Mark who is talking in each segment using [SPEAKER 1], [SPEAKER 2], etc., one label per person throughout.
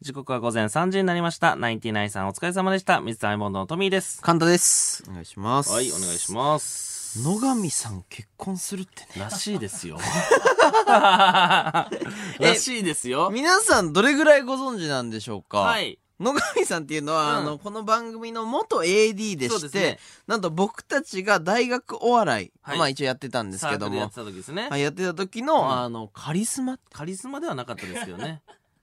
[SPEAKER 1] 時刻は午前3時になりました。ナインティナインさんお疲れ様でした。ミスターアイボンドのトミーです。
[SPEAKER 2] 神田です。お願いします。
[SPEAKER 1] はい、お願いします。
[SPEAKER 2] 野上さん結婚するってね。
[SPEAKER 1] らしいです よ。らしいですよ。
[SPEAKER 2] 皆さんどれぐらいご存知なんでしょうか、
[SPEAKER 1] はい。
[SPEAKER 2] 野上さんっていうのは、
[SPEAKER 1] うん
[SPEAKER 2] あの、この番組の元 AD で
[SPEAKER 1] そう
[SPEAKER 2] し
[SPEAKER 1] です
[SPEAKER 2] て、
[SPEAKER 1] ね
[SPEAKER 2] なんと僕たちが大学お笑い、
[SPEAKER 1] はい
[SPEAKER 2] まあ一応やってたんです
[SPEAKER 1] サー
[SPEAKER 2] け
[SPEAKER 1] ク
[SPEAKER 2] ど
[SPEAKER 1] ルやっ
[SPEAKER 2] も
[SPEAKER 1] て、た時ですね
[SPEAKER 2] は。いやってた時の、
[SPEAKER 1] うん
[SPEAKER 2] あの、カリスマ
[SPEAKER 1] カリスマではなかったですけどね。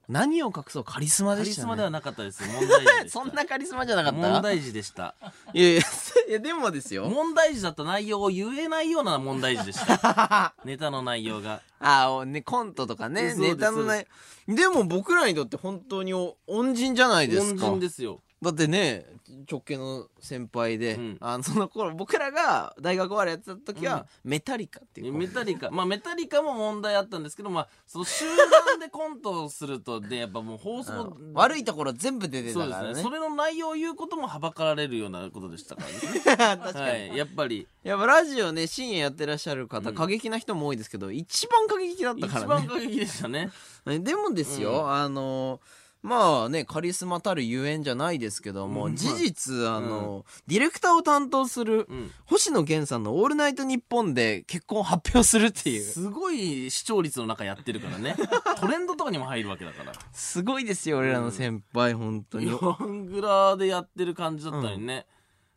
[SPEAKER 2] 何を隠 そうカリス
[SPEAKER 1] カ
[SPEAKER 2] マで
[SPEAKER 1] リ
[SPEAKER 2] した
[SPEAKER 1] ス
[SPEAKER 2] ね。
[SPEAKER 1] マではなかったです。問題児でした。
[SPEAKER 2] そんなカリスマじゃなかった
[SPEAKER 1] 問題児でした。
[SPEAKER 2] いやいや、いやでもですよ。
[SPEAKER 1] 問題児だった内容を言えないような問題児でした。 ネタの内容が。
[SPEAKER 2] ああ、ね、コントとかね、
[SPEAKER 1] そうです
[SPEAKER 2] ネタのない。でも僕らにとって本当にお恩人じゃないです
[SPEAKER 1] 恩
[SPEAKER 2] か。
[SPEAKER 1] 人ですよ。
[SPEAKER 2] だってね、直系の先輩で、
[SPEAKER 1] うん
[SPEAKER 2] あのその頃僕らが大学お笑いやってた時は、メタリカっていうコンビ
[SPEAKER 1] メタリ カ、まあメタリカも問題あったんですけど、まあ、その集団でコントをすると、で、やっぱもう放
[SPEAKER 2] あの
[SPEAKER 1] 送、
[SPEAKER 2] 悪いところ全部出てた
[SPEAKER 1] そう
[SPEAKER 2] か
[SPEAKER 1] です
[SPEAKER 2] ら
[SPEAKER 1] ね。
[SPEAKER 2] ね。
[SPEAKER 1] それの内容を言うこともはばかられるようなことでしたからね。
[SPEAKER 2] 確かに。
[SPEAKER 1] はい、やっぱり、
[SPEAKER 2] やっぱラジオね、深夜やってらっしゃる方、
[SPEAKER 1] うん
[SPEAKER 2] 過激な人も多いですけど、一番過激だった
[SPEAKER 1] 一
[SPEAKER 2] から
[SPEAKER 1] 番
[SPEAKER 2] ね。
[SPEAKER 1] 過激でしたね。
[SPEAKER 2] ね でもですよ、
[SPEAKER 1] う
[SPEAKER 2] あの、まあね、カリスマたるゆえんじゃないですけども、
[SPEAKER 1] うん
[SPEAKER 2] 事実、あの、ディレクターを担当する、
[SPEAKER 1] うん。
[SPEAKER 2] 星野源さんの「オールナイトニッポン」で結婚を発表するっていう
[SPEAKER 1] すごい視聴率の中やってるから ね。トレンドとかにも入るわけだから。
[SPEAKER 2] すごいですよ俺らの先輩本当に
[SPEAKER 1] ヨングラでやってる感じだったのにね。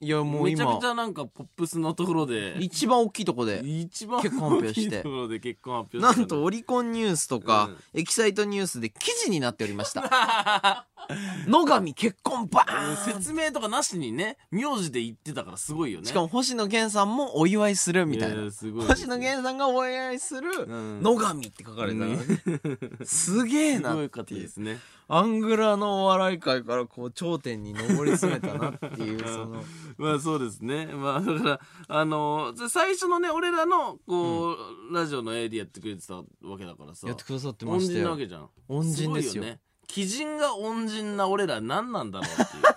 [SPEAKER 2] いやもう
[SPEAKER 1] めちゃ
[SPEAKER 2] 今
[SPEAKER 1] くちゃなんかポップスのところで、
[SPEAKER 2] 一番大きいとこで
[SPEAKER 1] 一番
[SPEAKER 2] 結婚発表して
[SPEAKER 1] 大きいところで結婚発表
[SPEAKER 2] な
[SPEAKER 1] して
[SPEAKER 2] んとオリコンニュースとか
[SPEAKER 1] うん
[SPEAKER 2] エキサイトニュースで記事になっておりました 野上結婚バ
[SPEAKER 1] うん
[SPEAKER 2] ーン
[SPEAKER 1] 説明とかなしにね名字で言ってたからすごいよね
[SPEAKER 2] しかも星野源さんもお祝いするみたいな
[SPEAKER 1] やすごいです
[SPEAKER 2] 星野源さんがお祝いする
[SPEAKER 1] うん
[SPEAKER 2] 野上って書かれたのねすげえ
[SPEAKER 1] す
[SPEAKER 2] な
[SPEAKER 1] ごい
[SPEAKER 2] っ
[SPEAKER 1] 方
[SPEAKER 2] ていう
[SPEAKER 1] ですね
[SPEAKER 2] アングラのお笑い界からこう頂点に上り詰めたなって いうその
[SPEAKER 1] まあそうですねまあだからあのー最初のね俺らのこう、ラジオの AD やってくれてたわけだからさ
[SPEAKER 2] やってくださってま
[SPEAKER 1] 恩
[SPEAKER 2] した
[SPEAKER 1] 人な
[SPEAKER 2] よ
[SPEAKER 1] わけじゃん
[SPEAKER 2] 恩人です
[SPEAKER 1] ご
[SPEAKER 2] よ
[SPEAKER 1] いね鬼人が恩人な俺ら何なんだろうっていう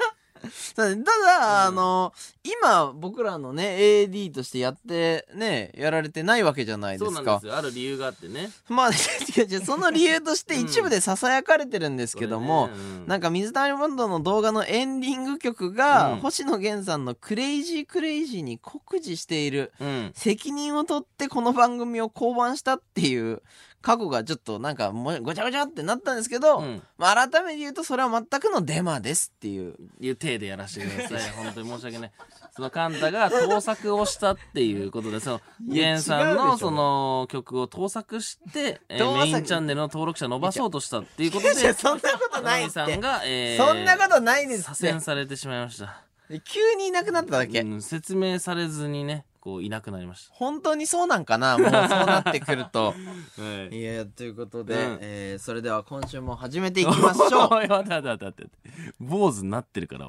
[SPEAKER 2] ただただあの今僕らのね AD としてやってねやられてないわけじゃないで
[SPEAKER 1] そう
[SPEAKER 2] す
[SPEAKER 1] なんで
[SPEAKER 2] か
[SPEAKER 1] すよある理由があってね
[SPEAKER 2] まあ 違う違うその理由として
[SPEAKER 1] うん
[SPEAKER 2] 一部でささやかれてるんですけど
[SPEAKER 1] こ
[SPEAKER 2] も、
[SPEAKER 1] れねうん
[SPEAKER 2] なんか水谷ボンドの動画のエンディング曲が、
[SPEAKER 1] うん
[SPEAKER 2] 星野源さんの「クレイジークレイジー」に酷似している
[SPEAKER 1] うん
[SPEAKER 2] 責任を取ってこの番組を降板したっていう過去がちょっとなんかもうごちゃごちゃってなったんですけど、
[SPEAKER 1] うん
[SPEAKER 2] まあ、改めて言うとそれは全くのデマですっていう
[SPEAKER 1] いう体でやらせてくだ さい本当に申し訳ないそのカンタが盗作をしたっていうことでその
[SPEAKER 2] いや
[SPEAKER 1] ゲンさん
[SPEAKER 2] 違うでし
[SPEAKER 1] の
[SPEAKER 2] ょ
[SPEAKER 1] その曲を盗作して、えー
[SPEAKER 2] 盗作
[SPEAKER 1] メインチャンネルの登録者伸ばそうとしたっていうこと
[SPEAKER 2] いや
[SPEAKER 1] で
[SPEAKER 2] そんなことないって
[SPEAKER 1] さんが、えー
[SPEAKER 2] そんなことないです
[SPEAKER 1] 左
[SPEAKER 2] って
[SPEAKER 1] 遷されてしまいました、
[SPEAKER 2] 急にいなくなっただけ、
[SPEAKER 1] うん説明されずにねこういなくなりまし
[SPEAKER 2] 本当にそうなんかなもうそうなってくる と
[SPEAKER 1] たはい
[SPEAKER 2] いやいやということで、
[SPEAKER 1] うん
[SPEAKER 2] えーそれでは今週も始めていきましょう
[SPEAKER 1] おい待って待って待って待って坊主になってるから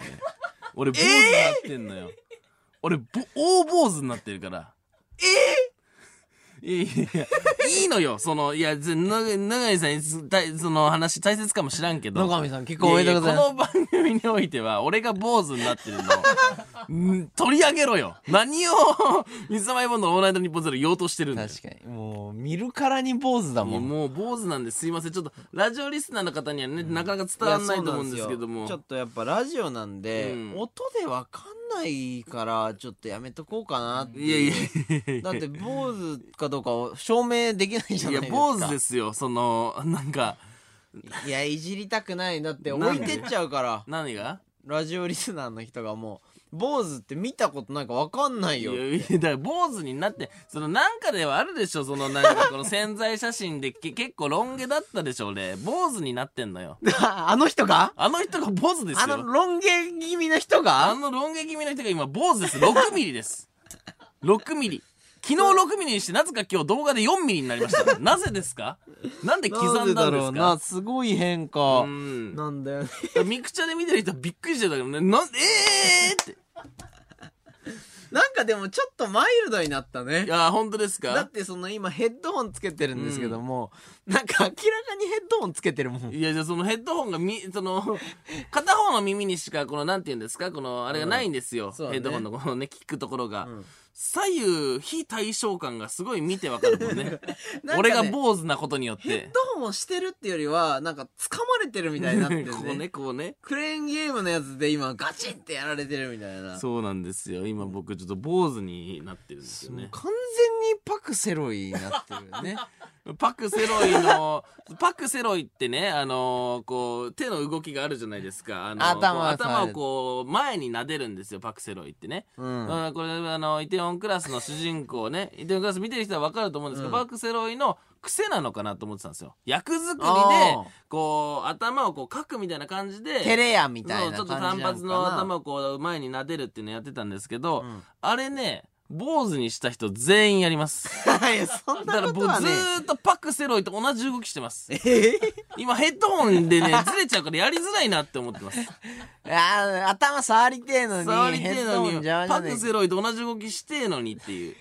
[SPEAKER 1] 俺俺坊主になってんのよ、俺ぼ大坊主になってるからええいやいやいやいいのよそのいやぜな永井さんいつ大その話大切かもしらん けど
[SPEAKER 2] 野上さん結構おめでとうございます
[SPEAKER 1] ややこの番組においては俺が坊主になってるのをん取り上げろよ何を水溜りボンドのオールナイトニッポンゼロ言おうとしてるんだよ
[SPEAKER 2] 確かにもう見るからに坊主だもん
[SPEAKER 1] もう坊主なんですいませんちょっとラジオリスナーの方にはね、なかなか伝わらないと思うんですけども
[SPEAKER 2] いやそうなんですよちょっとやっぱラジオなんで、
[SPEAKER 1] うん
[SPEAKER 2] 音でわかんないからちょっとやめとこうかなって
[SPEAKER 1] いやい
[SPEAKER 2] いう
[SPEAKER 1] やい
[SPEAKER 2] だって坊主かどうかを証明できないじゃ
[SPEAKER 1] やいや
[SPEAKER 2] ないですか
[SPEAKER 1] 坊主ですよそのなんか
[SPEAKER 2] いやいじりたくないだって置いてっちゃうから
[SPEAKER 1] 何が
[SPEAKER 2] ラジオリスナーの人がもう坊主って見たことないかわかんない
[SPEAKER 1] い
[SPEAKER 2] よ
[SPEAKER 1] やいやだから坊主になってそのなんかではあるでしょそのなんかこの潜在写真でけ結構ロン毛だったでしょ俺坊主になってんのよ
[SPEAKER 2] あの人が
[SPEAKER 1] あの人が坊主です
[SPEAKER 2] あ
[SPEAKER 1] よ
[SPEAKER 2] のロン毛気味の人
[SPEAKER 1] あ
[SPEAKER 2] が
[SPEAKER 1] のロン毛気味の人が今坊主です6ミリです6ミリ昨日6ミリにしてなぜか今日動画で4ミリになりましたなぜですかなんで刻んだんですか
[SPEAKER 2] すごい変化
[SPEAKER 1] うん
[SPEAKER 2] なんだよね
[SPEAKER 1] ミクチャで見てる人はびっくりしてたけどね、なんで、えーって。
[SPEAKER 2] なんかでもちょっとマイルドになったね
[SPEAKER 1] いや、本当です
[SPEAKER 2] だっ
[SPEAKER 1] か
[SPEAKER 2] てその今ヘッドホンつけてるんですけども、なんか明らかにヘッドホンつけてるもん
[SPEAKER 1] いやじゃあそのヘッドホンがみ その片方の耳にしかこのなんて言うんですかこのあれがないんですよ、
[SPEAKER 2] そうだね
[SPEAKER 1] ヘッドホンのこのね聞くところが、
[SPEAKER 2] うん
[SPEAKER 1] 左右非対称感がすごい見てわかるもんね
[SPEAKER 2] なんかね
[SPEAKER 1] 俺が坊主なことによっ
[SPEAKER 2] ヘ
[SPEAKER 1] て
[SPEAKER 2] ッドホンしてるってよりはなんか掴まれてるみたいになって
[SPEAKER 1] こ
[SPEAKER 2] る
[SPEAKER 1] う
[SPEAKER 2] ね
[SPEAKER 1] ねこうね
[SPEAKER 2] クレーンゲームのやつで今ガチンってやられてるみたいな
[SPEAKER 1] そうなんですよ今僕ちょっと坊主になってるんですよ
[SPEAKER 2] もう
[SPEAKER 1] ね
[SPEAKER 2] 完全にパクセロイにな ってるね
[SPEAKER 1] パクセロイのパクセロイってねあのーこう手の動きがあるじゃないですかあのー
[SPEAKER 2] 頭
[SPEAKER 1] こう
[SPEAKER 2] が
[SPEAKER 1] 頭をこう前に撫でるんですよパクセロイってね
[SPEAKER 2] うん
[SPEAKER 1] うん、これあのイテウォンクラスの主人公ねイテウォンクラス見てる人は分かると思うんですけど、
[SPEAKER 2] うん
[SPEAKER 1] パク・セロイの癖なのかなと思ってたんですよ役作りで
[SPEAKER 2] あー
[SPEAKER 1] こう頭をこうかくみたいな感じで
[SPEAKER 2] テレやみたいな
[SPEAKER 1] そう
[SPEAKER 2] 感
[SPEAKER 1] ちょっ
[SPEAKER 2] じ
[SPEAKER 1] と
[SPEAKER 2] な
[SPEAKER 1] 単
[SPEAKER 2] のかな
[SPEAKER 1] 発の頭をこう前に撫でるっていうのやってたんですけど、
[SPEAKER 2] うん
[SPEAKER 1] あれね坊主にした人全員やります
[SPEAKER 2] いやそん
[SPEAKER 1] だか
[SPEAKER 2] な
[SPEAKER 1] ら
[SPEAKER 2] こ
[SPEAKER 1] 僕
[SPEAKER 2] と
[SPEAKER 1] ず
[SPEAKER 2] はね
[SPEAKER 1] ーっとパク・セロイと同じ動きしてます
[SPEAKER 2] えー
[SPEAKER 1] 今ヘッドホンでね ずれちゃうからやりづらいなって思ってます
[SPEAKER 2] あー頭触りてえのに
[SPEAKER 1] 触りて
[SPEAKER 2] ヘ
[SPEAKER 1] え
[SPEAKER 2] ッドホン
[SPEAKER 1] のに
[SPEAKER 2] 邪魔じ
[SPEAKER 1] パ
[SPEAKER 2] ゃね
[SPEAKER 1] ク
[SPEAKER 2] え
[SPEAKER 1] セロイと同じ動きしてえのにって いう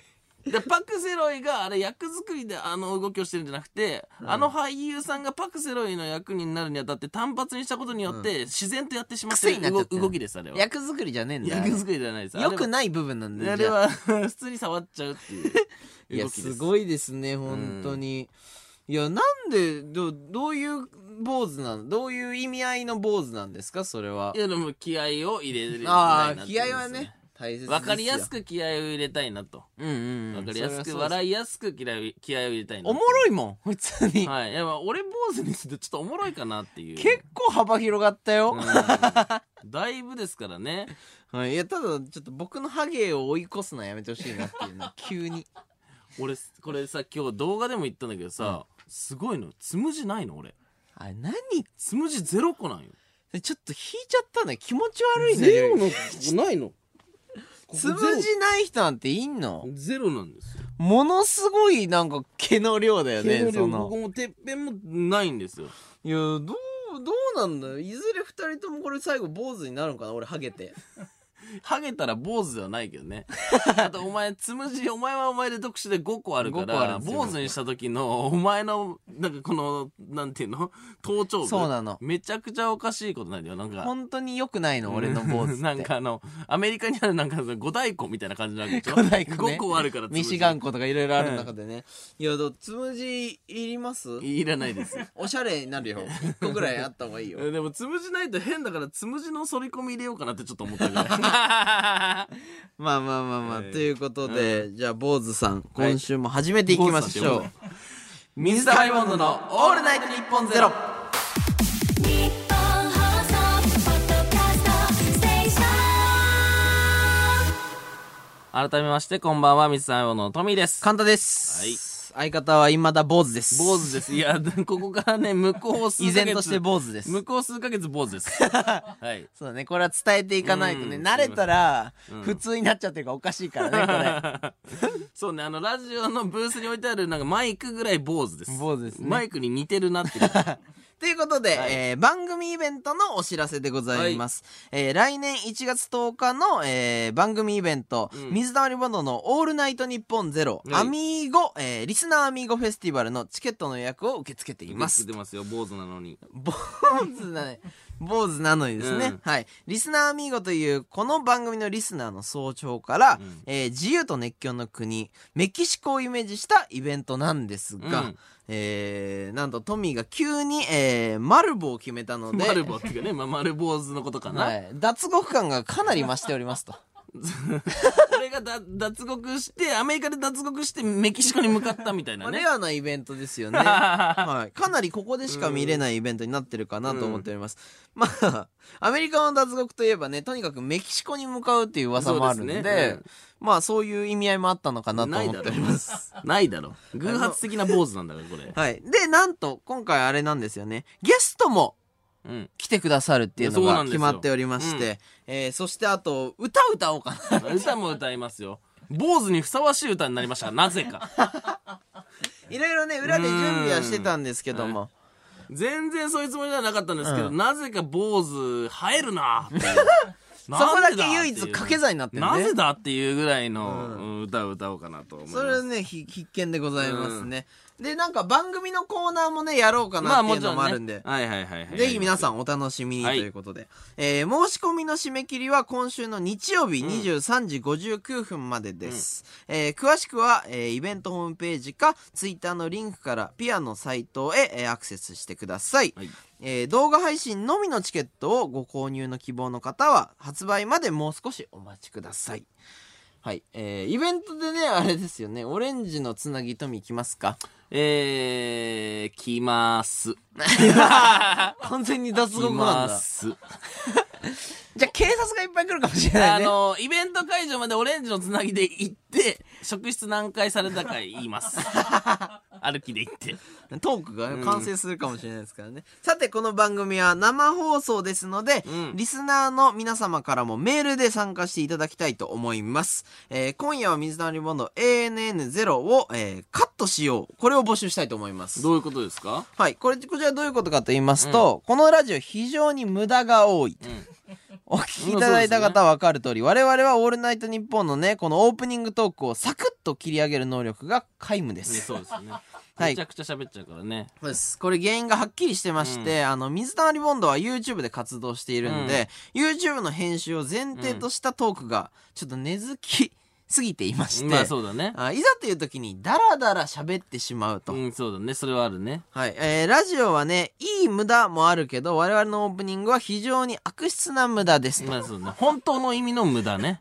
[SPEAKER 1] でパクセロイがあれ役作りであの動きをしてるんじゃなくて、あの俳優さんがパクセロイの役になるにあたって単発にしたことによって自然とやってしまって
[SPEAKER 2] 癖にな
[SPEAKER 1] る
[SPEAKER 2] っち
[SPEAKER 1] 動
[SPEAKER 2] ゃってる
[SPEAKER 1] 動きですあれは
[SPEAKER 2] 役作りじゃねえんだ
[SPEAKER 1] 役作りじゃないです
[SPEAKER 2] よく
[SPEAKER 1] な
[SPEAKER 2] ない部分なん
[SPEAKER 1] あ
[SPEAKER 2] だ
[SPEAKER 1] れ
[SPEAKER 2] じゃあ
[SPEAKER 1] は普通に触っちゃうっていう動き
[SPEAKER 2] いや
[SPEAKER 1] です
[SPEAKER 2] すごいですね本当に、いやなんでどどういう坊主なのどういう意味合いの坊主なんですかそれはい
[SPEAKER 1] やでも気合を入れる
[SPEAKER 2] ああ気合はね大切ですよ
[SPEAKER 1] 分かりやすく気合を入れたいなと
[SPEAKER 2] うんうん
[SPEAKER 1] 分かりやすく
[SPEAKER 2] い
[SPEAKER 1] 笑いやすく気合を入れたいな
[SPEAKER 2] おもろいもん普通に、
[SPEAKER 1] はい、いやまあ俺坊主にするとちょっとおもろいかなっていう
[SPEAKER 2] 結構幅広がったよ、
[SPEAKER 1] うんだいぶですからね
[SPEAKER 2] はい、いやただちょっと僕のハゲを追い越すのはやめてほしいなっていうの急に
[SPEAKER 1] 俺これさ今日動画でも言ったんだけどさ、すごいのつむじないの俺
[SPEAKER 2] あれ何
[SPEAKER 1] つむじゼロ個なんよ
[SPEAKER 2] ちょっと引いちゃったね気持ち悪いね
[SPEAKER 1] ゼロのないの
[SPEAKER 2] つむじない人なんていんの
[SPEAKER 1] ゼロなんですよ
[SPEAKER 2] ものすごいなんか毛の量だよねその
[SPEAKER 1] ここもてっぺんもないんですよ
[SPEAKER 2] いやどうどうなんだよいずれ二人ともこれ最後坊主になるのかな俺ハゲて
[SPEAKER 1] ハゲたら坊主ではないけどね あとお前つむじお前はお前で特殊で5個あるか
[SPEAKER 2] 5個ある
[SPEAKER 1] ら
[SPEAKER 2] んですよ
[SPEAKER 1] 坊主にした時のお前のなんかこのなんていうの頭頂部
[SPEAKER 2] そうなの
[SPEAKER 1] めちゃくちゃおかしいことないんだよなんか
[SPEAKER 2] 本当に良くないの俺の坊主って
[SPEAKER 1] なんかあのアメリカにあるなんかその五大湖みたいな感じなわけで しょ
[SPEAKER 2] 五大湖ね
[SPEAKER 1] 5個あるから
[SPEAKER 2] ミシガ
[SPEAKER 1] ン
[SPEAKER 2] ン湖とかいろいろある中でね、いやだつむじいります
[SPEAKER 1] いらない です
[SPEAKER 2] おしゃれになる よ1個ぐらいあった方がいいよ
[SPEAKER 1] でもつむじないと変だからつむじの反り込み入れようかなってちょっと思ったぐ らい
[SPEAKER 2] まあまあまあまあ、
[SPEAKER 1] えー
[SPEAKER 2] ということで、じゃあ坊主さん今週も始めていきましょ
[SPEAKER 1] 坊主
[SPEAKER 2] う、
[SPEAKER 1] さんって呼ぶ水溜りボンドの「オールナイトニッポンゼロ
[SPEAKER 3] 日本放送ポッドキャストステーション
[SPEAKER 1] 改めましてこんばんは水溜りボンドのトミーです
[SPEAKER 2] 簡単です、相方はいまだ坊主です
[SPEAKER 1] 坊主ですいや ここからね向こう数
[SPEAKER 2] 依
[SPEAKER 1] ヶ月
[SPEAKER 2] 然として坊主です
[SPEAKER 1] 向こう数ヶ月坊主です はい
[SPEAKER 2] そうだね、これは伝えていかないとね、
[SPEAKER 1] うん
[SPEAKER 2] 慣れたら
[SPEAKER 1] ん
[SPEAKER 2] 普通になっちゃってるからおかしいからね、これ。
[SPEAKER 1] そうね、あの、ラジオのブースに置いてある、なんかマイクぐらい坊主です。
[SPEAKER 2] 坊主ですね
[SPEAKER 1] マイクに似てるなっていう。
[SPEAKER 2] ということで、えー番組イベントのお知らせでございます。えー来年1月10日の、えー番組イベント、
[SPEAKER 1] うん
[SPEAKER 2] 水溜りボンドのオールナイトニッポンゼロ、
[SPEAKER 1] はい
[SPEAKER 2] アミーゴ、えーリスナーアミーゴフェスティバルのチケットの予約を受け付けてい ます。
[SPEAKER 1] 出ますよ、坊主なのに。
[SPEAKER 2] 坊主なね坊主なのにですね、
[SPEAKER 1] うん
[SPEAKER 2] はいリスナーアミーゴというこの番組のリスナーの総長から、
[SPEAKER 1] うん
[SPEAKER 2] えー自由と熱狂の国メキシコをイメージしたイベントなんですが、
[SPEAKER 1] うん
[SPEAKER 2] えーなんとトミーが急に、えーマルボを決めたので
[SPEAKER 1] 丸坊っていうかね、まあ、丸坊主のことかな。
[SPEAKER 2] はい、脱獄感がかなり増しておりますと
[SPEAKER 1] 俺がだ脱獄して、アメリカで脱獄して、メキシコに向かったみたい
[SPEAKER 2] まあ
[SPEAKER 1] なね
[SPEAKER 2] レ。アなイベントです よね、はい、かなりここでしか見れないイベントになってるかなと思っております、まあアメリカの脱獄といえばねとにかくメキシコに向かうっていう噂もあるんで
[SPEAKER 1] そうですね
[SPEAKER 2] まあそういう意味合いもあったのかなと
[SPEAKER 1] ない
[SPEAKER 2] 思
[SPEAKER 1] だ
[SPEAKER 2] ってお
[SPEAKER 1] ろ
[SPEAKER 2] ります。
[SPEAKER 1] ないだろ。偶発的な坊主なんだから、これ。
[SPEAKER 2] はい、でなんと今回あれなんですよねゲストも
[SPEAKER 1] うん。
[SPEAKER 2] 来てくださるっていうの
[SPEAKER 1] いやそう
[SPEAKER 2] が
[SPEAKER 1] なんです
[SPEAKER 2] 決
[SPEAKER 1] よ
[SPEAKER 2] まっておりましてそ,、えーそしてあと歌歌おうかな
[SPEAKER 1] 歌も歌いますよ。坊主にふさわしい歌になりました。なぜか。
[SPEAKER 2] いろいろね裏で準備はしてたんですけども、
[SPEAKER 1] 全然そういうつもりではなかったんですけど、
[SPEAKER 2] うん
[SPEAKER 1] なぜか坊主生えるなっていう
[SPEAKER 2] そこだ
[SPEAKER 1] なんで
[SPEAKER 2] け
[SPEAKER 1] っていう
[SPEAKER 2] 唯一掛け算になってるね
[SPEAKER 1] なぜだっていうぐらいのうん歌を歌おうかなと思います
[SPEAKER 2] それはねひ必見でございますね、でなんか番組のコーナーもねやろうか
[SPEAKER 1] まあ
[SPEAKER 2] なってい
[SPEAKER 1] も
[SPEAKER 2] う
[SPEAKER 1] ちろん、
[SPEAKER 2] のも
[SPEAKER 1] ね、
[SPEAKER 2] あるんで、
[SPEAKER 1] はいはいはいはい
[SPEAKER 2] ぜひ皆さ
[SPEAKER 1] ん
[SPEAKER 2] んお楽しみにと
[SPEAKER 1] はい
[SPEAKER 2] いうことで、えー申し込みの締め切りは今週の日曜日23時59分までです、えー詳しくは、えーイベントホームページかツイッターのリンクからピアのサイトへ、えーアクセスしてください、
[SPEAKER 1] はい
[SPEAKER 2] えー動画配信のみのチケットをご購入の希望の方は発売までもう少しお待ちくださいはいえーイベントでねあれですよねオレンジのつなぎとみ来ま すか
[SPEAKER 1] えー、来ます
[SPEAKER 2] 完全に脱
[SPEAKER 1] 来
[SPEAKER 2] 獄なん
[SPEAKER 1] ま
[SPEAKER 2] だ
[SPEAKER 1] す
[SPEAKER 2] じゃあ警察がいっぱい来るかもしれない
[SPEAKER 1] あ
[SPEAKER 2] ね
[SPEAKER 1] のイベント会場までオレンジのつなぎで行って職質何回されたか言います 歩きで行って
[SPEAKER 2] トークが
[SPEAKER 1] うん
[SPEAKER 2] 完成するかもしれないですからね、さてこの番組は生放送ですので、
[SPEAKER 1] うん
[SPEAKER 2] リスナーの皆様からもメールで参加していただきたいと思います、えー今夜は水溜りボンド ANN0 を、えーカットしようこれを募集したいと思います
[SPEAKER 1] どういうことですか
[SPEAKER 2] はいこれこちらどういうことかと言いますと、このラジオ非常に無駄が多い、お聞きいただいた方は分かる通り、我々は「オールナイトニッポン」のねこのオープニングトークをサクッと切り上げる能力が皆無で
[SPEAKER 1] ね、
[SPEAKER 2] す
[SPEAKER 1] そうですね。
[SPEAKER 2] はい
[SPEAKER 1] めちゃくちゃ喋っちゃうからね。
[SPEAKER 2] そうです。これ原因がはっきりしてまして、あの、水溜りボンドは YouTube で活動しているんで、YouTube の編集を前提としたトークが、ちょっと根付きすぎていまして、
[SPEAKER 1] まあそうだね。
[SPEAKER 2] あいざという時にダラダラ喋ってしまうと。
[SPEAKER 1] うん、そうだね。それはある ね。
[SPEAKER 2] はい。えーラジオはね、いい無駄もあるけど、我々のオープニングは非常に悪質な無駄ですと。
[SPEAKER 1] まあそうだね。本当の意味の無駄 ね。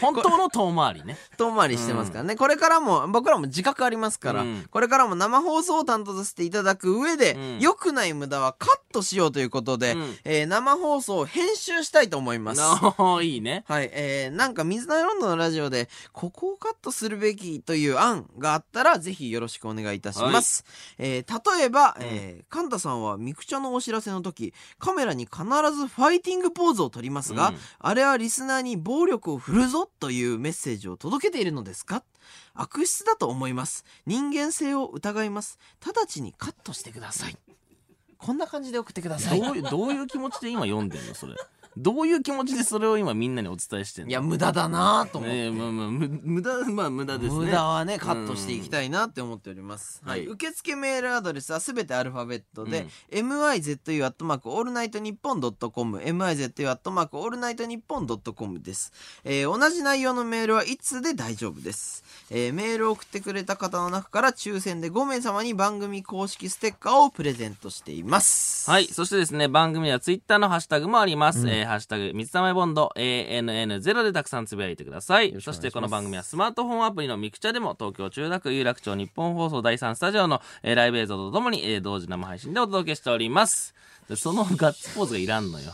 [SPEAKER 1] 本当の遠回りね。
[SPEAKER 2] 遠回りしてますからね、これからも僕らも自覚ありますから、
[SPEAKER 1] うん
[SPEAKER 2] これからも生放送を担当させていただく上で、
[SPEAKER 1] うん
[SPEAKER 2] 良くない無駄はカットしようということで、
[SPEAKER 1] うん
[SPEAKER 2] えー生放送を編集したいと思います。
[SPEAKER 1] あいいね。
[SPEAKER 2] はい、えー、なんか水溜りボンドのラジオで、ここをカットするべきという案があったら、ぜひよろしくお願いいたします。えー例えば、えー、カンタさんはミクチャのお知らせの時、カメラに必ずファイティングポーズを取りますが、
[SPEAKER 1] うん
[SPEAKER 2] あれはリスナーに暴力を振るぞというメッセージを届けているのですか悪質だと思います。人間性を疑います。直ちにカットしてください。こんな感じで送ってください。
[SPEAKER 1] どういう、どういう気持ちで今読んでんのそれ。どういう気持ちでそれを今みんなにお伝えしてんの
[SPEAKER 2] いや、無駄だなぁと思っ
[SPEAKER 1] ね
[SPEAKER 2] て。
[SPEAKER 1] えまあまあ、む無駄、まあ無駄ですね。
[SPEAKER 2] 無駄はねカットしていきたいなって思っております、
[SPEAKER 1] うん
[SPEAKER 2] はい、
[SPEAKER 1] はい
[SPEAKER 2] 受付メールアドレスはすべてアルファベットで、mizu アットマークオールナイトニッポンドットコム mizu アットマークオールナイトニッポンドットコムです、えー同じ内容のメールは1通で大丈夫です、えーメールを送ってくれた方の中から抽選で5名様に番組公式ステッカーをプレゼントしています
[SPEAKER 1] はい。そしてですね、番組ではツイッターのハッシュタグもあります。えーハッシュタグ、水溜りボンド ANN0 でたくさんつぶやいてください。
[SPEAKER 2] ろしくお
[SPEAKER 1] そ
[SPEAKER 2] 願
[SPEAKER 1] して
[SPEAKER 2] いします
[SPEAKER 1] この番組はスマートフォンアプリのミクチャでも東京中楽有楽町日本放送第3スタジオの、えーライブ映像とともに、えー同時生配信でお届けしております。でそのガッツポーズがいらんのよ。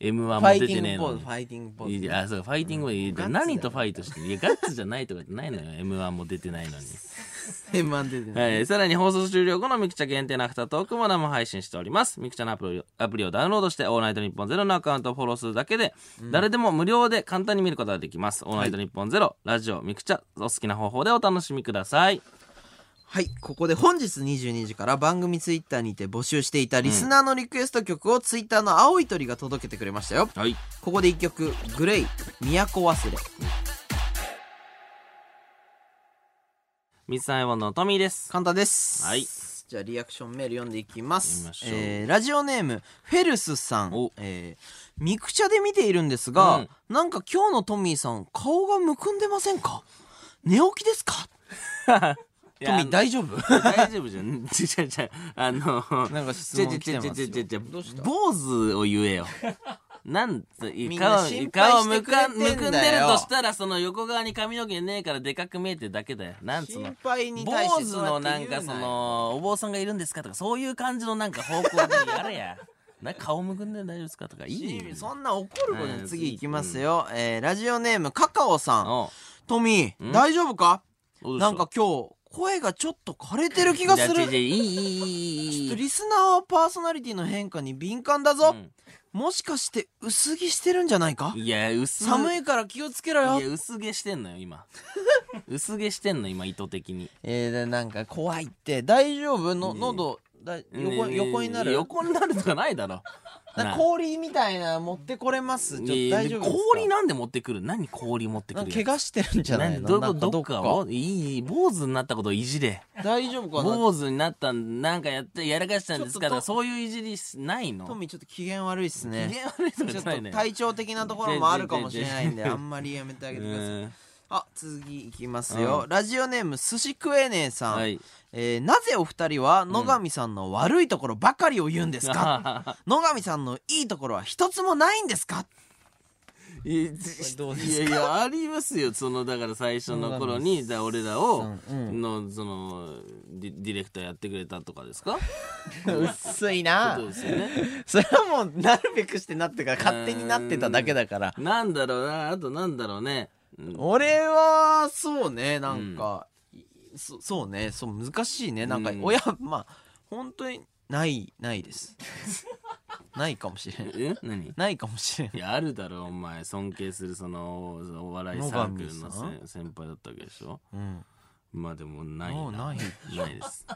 [SPEAKER 1] M1
[SPEAKER 2] ファ
[SPEAKER 1] も
[SPEAKER 2] イ
[SPEAKER 1] 出
[SPEAKER 2] テ
[SPEAKER 1] て
[SPEAKER 2] ィ
[SPEAKER 1] ね
[SPEAKER 2] ン
[SPEAKER 1] え
[SPEAKER 2] グポ
[SPEAKER 1] のに
[SPEAKER 2] ーズフ。ァイティングポー
[SPEAKER 1] い
[SPEAKER 2] ズ
[SPEAKER 1] やそうファイティングもいい
[SPEAKER 2] ガッツだよ
[SPEAKER 1] 何とファイトしてるいやガッツじゃないとかじゃないのよ m 1も出てないのに
[SPEAKER 2] 円満出てね
[SPEAKER 1] はい、さらに放送終了後のミクチャ限定のアフタートークも生配信しております。ミクチャのアプリをアプリをダウンロードして、オールナイトニッポンゼロのアカウントをフォローするだけで、誰でも無料で簡単に見ることができます。オールナイトニッポンゼロ、ラジオ、ミクチャ、お好きな方法でお楽しみください。
[SPEAKER 2] はい、ここで本日22時から番組ツイッターにて募集していたリスナーのリクエスト曲をツイッターの青い鳥が届けてくれましたよ。
[SPEAKER 1] はい。
[SPEAKER 2] ここで一曲、グレイ、都忘れ。
[SPEAKER 1] ミツサイボンのトミーです。
[SPEAKER 2] 簡単です。
[SPEAKER 1] はい。
[SPEAKER 2] じゃあリアクションメール読んでいきま
[SPEAKER 1] 読
[SPEAKER 2] す。
[SPEAKER 1] みましょう
[SPEAKER 2] えーラジオネーム、フェルスさん
[SPEAKER 1] お。
[SPEAKER 2] えー、ミクチャで見ているんですが、
[SPEAKER 1] うん
[SPEAKER 2] なんか今日のトミーさん、顔がむくんでませんか寝起きですかトミー
[SPEAKER 1] 大
[SPEAKER 2] 大 丈夫
[SPEAKER 1] 大丈夫じゃん。ちゃちゃ、あの、
[SPEAKER 2] なんか質問来てますよ
[SPEAKER 1] ちゃちゃちゃちゃ
[SPEAKER 2] どうした
[SPEAKER 1] 坊主を言えよ。なんて、
[SPEAKER 2] みんな
[SPEAKER 1] 顔
[SPEAKER 2] 心、配
[SPEAKER 1] 顔
[SPEAKER 2] して
[SPEAKER 1] む
[SPEAKER 2] くれて
[SPEAKER 1] か
[SPEAKER 2] ん
[SPEAKER 1] ん、
[SPEAKER 2] だよ
[SPEAKER 1] むくんでるとしたら、その横側に髪の毛ねえからでかく見えてるだけだよ。なんつうの
[SPEAKER 2] 心。配に
[SPEAKER 1] 坊
[SPEAKER 2] 対して
[SPEAKER 1] 主
[SPEAKER 2] そうや
[SPEAKER 1] の
[SPEAKER 2] って
[SPEAKER 1] なん
[SPEAKER 2] 言うよ
[SPEAKER 1] かその、お坊さんがいるんですかとか、そういう感じのなんか方向でやれや。 な、顔むくんで大丈夫ですかとか、いいよ。
[SPEAKER 2] そんな怒ること
[SPEAKER 1] う
[SPEAKER 2] に
[SPEAKER 1] ん
[SPEAKER 2] 次いきますよ、えーラジオネームカカオさん
[SPEAKER 1] お
[SPEAKER 2] トミー
[SPEAKER 1] ん
[SPEAKER 2] 大丈夫か
[SPEAKER 1] どうでしょう
[SPEAKER 2] なんか今日声がちょっと枯れてる気がす
[SPEAKER 1] じゃあ
[SPEAKER 2] る
[SPEAKER 1] じゃあいい、いい、いい、いい。
[SPEAKER 2] リスナーはパーソナリティの変化に敏感だぞ、
[SPEAKER 1] うん
[SPEAKER 2] もしかして薄着してるんじゃないか
[SPEAKER 1] いや、薄い
[SPEAKER 2] 寒いから気をつけろよ
[SPEAKER 1] いや薄毛してんのよ今薄毛してんの今意図的に
[SPEAKER 2] えーで、なんか怖いって大丈夫の
[SPEAKER 1] ねえ
[SPEAKER 2] 喉だ横
[SPEAKER 1] ねえ
[SPEAKER 2] 横になる
[SPEAKER 1] 横になるとかないだろ
[SPEAKER 2] なんか氷みたいなの持ってこれますちょっと
[SPEAKER 1] いや
[SPEAKER 2] 大丈夫ですか
[SPEAKER 1] 氷なんで持ってくる何氷持って
[SPEAKER 2] な
[SPEAKER 1] く
[SPEAKER 2] ん
[SPEAKER 1] る
[SPEAKER 2] か
[SPEAKER 1] や
[SPEAKER 2] 怪我してるんじゃない
[SPEAKER 1] なん
[SPEAKER 2] の
[SPEAKER 1] ど
[SPEAKER 2] な
[SPEAKER 1] こ
[SPEAKER 2] んか
[SPEAKER 1] どっかをいい坊主になったことをいじれ
[SPEAKER 2] 大丈夫かな
[SPEAKER 1] 坊主になったんなんかやってやらかしたんですか
[SPEAKER 2] ち
[SPEAKER 1] と
[SPEAKER 2] ょっと
[SPEAKER 1] かそういういじりしないの
[SPEAKER 2] トミーちょっと機嫌悪いっす
[SPEAKER 1] 機
[SPEAKER 2] ね
[SPEAKER 1] 嫌悪いとか
[SPEAKER 2] ち
[SPEAKER 1] じ
[SPEAKER 2] ょっ
[SPEAKER 1] ゃないの
[SPEAKER 2] と
[SPEAKER 1] よ
[SPEAKER 2] 体調的なところもあるかもしれないんで
[SPEAKER 1] 全然全然
[SPEAKER 2] あんまりやめてあげてください
[SPEAKER 1] うん
[SPEAKER 2] あ次いきますよ、ラジオネーム寿司食えねえさん、
[SPEAKER 1] はい
[SPEAKER 2] えーなぜお二人は野上さんの悪いところばかりを言うんですか、野上さん のいいところは一つもないんですか
[SPEAKER 1] いや
[SPEAKER 2] どうで
[SPEAKER 1] い
[SPEAKER 2] す
[SPEAKER 1] やいやありますよそのだから最初の頃にだから俺らを
[SPEAKER 2] うんう
[SPEAKER 1] のそのディディレクターやってくれたとかですか
[SPEAKER 2] 薄い
[SPEAKER 1] こ
[SPEAKER 2] な
[SPEAKER 1] とですよね
[SPEAKER 2] それはもうなるべくしてなってから勝手になってただけだから
[SPEAKER 1] なんだろうなあとなんだろうねうん
[SPEAKER 2] 俺はそうねなんか、そそうねそう難しいねなんか
[SPEAKER 1] うん
[SPEAKER 2] 親、まあ本当にないないです ないかもしれない
[SPEAKER 1] え何
[SPEAKER 2] ないかもしれない
[SPEAKER 1] いやあるだろお前尊敬するそのそのお笑いサークルのせ
[SPEAKER 2] 野上
[SPEAKER 1] 先輩だったわけでしょ
[SPEAKER 2] うん
[SPEAKER 1] まあでもない
[SPEAKER 2] もう
[SPEAKER 1] な
[SPEAKER 2] ない
[SPEAKER 1] ないです、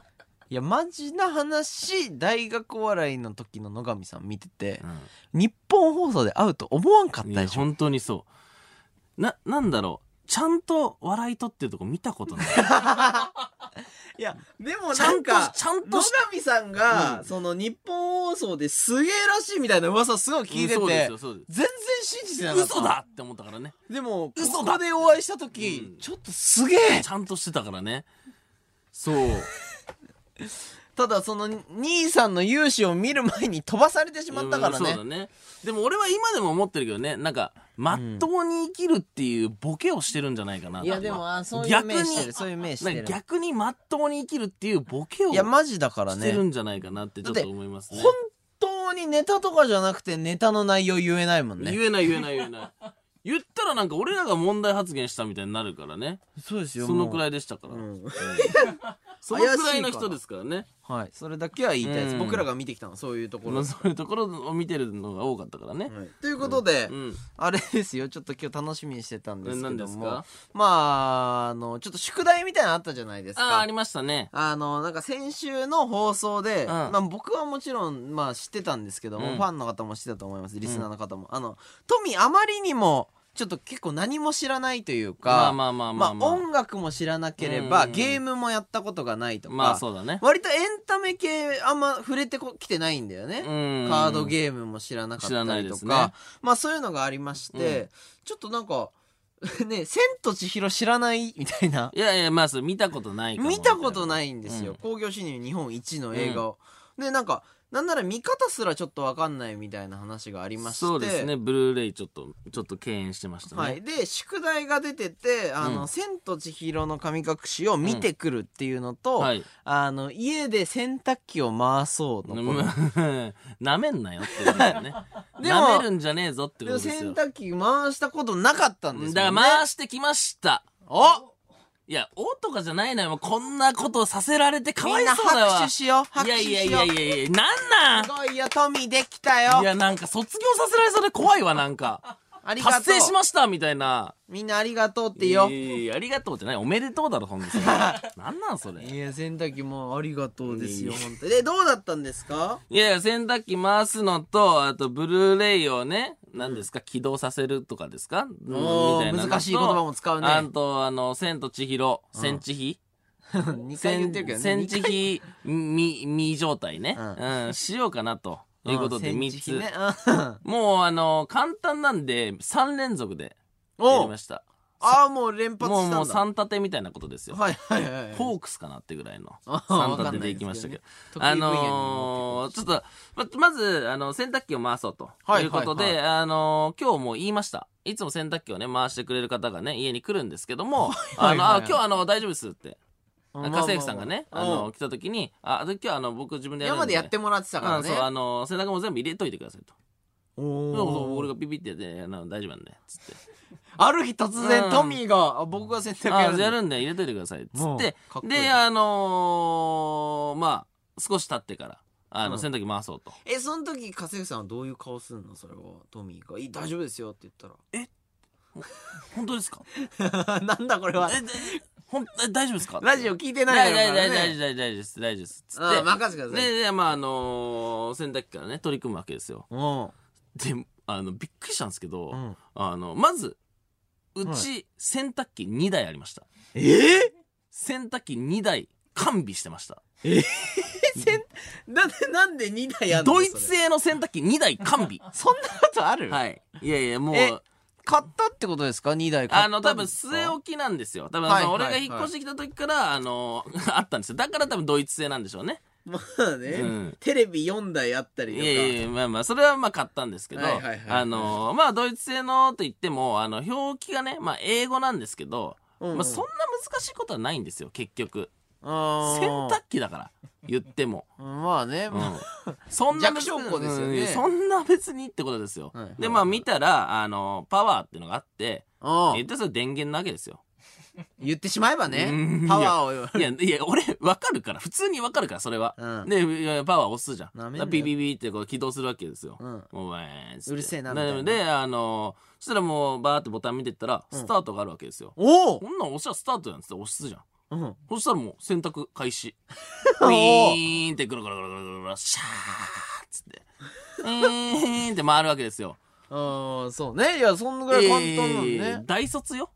[SPEAKER 2] いやマジな話大学お笑いの時の野上さん見てて
[SPEAKER 1] う、ん
[SPEAKER 2] 日本放送で会うと思わんかっ
[SPEAKER 1] い
[SPEAKER 2] た
[SPEAKER 1] や
[SPEAKER 2] でしょ
[SPEAKER 1] 本当にそうななんだろうちゃんと笑い取ってるとこ見たことない
[SPEAKER 2] いやでも
[SPEAKER 1] ちゃんとちゃんと
[SPEAKER 2] 野
[SPEAKER 1] し
[SPEAKER 2] 上さんが、
[SPEAKER 1] うん
[SPEAKER 2] その日本放送ですげえらしいみたいな噂すごい 聞いてて、
[SPEAKER 1] うんそうですよそうで
[SPEAKER 2] 全然信じてなか
[SPEAKER 1] す
[SPEAKER 2] った
[SPEAKER 1] 嘘だって思ったからね
[SPEAKER 2] でも
[SPEAKER 1] 嘘
[SPEAKER 2] こ
[SPEAKER 1] だ
[SPEAKER 2] こでお会いした時、
[SPEAKER 1] うん
[SPEAKER 2] ちょっとすげえ
[SPEAKER 1] ちゃんとしてたからねそう
[SPEAKER 2] ただその兄さんの勇姿を見る前に飛ばされてしまったから
[SPEAKER 1] うん
[SPEAKER 2] ね
[SPEAKER 1] そうだねでも俺は今でも思ってるけどねなんかまっとうに生きるっていうボケをしてるんじゃないかな、
[SPEAKER 2] いやでもあそういう
[SPEAKER 1] 逆
[SPEAKER 2] 目
[SPEAKER 1] に
[SPEAKER 2] してるそういう目し
[SPEAKER 1] な
[SPEAKER 2] て
[SPEAKER 1] んか
[SPEAKER 2] る
[SPEAKER 1] 逆にまっとうに生きるっていうボケを
[SPEAKER 2] いやマジだから
[SPEAKER 1] して
[SPEAKER 2] ね
[SPEAKER 1] るんじゃないかなってちょっと思いますね
[SPEAKER 2] 本当にネタとかじゃなくてネタの内容言えないもんね
[SPEAKER 1] 言えない言えない言えない言ったらなんか俺らが問題発言したみたいになるからね
[SPEAKER 2] そうですよ
[SPEAKER 1] そのくら
[SPEAKER 2] い、
[SPEAKER 1] いでしたから、
[SPEAKER 2] うん
[SPEAKER 1] そのくらいの人ですからね
[SPEAKER 2] はいそれだけは言いたいです、
[SPEAKER 1] うん
[SPEAKER 2] 僕らが見てきたのはそういうとこ
[SPEAKER 1] こ
[SPEAKER 2] ろ、
[SPEAKER 1] のそういうところを見てるのが多かったからね、
[SPEAKER 2] はいということで、
[SPEAKER 1] うん
[SPEAKER 2] あれですよちょっと今日楽しみにしてたんですけ
[SPEAKER 1] え何
[SPEAKER 2] ど
[SPEAKER 1] です
[SPEAKER 2] も
[SPEAKER 1] か
[SPEAKER 2] まああのちょっと宿題みたいなのあったじゃないです
[SPEAKER 1] ああ
[SPEAKER 2] か
[SPEAKER 1] ありましたね
[SPEAKER 2] あのなんか先週の放送で、
[SPEAKER 1] ん
[SPEAKER 2] まあ、僕はもちろん、まあ、知ってたんですけども、
[SPEAKER 1] うん
[SPEAKER 2] ファンの方も知ってたと思いますリスナーの方も、あのトミーあまりにもちょっと結構何も知らないというか
[SPEAKER 1] まあまあまあまあまあ、
[SPEAKER 2] まあ音楽も知らなけれ
[SPEAKER 1] うんう
[SPEAKER 2] ば
[SPEAKER 1] んうん
[SPEAKER 2] ゲームもやったことがないとか、
[SPEAKER 1] まあそうだね
[SPEAKER 2] 割とエンタメ系あんま触れてこきてないんだよね、
[SPEAKER 1] うん
[SPEAKER 2] カードゲームも知らなかった
[SPEAKER 1] 知らない
[SPEAKER 2] り
[SPEAKER 1] で
[SPEAKER 2] と
[SPEAKER 1] す
[SPEAKER 2] か、
[SPEAKER 1] ね
[SPEAKER 2] まあそういうのがありまして、
[SPEAKER 1] う
[SPEAKER 2] ちょっとなんか ね「千と千尋知らない」みたいない
[SPEAKER 1] やいやまあそう見たことないかも
[SPEAKER 2] 見たことないんですよ
[SPEAKER 1] うん
[SPEAKER 2] 興行収入日本一の映画を、でなんかなんなら見方すらちょっと分かんないみたいな話がありまして
[SPEAKER 1] そうですねブルーレイちょっとちょっと敬遠してましたね、
[SPEAKER 2] はい、で宿題が出てて「あの
[SPEAKER 1] うん
[SPEAKER 2] 千と千尋の神隠し」を見てくるっていうのと、
[SPEAKER 1] はい
[SPEAKER 2] あの家で洗濯機を回そうの この
[SPEAKER 1] なめんなよってことだよね
[SPEAKER 2] でも
[SPEAKER 1] なめるんじゃねえぞって
[SPEAKER 2] で
[SPEAKER 1] こ
[SPEAKER 2] も
[SPEAKER 1] とです
[SPEAKER 2] 洗
[SPEAKER 1] よ
[SPEAKER 2] 濯機回したことなかったんですもんね
[SPEAKER 1] だから回してきました
[SPEAKER 2] お
[SPEAKER 1] いや「お」とかじゃないのよもうこんなことをさせられてかわ
[SPEAKER 2] みん
[SPEAKER 1] い
[SPEAKER 2] な
[SPEAKER 1] そうだわ
[SPEAKER 2] 拍手しよう拍
[SPEAKER 1] い
[SPEAKER 2] 手
[SPEAKER 1] やいやい
[SPEAKER 2] しよ
[SPEAKER 1] や
[SPEAKER 2] う
[SPEAKER 1] いやいやなん
[SPEAKER 2] す
[SPEAKER 1] な
[SPEAKER 2] ごいよトミーできた
[SPEAKER 1] んい
[SPEAKER 2] よ
[SPEAKER 1] やなんか卒業させられそうで怖いわなんか
[SPEAKER 2] ありがとう
[SPEAKER 1] 達成しましたみたいな
[SPEAKER 2] みんなありがとうっ
[SPEAKER 1] い
[SPEAKER 2] てよ
[SPEAKER 1] やいやいやありがとうってないおめでとうだろほんと それなんなんそれ
[SPEAKER 2] いや洗濯機もありがとうですよ
[SPEAKER 1] いい
[SPEAKER 2] 本当にでどうだったんですか
[SPEAKER 1] いやいや、洗濯機回すのと、あと、ブルーレイをね、何ですか、起動させるとかですかみ
[SPEAKER 2] おー
[SPEAKER 1] たいなのと。
[SPEAKER 2] 難しい言葉も使うね
[SPEAKER 1] あと、あの、千と千尋、
[SPEAKER 2] ん
[SPEAKER 1] 千千尋
[SPEAKER 2] 2回言
[SPEAKER 1] 千
[SPEAKER 2] ってるけどね
[SPEAKER 1] 千
[SPEAKER 2] 二回
[SPEAKER 1] 千尋、み、み状態ね。
[SPEAKER 2] う
[SPEAKER 1] うん、しようかなと。いうことで、
[SPEAKER 2] うん
[SPEAKER 1] 三
[SPEAKER 2] 千尋
[SPEAKER 1] つ
[SPEAKER 2] ね。うん
[SPEAKER 1] もう、あの、簡単なんで、3連続でやり
[SPEAKER 2] お
[SPEAKER 1] ま
[SPEAKER 2] う
[SPEAKER 1] した。
[SPEAKER 2] ああもう連発
[SPEAKER 1] もう、
[SPEAKER 2] した
[SPEAKER 1] もうん
[SPEAKER 2] だ
[SPEAKER 1] 3立てみたいなことですよ。
[SPEAKER 2] はいはいはい
[SPEAKER 1] フォークスかなってぐらいの
[SPEAKER 2] あ
[SPEAKER 1] 3
[SPEAKER 2] わか
[SPEAKER 1] 立て
[SPEAKER 2] んな
[SPEAKER 1] で
[SPEAKER 2] い
[SPEAKER 1] い
[SPEAKER 2] で
[SPEAKER 1] き
[SPEAKER 2] すけどね
[SPEAKER 1] ましたけど。
[SPEAKER 2] 得意
[SPEAKER 1] あ
[SPEAKER 2] 分野に
[SPEAKER 1] のーちょっと、ままず、あの、洗濯機を回そうと。
[SPEAKER 2] はい
[SPEAKER 1] ということで、
[SPEAKER 2] はい
[SPEAKER 1] あのー今日も言いました。いつも洗濯機をね、回してくれる方がね、家に来るんですけども、
[SPEAKER 2] はいはいはい
[SPEAKER 1] あの、あ今日あの、大丈夫ですって。
[SPEAKER 2] 持
[SPEAKER 1] 家
[SPEAKER 2] ってこう
[SPEAKER 1] 政婦さんがね、あ
[SPEAKER 2] う
[SPEAKER 1] の、
[SPEAKER 2] ん
[SPEAKER 1] 来た時に、あ、で今日あの、僕自分でや
[SPEAKER 2] 今
[SPEAKER 1] るん
[SPEAKER 2] まで
[SPEAKER 1] で。
[SPEAKER 2] やってもらってたから
[SPEAKER 1] あ
[SPEAKER 2] ね
[SPEAKER 1] そう、あの、洗濯も全部入れといてくださいと。
[SPEAKER 2] おー
[SPEAKER 1] そうそう、俺がピピってやって、あの大丈夫なんで、つって。
[SPEAKER 2] ある日突然、
[SPEAKER 1] うん
[SPEAKER 2] トミーがあ僕が洗濯
[SPEAKER 1] あ
[SPEAKER 2] やるんで
[SPEAKER 1] やるんで入れといてくださいっつ
[SPEAKER 2] うん
[SPEAKER 1] っ
[SPEAKER 2] かってこいい
[SPEAKER 1] であのーまあ少し経ってからあの、
[SPEAKER 2] うん
[SPEAKER 1] 洗濯機回そうと
[SPEAKER 2] えその時家政婦さんはどういう顔するのそれはトミーが「いい大丈夫ですよ」って言ったら
[SPEAKER 1] 本当ですか
[SPEAKER 2] なんだこれは
[SPEAKER 1] えほんえ大丈夫ですか
[SPEAKER 2] ラジオ聞いてな
[SPEAKER 1] 大
[SPEAKER 2] い
[SPEAKER 1] 丈
[SPEAKER 2] だ
[SPEAKER 1] 夫
[SPEAKER 2] ろう
[SPEAKER 1] 大
[SPEAKER 2] から
[SPEAKER 1] 丈夫大丈夫大丈夫大丈夫
[SPEAKER 2] ね
[SPEAKER 1] です大丈夫ですつ
[SPEAKER 2] うん
[SPEAKER 1] って
[SPEAKER 2] 任せてください
[SPEAKER 1] ででまああのー洗濯機からね取り組むわけですよ
[SPEAKER 2] うん
[SPEAKER 1] であのびっくりしたんですけど、
[SPEAKER 2] うん
[SPEAKER 1] あのまずう
[SPEAKER 2] は
[SPEAKER 1] ち洗濯機2台ありました
[SPEAKER 2] えー
[SPEAKER 1] 洗濯機2台完備してました
[SPEAKER 2] なんでなんで2台あんの
[SPEAKER 1] ドイツ
[SPEAKER 2] それ
[SPEAKER 1] 製の洗濯機2台完 備
[SPEAKER 2] そんなことある
[SPEAKER 1] はいいやいやも
[SPEAKER 2] え
[SPEAKER 1] う
[SPEAKER 2] 買ったってことですか2台買った
[SPEAKER 1] あの多
[SPEAKER 2] ん
[SPEAKER 1] 分
[SPEAKER 2] ですか
[SPEAKER 1] 据え置きなんですよ多分、
[SPEAKER 2] はい
[SPEAKER 1] その
[SPEAKER 2] はい
[SPEAKER 1] 俺が引っ越してきた時から、あの あったんですよだから多分ドイツ製なんでしょうね
[SPEAKER 2] まあね、
[SPEAKER 1] うん
[SPEAKER 2] テレビ4台あったり
[SPEAKER 1] い
[SPEAKER 2] とか
[SPEAKER 1] やいやまあまあそれはまあ買ったんですけど、
[SPEAKER 2] はいはいはい
[SPEAKER 1] あのまあドイツ製のと言ってもあの表記がね、まあ、英語なんですけど、
[SPEAKER 2] うんうん
[SPEAKER 1] まあ、そんな難しいことはないんですよ結局
[SPEAKER 2] あ
[SPEAKER 1] 洗
[SPEAKER 2] ー
[SPEAKER 1] 濯機だから言っても。
[SPEAKER 2] まあね、
[SPEAKER 1] うんそんな別に
[SPEAKER 2] 弱小校ですよね
[SPEAKER 1] うんそんな別にってことですよ。
[SPEAKER 2] はいはい
[SPEAKER 1] でまあ見たらあのパワーっていうのがあって
[SPEAKER 2] うん
[SPEAKER 1] 言ったらそれ電源なわけですよ。
[SPEAKER 2] 言ってしまえば
[SPEAKER 1] う
[SPEAKER 2] ね
[SPEAKER 1] ん
[SPEAKER 2] パワーを
[SPEAKER 1] いやいや俺わかるから普通にわかるからそれは。
[SPEAKER 2] うん
[SPEAKER 1] でいやパワー押すじゃん。
[SPEAKER 2] なめん
[SPEAKER 1] だ
[SPEAKER 2] なよ
[SPEAKER 1] からビビビってこう起動するわけですよ。
[SPEAKER 2] うん
[SPEAKER 1] もうわーんっつって
[SPEAKER 2] うるせえなみたい
[SPEAKER 1] で
[SPEAKER 2] な
[SPEAKER 1] であのそしたらもうバーってボタン見てったら
[SPEAKER 2] うん
[SPEAKER 1] スタートがあるわけですよ。
[SPEAKER 2] おお
[SPEAKER 1] こんなん押したらスタートなんつって押すじゃん。
[SPEAKER 2] うん
[SPEAKER 1] そしたらもう洗濯開始。ウ
[SPEAKER 2] おー
[SPEAKER 1] ィーンってぐるぐるぐるぐるぐるぐる、シャーっつって。うーんって回るわけですよ。
[SPEAKER 2] ああそうねいやそんぐらい簡単なのね、
[SPEAKER 1] えー大卒よ。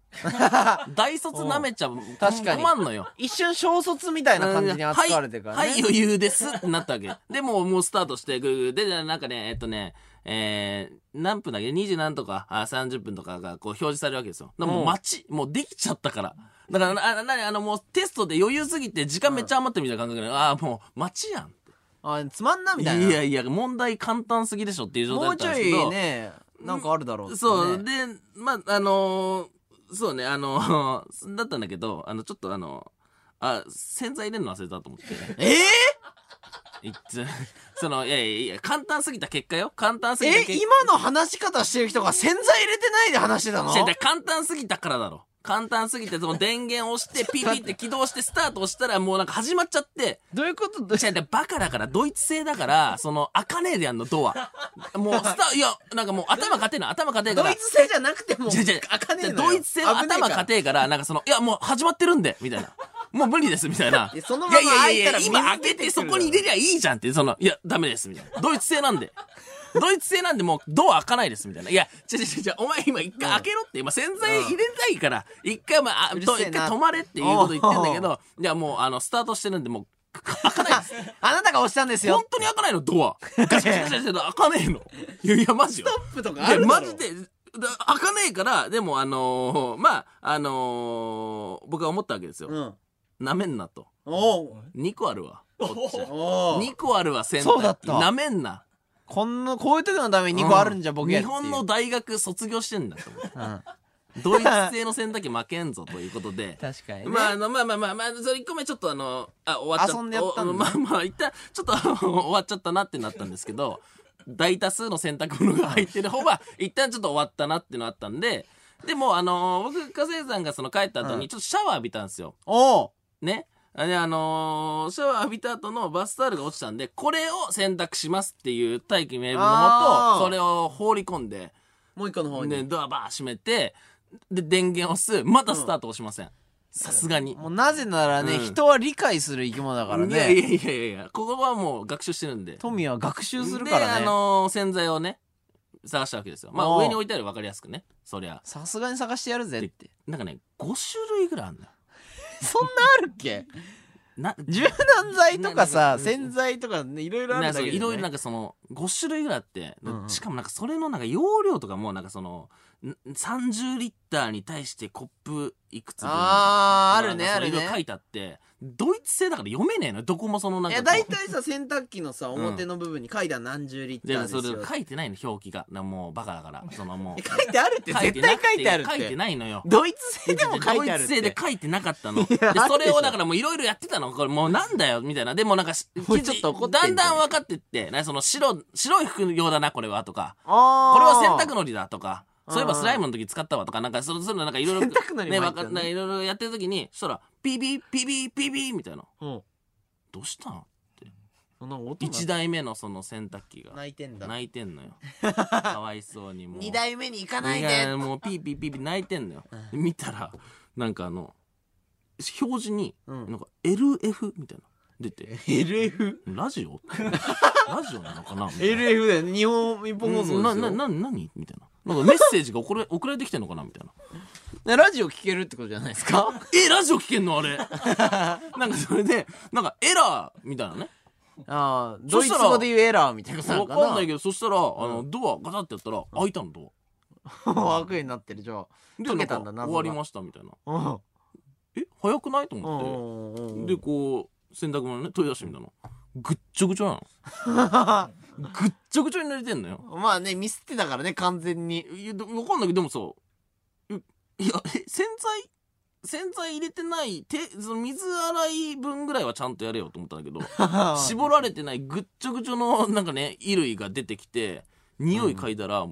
[SPEAKER 1] 大卒舐めちゃ
[SPEAKER 2] 確かに
[SPEAKER 1] 困んのよ。
[SPEAKER 2] 一瞬小卒みたいな感じに扱われてからね、
[SPEAKER 1] はい、はい、余裕ですってな ったわけ。で、もう、もうスタートして、ぐるぐる。で、なんかね、えっとね、えー、何分だっけ ?20 何とか、あ、30分とかがこう表示されるわけですよ。だからもう待ち、もうできちゃったから。だから、な、な、なあの、もうテストで余裕すぎて時間めっちゃ余ってるみたいな感覚で、ああ、もう待ちやん。
[SPEAKER 2] あつまんなみたいない
[SPEAKER 1] やいや、問題簡単すぎでしょっていう状
[SPEAKER 2] も
[SPEAKER 1] 態だっ
[SPEAKER 2] うち
[SPEAKER 1] たん
[SPEAKER 2] ょ
[SPEAKER 1] ですけど。
[SPEAKER 2] いねなんかあるだろうってね
[SPEAKER 1] そう、で、まあ、あのーそうね、あのー だったんだけど、あの、ちょっとあのあ、洗剤入れるの忘れたと思って。
[SPEAKER 2] え
[SPEAKER 1] いつその、いやいやいや、簡単すぎた結果よ。簡単す
[SPEAKER 2] ー、
[SPEAKER 1] ぎた結
[SPEAKER 2] え
[SPEAKER 1] 果。
[SPEAKER 2] 今の話し方してる人が洗剤入れてないで話してたの
[SPEAKER 1] 違う違う簡単すぎたからだろ。簡単すぎて、その電源を押 して、ピピって起動して、スタート押したら、もうなんか始まっちゃって、
[SPEAKER 2] どういうことどう
[SPEAKER 1] 違う違うバカだから、ドイツ製だから、その、開かねえでやんの、ドア。もう、スター、いや、なんかもう頭勝てえな、頭勝てえから。
[SPEAKER 2] ドイツ製じゃなくても
[SPEAKER 1] じゃじゃ
[SPEAKER 2] 開かねえのよ
[SPEAKER 1] ドイツ製は
[SPEAKER 2] 危ねえ
[SPEAKER 1] 頭
[SPEAKER 2] から
[SPEAKER 1] 硬いから、なんかその、いや、もう始まってるんで、みたいな。もう無理です、みたいな。
[SPEAKER 2] いやそのまま開いたら
[SPEAKER 1] 今開
[SPEAKER 2] 水
[SPEAKER 1] け
[SPEAKER 2] 出てくる
[SPEAKER 1] てそこに入れりゃいいじゃんって、その、いや、ダメです、みたいな。ドイツ製 なんで。ドイツ製なんでもうドア開かないです、みたいな。いや、ちょちょちょ、お前今一回開けろって、今洗剤入れないから、一回まあ、あ
[SPEAKER 2] う
[SPEAKER 1] と一
[SPEAKER 2] るせえ
[SPEAKER 1] 回
[SPEAKER 2] な
[SPEAKER 1] 止まれっていうこと言ってんだけど、いや、もうあの、スタートしてるんで、もう、開かないです。
[SPEAKER 2] あなたが押したんですよ
[SPEAKER 1] 本当に開かないの、ドア。ガシャガシャガシャガシャ開かねえの。いや、いや、マジよ。
[SPEAKER 2] ストップとかあ
[SPEAKER 1] いや
[SPEAKER 2] るだ
[SPEAKER 1] マ
[SPEAKER 2] ろ
[SPEAKER 1] ジでだ開かねえからでもあのーまああのー僕は思ったわけですよ
[SPEAKER 2] うん
[SPEAKER 1] なめんなと
[SPEAKER 2] おう
[SPEAKER 1] 2個あるわこっち
[SPEAKER 2] おう
[SPEAKER 1] 2個あるわ洗
[SPEAKER 2] そうだっ
[SPEAKER 1] 濯機
[SPEAKER 2] た
[SPEAKER 1] なめんな
[SPEAKER 2] こんなこういう時のために2個あるんじゃ
[SPEAKER 1] う
[SPEAKER 2] ボケって
[SPEAKER 1] 日
[SPEAKER 2] いう
[SPEAKER 1] 本の大学卒業してんだと思
[SPEAKER 2] うん確
[SPEAKER 1] うドイツ製の洗濯機負けんぞということで
[SPEAKER 2] かにね
[SPEAKER 1] まあ、あの、まあまあまあ、まあ、それ1個目ちょっとあの、あ、終わっちゃった。
[SPEAKER 2] 遊んでやったんだ
[SPEAKER 1] おまあまあ、一旦、ちょっとあ の終わっちゃったなってなったんですけど、大多数の洗濯物が入ってる方は、一旦ちょっと終わったなってのあったんで、でも、あの僕、火星さんがその帰った後
[SPEAKER 2] う
[SPEAKER 1] に、ちょっとシャワー浴びたんですよ。
[SPEAKER 2] おう
[SPEAKER 1] ね。で、あのシャワー浴びた後のバスタオルが落ちたんで、これを洗濯しますっていう大気名分の
[SPEAKER 2] あ
[SPEAKER 1] も
[SPEAKER 2] ー
[SPEAKER 1] と、それを放り込んで、
[SPEAKER 2] もう一個の方に、
[SPEAKER 1] ね、ドアバー閉めて、で、電源押す。またスタート押しません。さすがに。
[SPEAKER 2] もうなぜならね、
[SPEAKER 1] うん
[SPEAKER 2] 人は理解する生き物だからね
[SPEAKER 1] いやいやいやいやいやここはもう学習してるんで
[SPEAKER 2] 富は学習する
[SPEAKER 1] で
[SPEAKER 2] から
[SPEAKER 1] あ
[SPEAKER 2] ね
[SPEAKER 1] のー洗剤をね探したわけですよま
[SPEAKER 2] お
[SPEAKER 1] あ
[SPEAKER 2] う
[SPEAKER 1] 上に置いてある分かりやすくねそりゃ
[SPEAKER 2] さすがに探してやる ぜって
[SPEAKER 1] なんかね5種類ぐらいあるんだよ
[SPEAKER 2] そんなあるっけ
[SPEAKER 1] な
[SPEAKER 2] 柔軟剤とか
[SPEAKER 1] ね
[SPEAKER 2] さ
[SPEAKER 1] ねね
[SPEAKER 2] 洗剤とかねいろいろあ
[SPEAKER 1] な
[SPEAKER 2] る
[SPEAKER 1] ん
[SPEAKER 2] んだ
[SPEAKER 1] か
[SPEAKER 2] けど、ね、
[SPEAKER 1] いろいろなんかその5種類ぐらいあって、
[SPEAKER 2] うんうん
[SPEAKER 1] しかもなんかそれのなんか容量とかもなんかそのん30リッターに対してコップいくつ分
[SPEAKER 2] あーあるね
[SPEAKER 1] なん
[SPEAKER 2] あ
[SPEAKER 1] かそ
[SPEAKER 2] る
[SPEAKER 1] ういろいろ書
[SPEAKER 2] ね
[SPEAKER 1] いてあってドイツ製だから読めねえのよどこもそのなん
[SPEAKER 2] い
[SPEAKER 1] かこ
[SPEAKER 2] や
[SPEAKER 1] う
[SPEAKER 2] 大体さ洗濯機のさ
[SPEAKER 1] ん
[SPEAKER 2] 表の部分に書いた何十リッター
[SPEAKER 1] で
[SPEAKER 2] です
[SPEAKER 1] そ
[SPEAKER 2] よ
[SPEAKER 1] れ書いてないの表記がなもうバカだからその もう
[SPEAKER 2] え書いてあるって絶対書いてあるって
[SPEAKER 1] 書いてないのよ
[SPEAKER 2] ドイツ製でも書いてあるっ
[SPEAKER 1] ドイツ製で
[SPEAKER 2] て
[SPEAKER 1] 書いてなかったの。
[SPEAKER 2] い
[SPEAKER 1] で
[SPEAKER 2] やある
[SPEAKER 1] そ
[SPEAKER 2] で
[SPEAKER 1] れ
[SPEAKER 2] しょ
[SPEAKER 1] をだからもういろいろやってたの。これもうなんだよ、みたいな。でもなんかし、
[SPEAKER 2] もうちょっと怒ってんじゃ
[SPEAKER 1] だ
[SPEAKER 2] ん
[SPEAKER 1] んだん分かってって、なその白、白い服用だな、これは、とか。
[SPEAKER 2] あ
[SPEAKER 1] これは洗
[SPEAKER 2] ー
[SPEAKER 1] 濯のりだ、とか。そういえば
[SPEAKER 2] あー
[SPEAKER 1] スライムの時使ったわとか、なんか、そそういうのなんかいろいろ、
[SPEAKER 2] 洗濯のり
[SPEAKER 1] ね、
[SPEAKER 2] も入っ
[SPEAKER 1] わ
[SPEAKER 2] て
[SPEAKER 1] か
[SPEAKER 2] たの
[SPEAKER 1] んない、いろいろやってる時に、そしたら、ピビピビピビみたいな。
[SPEAKER 2] うん
[SPEAKER 1] どうしたの
[SPEAKER 2] そんな音が
[SPEAKER 1] 一台目のその洗濯機が。
[SPEAKER 2] 泣いてんだ
[SPEAKER 1] 泣いてんのよ。かわいそうにもう。
[SPEAKER 2] 二代目に行かない
[SPEAKER 1] い
[SPEAKER 2] で
[SPEAKER 1] やもうピーピーピーピー泣いてんのよ、見たらなんかあの表示に、
[SPEAKER 2] うん
[SPEAKER 1] なんか LF みたいな、出て、
[SPEAKER 2] LF?LF
[SPEAKER 1] ラジオ ラジオなのかなみたいな。
[SPEAKER 2] だよ日本日本放送
[SPEAKER 1] な、
[SPEAKER 2] です
[SPEAKER 1] な、
[SPEAKER 2] よ
[SPEAKER 1] な、何みたいな。なんかメッセージが送れ、 送られてきてんのかなみたいな。
[SPEAKER 2] なラジオ聞けるってことじゃないです か
[SPEAKER 1] え、ラジオ聞けんのあれ。 なんかそれで、なんかエラーみたいなね。
[SPEAKER 2] ああド
[SPEAKER 1] そ
[SPEAKER 2] イ
[SPEAKER 1] し
[SPEAKER 2] ツ
[SPEAKER 1] たら
[SPEAKER 2] 語で言うエラーみたいなことな
[SPEAKER 1] わ
[SPEAKER 2] のか
[SPEAKER 1] かんないけ
[SPEAKER 2] な
[SPEAKER 1] ど、そしたら、あの、ドアガチャってやったら、開いたの、ド
[SPEAKER 2] 悪意になってるじゃあ
[SPEAKER 1] ア。で、
[SPEAKER 2] 解
[SPEAKER 1] なん
[SPEAKER 2] け
[SPEAKER 1] か
[SPEAKER 2] たんだ
[SPEAKER 1] 終
[SPEAKER 2] 謎が
[SPEAKER 1] わりましたみたいな。
[SPEAKER 2] うん
[SPEAKER 1] え、早くないと
[SPEAKER 2] う
[SPEAKER 1] 思
[SPEAKER 2] んうんう
[SPEAKER 1] って。
[SPEAKER 2] ん
[SPEAKER 1] で、こう、洗濯物ね、取り出してみたの。ぐっちょぐちょなの。ぐっちょぐちょに濡れてんのよ。
[SPEAKER 2] まあねミスってたからね完全 に
[SPEAKER 1] いや、でもわかんないけど、でもさ、いいや、え、洗剤洗剤入れてない、手、その水洗い分ぐらいはちゃんとやれよと思ったんだけど、絞られてないぐっちょぐちょの、なんかね、衣類が出てきて、匂い嗅いだら、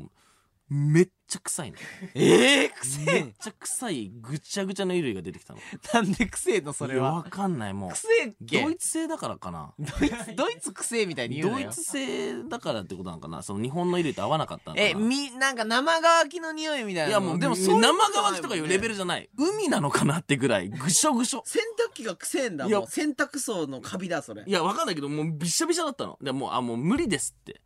[SPEAKER 1] めっちゃ臭いの。
[SPEAKER 2] ええく
[SPEAKER 1] めっ
[SPEAKER 2] せ
[SPEAKER 1] ちゃ臭い、ぐちゃぐちゃの衣類が出てきたの。
[SPEAKER 2] なんでくせえのそれ
[SPEAKER 1] いやわ
[SPEAKER 2] は
[SPEAKER 1] かんない、もう
[SPEAKER 2] く。せえっけ
[SPEAKER 1] ドイツ製だからかな。
[SPEAKER 2] ドイツ ドイツくせえみたいに言う
[SPEAKER 1] ド
[SPEAKER 2] な
[SPEAKER 1] イ
[SPEAKER 2] よ
[SPEAKER 1] ツ製だからってことなんかな。その日本の衣類と合わなかったんかな。
[SPEAKER 2] えみなんか生乾きの匂いみたいない
[SPEAKER 1] やもうでも生
[SPEAKER 2] そういうこ
[SPEAKER 1] 乾きとかいうレベルじゃない海なのかなってぐらいぐしょぐしょ
[SPEAKER 2] 洗濯機がくせえんだ
[SPEAKER 1] いや
[SPEAKER 2] もう洗濯槽のカビだそれ
[SPEAKER 1] いやわかんないけどもうびっしゃびしゃだったのでもうあもう無理ですって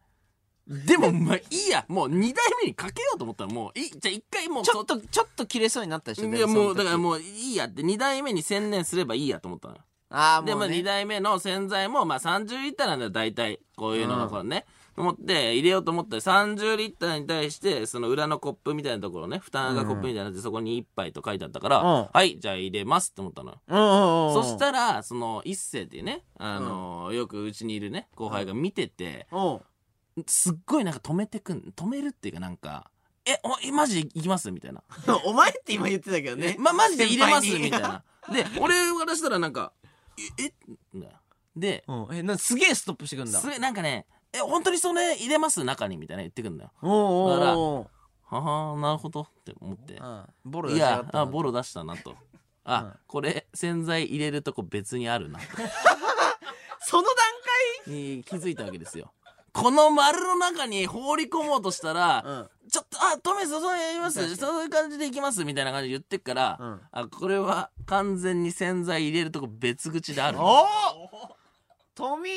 [SPEAKER 1] でもまあいいやもう2代目にかけようと思ったらもういいじゃあ1回もう
[SPEAKER 2] ちょっとちょっと切れそうになったでしょ
[SPEAKER 1] いやもうだから
[SPEAKER 2] う
[SPEAKER 1] もういいやって2代目に専念すればいいやと思ったのよ
[SPEAKER 2] ああ
[SPEAKER 1] で
[SPEAKER 2] も
[SPEAKER 1] ま
[SPEAKER 2] う
[SPEAKER 1] あ
[SPEAKER 2] ね
[SPEAKER 1] 2代目の洗剤もまあ30リッターなんだよ大体こういうののこれね、と思って入れようと思って30リッターに対してその裏のコップみたいなところね蓋がコップみたいになってそこに1杯と書いてあったから、
[SPEAKER 2] うん
[SPEAKER 1] はいじゃあ入れますって思ったのよ
[SPEAKER 2] うんうんう
[SPEAKER 1] そ
[SPEAKER 2] ん
[SPEAKER 1] したらその一世っていうねあの、よくうちにいるね後輩が見てて
[SPEAKER 2] うん
[SPEAKER 1] すっごいなんか止めてくん止めるっていうかなんか「えおえマジ行きます?」みたいな
[SPEAKER 2] お前って今言ってたけど
[SPEAKER 1] 「え
[SPEAKER 2] ね
[SPEAKER 1] ま、マジで入れます?」
[SPEAKER 2] 先輩に
[SPEAKER 1] みたい なで俺からしたらなんか「ええみたいなで
[SPEAKER 2] うんえなんすげえストップしてくんだ
[SPEAKER 1] すなんかね「え本当にそれ入れます中に」みたいな言ってくんだよ
[SPEAKER 2] おう
[SPEAKER 1] だから
[SPEAKER 2] おう
[SPEAKER 1] ははなるほどって思って
[SPEAKER 2] おううんボロ出
[SPEAKER 1] い
[SPEAKER 2] しやが
[SPEAKER 1] や
[SPEAKER 2] ったな
[SPEAKER 1] あボロ出したなとあ、
[SPEAKER 2] うん
[SPEAKER 1] これ洗剤入れるとこ別にあ るな
[SPEAKER 2] その段
[SPEAKER 1] に気づいたわけですよ。この丸の中に放り込もうとしたら、
[SPEAKER 2] 階
[SPEAKER 1] ちょっと、あ、トメさん、そうやりま
[SPEAKER 2] 確か
[SPEAKER 1] す。
[SPEAKER 2] に
[SPEAKER 1] そういう感じでいきます。みたいな感じで言ってっから、
[SPEAKER 2] うん
[SPEAKER 1] あ、これは完全に洗剤入れるとこ別口である。
[SPEAKER 2] おおトミー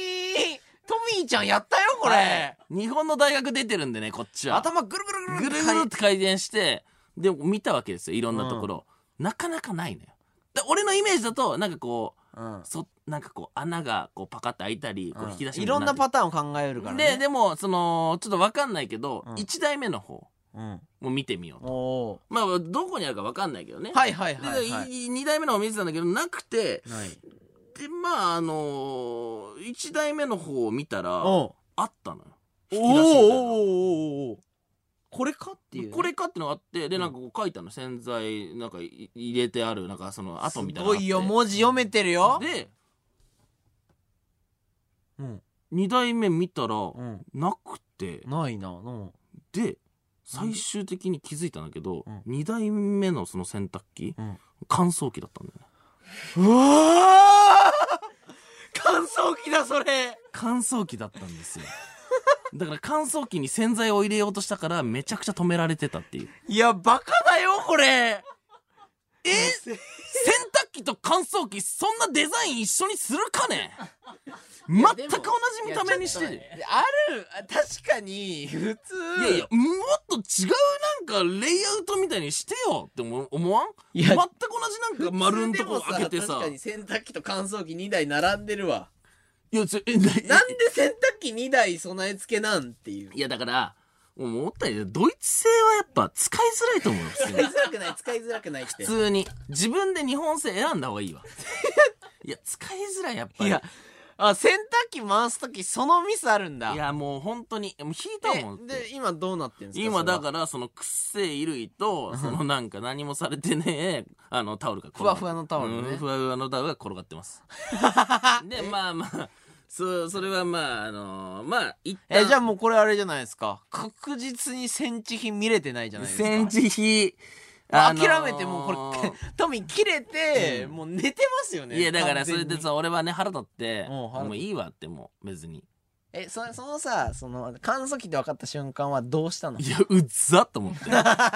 [SPEAKER 2] トミーちゃんやったよこれ、
[SPEAKER 1] 日本の大学出てるんでね、こっちは。
[SPEAKER 2] 頭ぐるぐるぐる
[SPEAKER 1] ぐるぐるって回転して、で、見たわけですよ。いろんなところ。なかなかないのよ。で俺のイメージだと、なんかこう、
[SPEAKER 2] うん
[SPEAKER 1] そ、なんかこう、穴がこうパカッて開いたり、こう引き出し
[SPEAKER 2] い
[SPEAKER 1] みた
[SPEAKER 2] ろんな
[SPEAKER 1] って
[SPEAKER 2] パターンを考えるからね
[SPEAKER 1] で、でも、その、ちょっとわかんないけど、
[SPEAKER 2] うん
[SPEAKER 1] 一1台目の方。
[SPEAKER 2] うん、
[SPEAKER 1] もう見てみようと。
[SPEAKER 2] おー
[SPEAKER 1] まあ、どこにあるか分かんないけどね。
[SPEAKER 2] はいはい
[SPEAKER 1] で、
[SPEAKER 2] はいはい
[SPEAKER 1] 2代目の方見てたんだけど、なくて、
[SPEAKER 2] ない
[SPEAKER 1] で、まあ、あのー、1代目の方を見たら、あ
[SPEAKER 2] お
[SPEAKER 1] ったのよ。
[SPEAKER 2] お
[SPEAKER 1] 引き出しみたいな
[SPEAKER 2] おおこれかっていう
[SPEAKER 1] これかってのがあって、で、なんかこう書いたの、洗剤、なんかい入れてある、なんかその
[SPEAKER 2] す
[SPEAKER 1] 跡みたいなの
[SPEAKER 2] ご
[SPEAKER 1] があって。
[SPEAKER 2] いよ文字読めてるよ
[SPEAKER 1] で、
[SPEAKER 2] うん
[SPEAKER 1] 2代目見たら、
[SPEAKER 2] うん
[SPEAKER 1] なくて、
[SPEAKER 2] ないなうん
[SPEAKER 1] で、最終的に気づいたんだけど
[SPEAKER 2] うん、
[SPEAKER 1] 2代目のその洗濯機、
[SPEAKER 2] うん
[SPEAKER 1] 乾燥機だったんだよね。
[SPEAKER 2] うわー 乾燥機だそれ
[SPEAKER 1] 乾燥機だったんですよ だから乾燥機に洗剤を入れようとしたからめちゃくちゃ止められてたっていう
[SPEAKER 2] いやバカだよこれ
[SPEAKER 1] え洗濯機と乾燥機そんなデザイン一緒にするかね全く同じ見た目にしてる
[SPEAKER 2] ある確かに普
[SPEAKER 1] い
[SPEAKER 2] 通
[SPEAKER 1] やいやもっと違うなんかレイアウトみたいにしてよって思思わん
[SPEAKER 2] いや
[SPEAKER 1] 全く同じなんか丸んとこ開けてさ
[SPEAKER 2] 確かに洗濯機と乾燥機2台並んでるわ
[SPEAKER 1] いやちょえな
[SPEAKER 2] なんで洗濯機2台備え付けなんっていう
[SPEAKER 1] いやだからもう思ったよりドイツ製はやっぱ使いづらいと思うよ普通に
[SPEAKER 2] 使いづらくない使いづらくないって
[SPEAKER 1] 普通に自分で日本製選んだ方がいいわいや使いづらいやっぱ
[SPEAKER 2] い
[SPEAKER 1] り
[SPEAKER 2] やあ洗濯機回す時そのミスあるんだ
[SPEAKER 1] いやもう本当にもう引いたもん
[SPEAKER 2] えで今どうなってんですか
[SPEAKER 1] 今だかららそのくっせえ衣類とそのなんか何もされてねえ あのタオルが
[SPEAKER 2] ふわふわのタオルね
[SPEAKER 1] うんふわふわのタオルが転がってます でまあまあそそれはまああのまあ一旦
[SPEAKER 2] えじゃあもうこれあれじゃないですか確実に戦地品見れてないじゃないですか
[SPEAKER 1] センチ比
[SPEAKER 2] 諦
[SPEAKER 1] あのー
[SPEAKER 2] めてもうこ れトミー切れて、
[SPEAKER 1] うん
[SPEAKER 2] もう寝てますよね
[SPEAKER 1] いやだからそれ
[SPEAKER 2] 完全
[SPEAKER 1] で
[SPEAKER 2] に
[SPEAKER 1] さ俺はね腹立って
[SPEAKER 2] うん腹立つ
[SPEAKER 1] もういいわってもう別に
[SPEAKER 2] えそそのさその乾燥機で分かった瞬間はどうしたの
[SPEAKER 1] いや、うざっと思 って。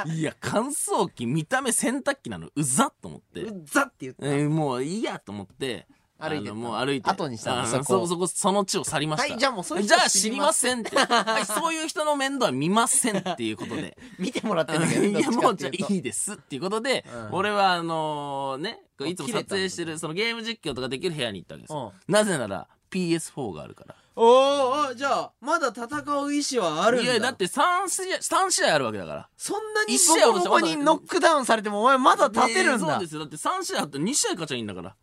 [SPEAKER 1] いや、乾燥機、見た目洗濯機なの、うざっと思って。
[SPEAKER 2] うっざって言った、
[SPEAKER 1] えーもういいやと思って、
[SPEAKER 2] 歩いてった
[SPEAKER 1] あのもう歩いて。
[SPEAKER 2] 後にしたの
[SPEAKER 1] あ
[SPEAKER 2] そこ
[SPEAKER 1] そそこ、その地を去りました。
[SPEAKER 2] はいじゃあもうそういう
[SPEAKER 1] じ
[SPEAKER 2] 人
[SPEAKER 1] ゃあ
[SPEAKER 2] 知
[SPEAKER 1] 知
[SPEAKER 2] り
[SPEAKER 1] り
[SPEAKER 2] ま
[SPEAKER 1] ま
[SPEAKER 2] せ
[SPEAKER 1] せんって。はい、そういう人の面倒は見ませんっていうこと で。
[SPEAKER 2] 見てもらってんだけど
[SPEAKER 1] いや、もうじゃ
[SPEAKER 2] どっちかっ
[SPEAKER 1] あ
[SPEAKER 2] てい
[SPEAKER 1] いういですっていうことで、
[SPEAKER 2] うん
[SPEAKER 1] 俺はあのね、こういつも
[SPEAKER 2] もう切れ
[SPEAKER 1] 撮
[SPEAKER 2] たんだ
[SPEAKER 1] 影してる、そのゲーム実況とかできる部屋に行ったわけですよ。
[SPEAKER 2] う
[SPEAKER 1] なぜなら、PS4 があるから。
[SPEAKER 2] とおーおーじゃあまだ戦う意思はあるんだ
[SPEAKER 1] いや、だって3試合、三試合あるわけだから。
[SPEAKER 2] そんなに
[SPEAKER 1] 一試合
[SPEAKER 2] ボ
[SPEAKER 1] は
[SPEAKER 2] コボコに
[SPEAKER 1] まだ
[SPEAKER 2] ノックダウンされてもお前まだ立てるん
[SPEAKER 1] えーそ
[SPEAKER 2] だ
[SPEAKER 1] うですよ。だって3試合あったら2試合勝ちゃいいんだから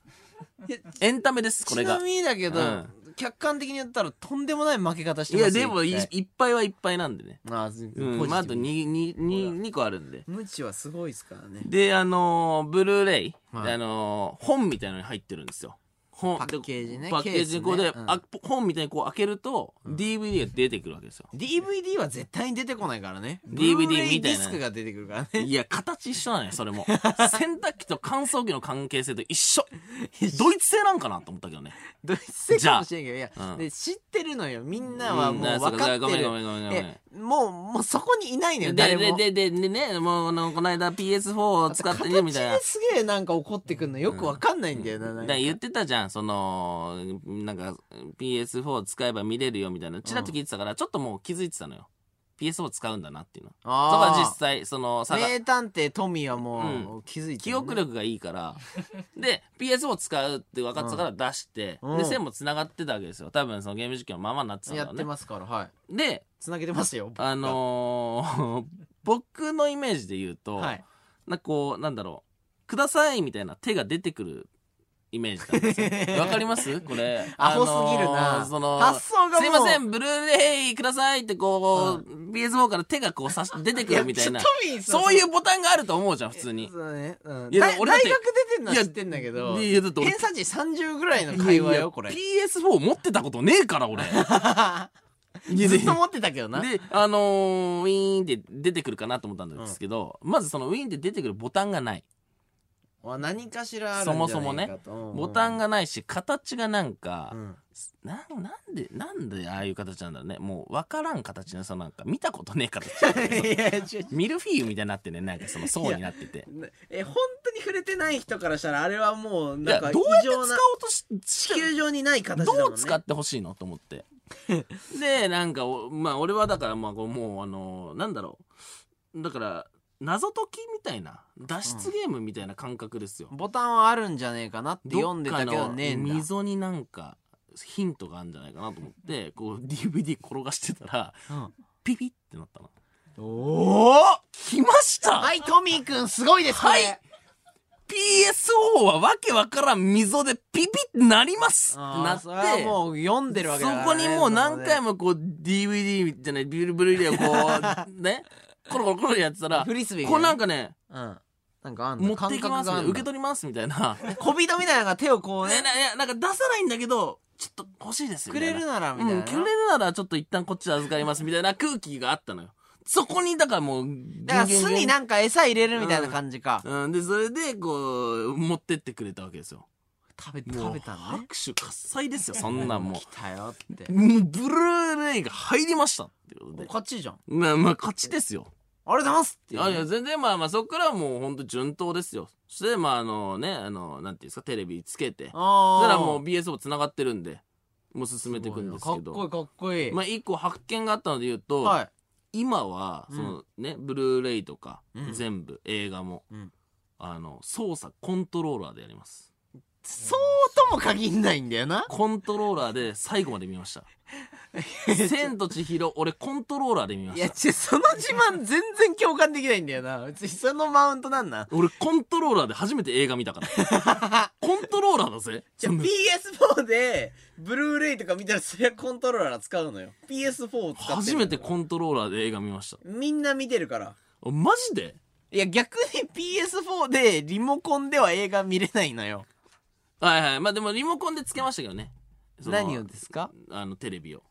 [SPEAKER 2] いや。
[SPEAKER 1] エンタメです、これ
[SPEAKER 2] ち
[SPEAKER 1] が
[SPEAKER 2] な。みにだけど、
[SPEAKER 1] うん
[SPEAKER 2] 客観的に言ったらとんでもない負け方して
[SPEAKER 1] い
[SPEAKER 2] ますよ
[SPEAKER 1] や、でもい、
[SPEAKER 2] 一回
[SPEAKER 1] いっぱいはいっぱいなんでね。
[SPEAKER 2] あーず
[SPEAKER 1] うん。
[SPEAKER 2] ポジティブ
[SPEAKER 1] まあ、あと2、二二二個あるんで。
[SPEAKER 2] 無知はすごいですからね
[SPEAKER 1] で、あのーブルーレイ、
[SPEAKER 2] はい
[SPEAKER 1] あのー本みたいなのに入ってるんですよ。本
[SPEAKER 2] パッケージね
[SPEAKER 1] でパッケージにこう
[SPEAKER 2] ケー
[SPEAKER 1] で、
[SPEAKER 2] スねうん
[SPEAKER 1] あ本みたいにこう開けると、DVD が出てくるわけですよ。
[SPEAKER 2] DVD は絶対に出てこないからね
[SPEAKER 1] DVD
[SPEAKER 2] ブルーレイ
[SPEAKER 1] みたいな
[SPEAKER 2] ディスクが出てくるから ね
[SPEAKER 1] いや、形一緒なのよ、それ も。洗濯機と乾燥機の関係性と一緒。ドイツ製なんかなと思ったけどね。
[SPEAKER 2] ドイツ製かもしれんけどいや、
[SPEAKER 1] うん
[SPEAKER 2] で知ってるのよみんなはもう分かってる、
[SPEAKER 1] ごめんごめんごめんごめん。
[SPEAKER 2] えもうもうそこにいないの
[SPEAKER 1] で
[SPEAKER 2] よ誰も
[SPEAKER 1] ででででねもうあのこの間 PS4 を使ってねみたいな
[SPEAKER 2] 形ですげえなんか怒ってくんのよく分かんないんだよな,、
[SPEAKER 1] だ
[SPEAKER 2] な
[SPEAKER 1] か
[SPEAKER 2] んから
[SPEAKER 1] 言ってたじゃんそのなんか PS4 使えば見れるよみたいなちらっと聞いてたからちょっともう気づいてたのよ PS4 使うんだなっていうのそこは実際そのさが
[SPEAKER 2] 名探偵トミーはもう、気づいて
[SPEAKER 1] 記
[SPEAKER 2] るね
[SPEAKER 1] 憶力がいいからで PS4 使うって分かってたから出して
[SPEAKER 2] うん
[SPEAKER 1] で線も繋がってたわけですよ多分そのゲーム実況のままになってたんだ
[SPEAKER 2] や
[SPEAKER 1] ろ
[SPEAKER 2] っ
[SPEAKER 1] う
[SPEAKER 2] て
[SPEAKER 1] ね
[SPEAKER 2] ますからはい
[SPEAKER 1] で
[SPEAKER 2] つなげてますよ僕
[SPEAKER 1] あのー僕のイメージで言うと、
[SPEAKER 2] はい
[SPEAKER 1] なんかこうなんだろう「ください」みたいな手が出てくるイメージなんですよわかり ますこれ
[SPEAKER 2] アホすぎるな、
[SPEAKER 1] あのーその
[SPEAKER 2] 発想がもう
[SPEAKER 1] すいませんブルーレイくださいってこう、PS4 から手がこうさし出てくるみたいな
[SPEAKER 2] やちょトミーさ
[SPEAKER 1] そういうボタンがあると思うじゃん普通に
[SPEAKER 2] そうね、うん、
[SPEAKER 1] いや
[SPEAKER 2] 大
[SPEAKER 1] 俺だっ
[SPEAKER 2] 大
[SPEAKER 1] て
[SPEAKER 2] 学出てんのは知ってんだけど
[SPEAKER 1] いやだって俺
[SPEAKER 2] 偏差値30ぐらいの会話
[SPEAKER 1] いやいや
[SPEAKER 2] よこれ
[SPEAKER 1] PS4 持ってたことねえから俺 いや
[SPEAKER 2] ず
[SPEAKER 1] で
[SPEAKER 2] っと持ってたけど な
[SPEAKER 1] であのーウィーンって出てくるかなと思ったんですけど、まずそのウィーンって出てくるボタンがない
[SPEAKER 2] まあ何かしらあるんじゃないかと
[SPEAKER 1] ボタン、がないし形がなんか、
[SPEAKER 2] うんうん
[SPEAKER 1] ななんでなんでああいう形なんだろうねもう分からん形のさなんか見たことねえ形
[SPEAKER 2] いや違 う
[SPEAKER 1] ミルフィーユみたいになってねなんかその層になってて
[SPEAKER 2] え本当に触れてない人からしたらあれはもう
[SPEAKER 1] い
[SPEAKER 2] な
[SPEAKER 1] や
[SPEAKER 2] んか異
[SPEAKER 1] どうやって使
[SPEAKER 2] 常
[SPEAKER 1] お
[SPEAKER 2] な
[SPEAKER 1] うとし
[SPEAKER 2] 地球上にない形だもんね
[SPEAKER 1] どう使ってほしいのと思って でなんかおまあ俺はだからまあこうもうあのなんだろうだから謎解きみたいな脱出ゲームみたいな感覚ですよ、
[SPEAKER 2] ボタンはあるんじゃねえかなって読んでたけ
[SPEAKER 1] どっ
[SPEAKER 2] ど
[SPEAKER 1] かの
[SPEAKER 2] ねえんだ
[SPEAKER 1] 溝になんかヒントがあるんじゃないかなと思ってこう DVD 転がしてたらピピってなったの
[SPEAKER 2] うんおお
[SPEAKER 1] 来ました
[SPEAKER 2] はいトミーくんすごいですこれ
[SPEAKER 1] はい PSO はわけわからん溝でピピってなりますってなっ
[SPEAKER 2] あー
[SPEAKER 1] て
[SPEAKER 2] それはもう読んでるわけ
[SPEAKER 1] そ
[SPEAKER 2] だから、ね、
[SPEAKER 1] こにもう何回
[SPEAKER 2] も
[SPEAKER 1] もこう DVD じゃないビルブルーレイをこ うねコロコロコロやってたら
[SPEAKER 2] フリスビーがね
[SPEAKER 1] こうなんかね
[SPEAKER 2] うんなんかあん
[SPEAKER 1] 持
[SPEAKER 2] の
[SPEAKER 1] ってきますみたいな受け取りますみ たいな
[SPEAKER 2] り小人みたいなのが手をこう
[SPEAKER 1] ね
[SPEAKER 2] ね
[SPEAKER 1] ないやなんか出さないんだけどちょっと欲しいですよ
[SPEAKER 2] くれるならみたいな、
[SPEAKER 1] うん、くれるならちょっと一旦こっちで預かりますみたいな空気があったのよそこにだからもう
[SPEAKER 2] だから巣に
[SPEAKER 1] な
[SPEAKER 2] なんか餌入れるみたいな感じか、
[SPEAKER 1] うん、でそれでこう持ってってくれたわけですよ
[SPEAKER 2] 食べ
[SPEAKER 1] も
[SPEAKER 2] 食
[SPEAKER 1] う
[SPEAKER 2] べたのね
[SPEAKER 1] 拍手喝采です よそんなんも
[SPEAKER 2] 来たよって
[SPEAKER 1] うもうブルーレイが入りましたっていうことで
[SPEAKER 2] おかっちいじゃん
[SPEAKER 1] まあまあ勝ちですよ
[SPEAKER 2] ありがとうございますって
[SPEAKER 1] い
[SPEAKER 2] いうね
[SPEAKER 1] やいや全然まあまあそこからはもうほんと順当ですよそしてまああのねあのなんていうんですかテレビつけてそし
[SPEAKER 2] あー
[SPEAKER 1] たらもう BS もつながってるんでもう進めていくんですけど
[SPEAKER 2] かっこいいかっこいい、
[SPEAKER 1] まあ一個発見があったので言うと、
[SPEAKER 2] はい
[SPEAKER 1] 今は
[SPEAKER 2] うん
[SPEAKER 1] その、ねブルーレイとか、
[SPEAKER 2] うん
[SPEAKER 1] 全部映画も、
[SPEAKER 2] うん
[SPEAKER 1] あの操作コントローラーでやります
[SPEAKER 2] そうとも限んないんだよな
[SPEAKER 1] コントローラーで最後まで見ま した「千と千尋」俺コントローラーで見ま
[SPEAKER 2] い
[SPEAKER 1] し
[SPEAKER 2] や
[SPEAKER 1] た
[SPEAKER 2] ちその自慢全然共感できないんだよな別にそのマウントなんなん
[SPEAKER 1] 俺コントローラーで初めて映画見たから コントローラーだぜ
[SPEAKER 2] じゃあ
[SPEAKER 1] そんな
[SPEAKER 2] PS4 でブルーレイとか見たらそりゃコントローラー使うのよ PS4 を使って
[SPEAKER 1] 初めて
[SPEAKER 2] こ
[SPEAKER 1] コントローラーで映画見ました
[SPEAKER 2] みんな見てるから
[SPEAKER 1] あマジで
[SPEAKER 2] いや逆に PS4 でリモコンでは映画見れないのよ
[SPEAKER 1] はいはいまあでもリモコンでつけましたけどねその
[SPEAKER 2] 何をですか
[SPEAKER 1] あのテレビを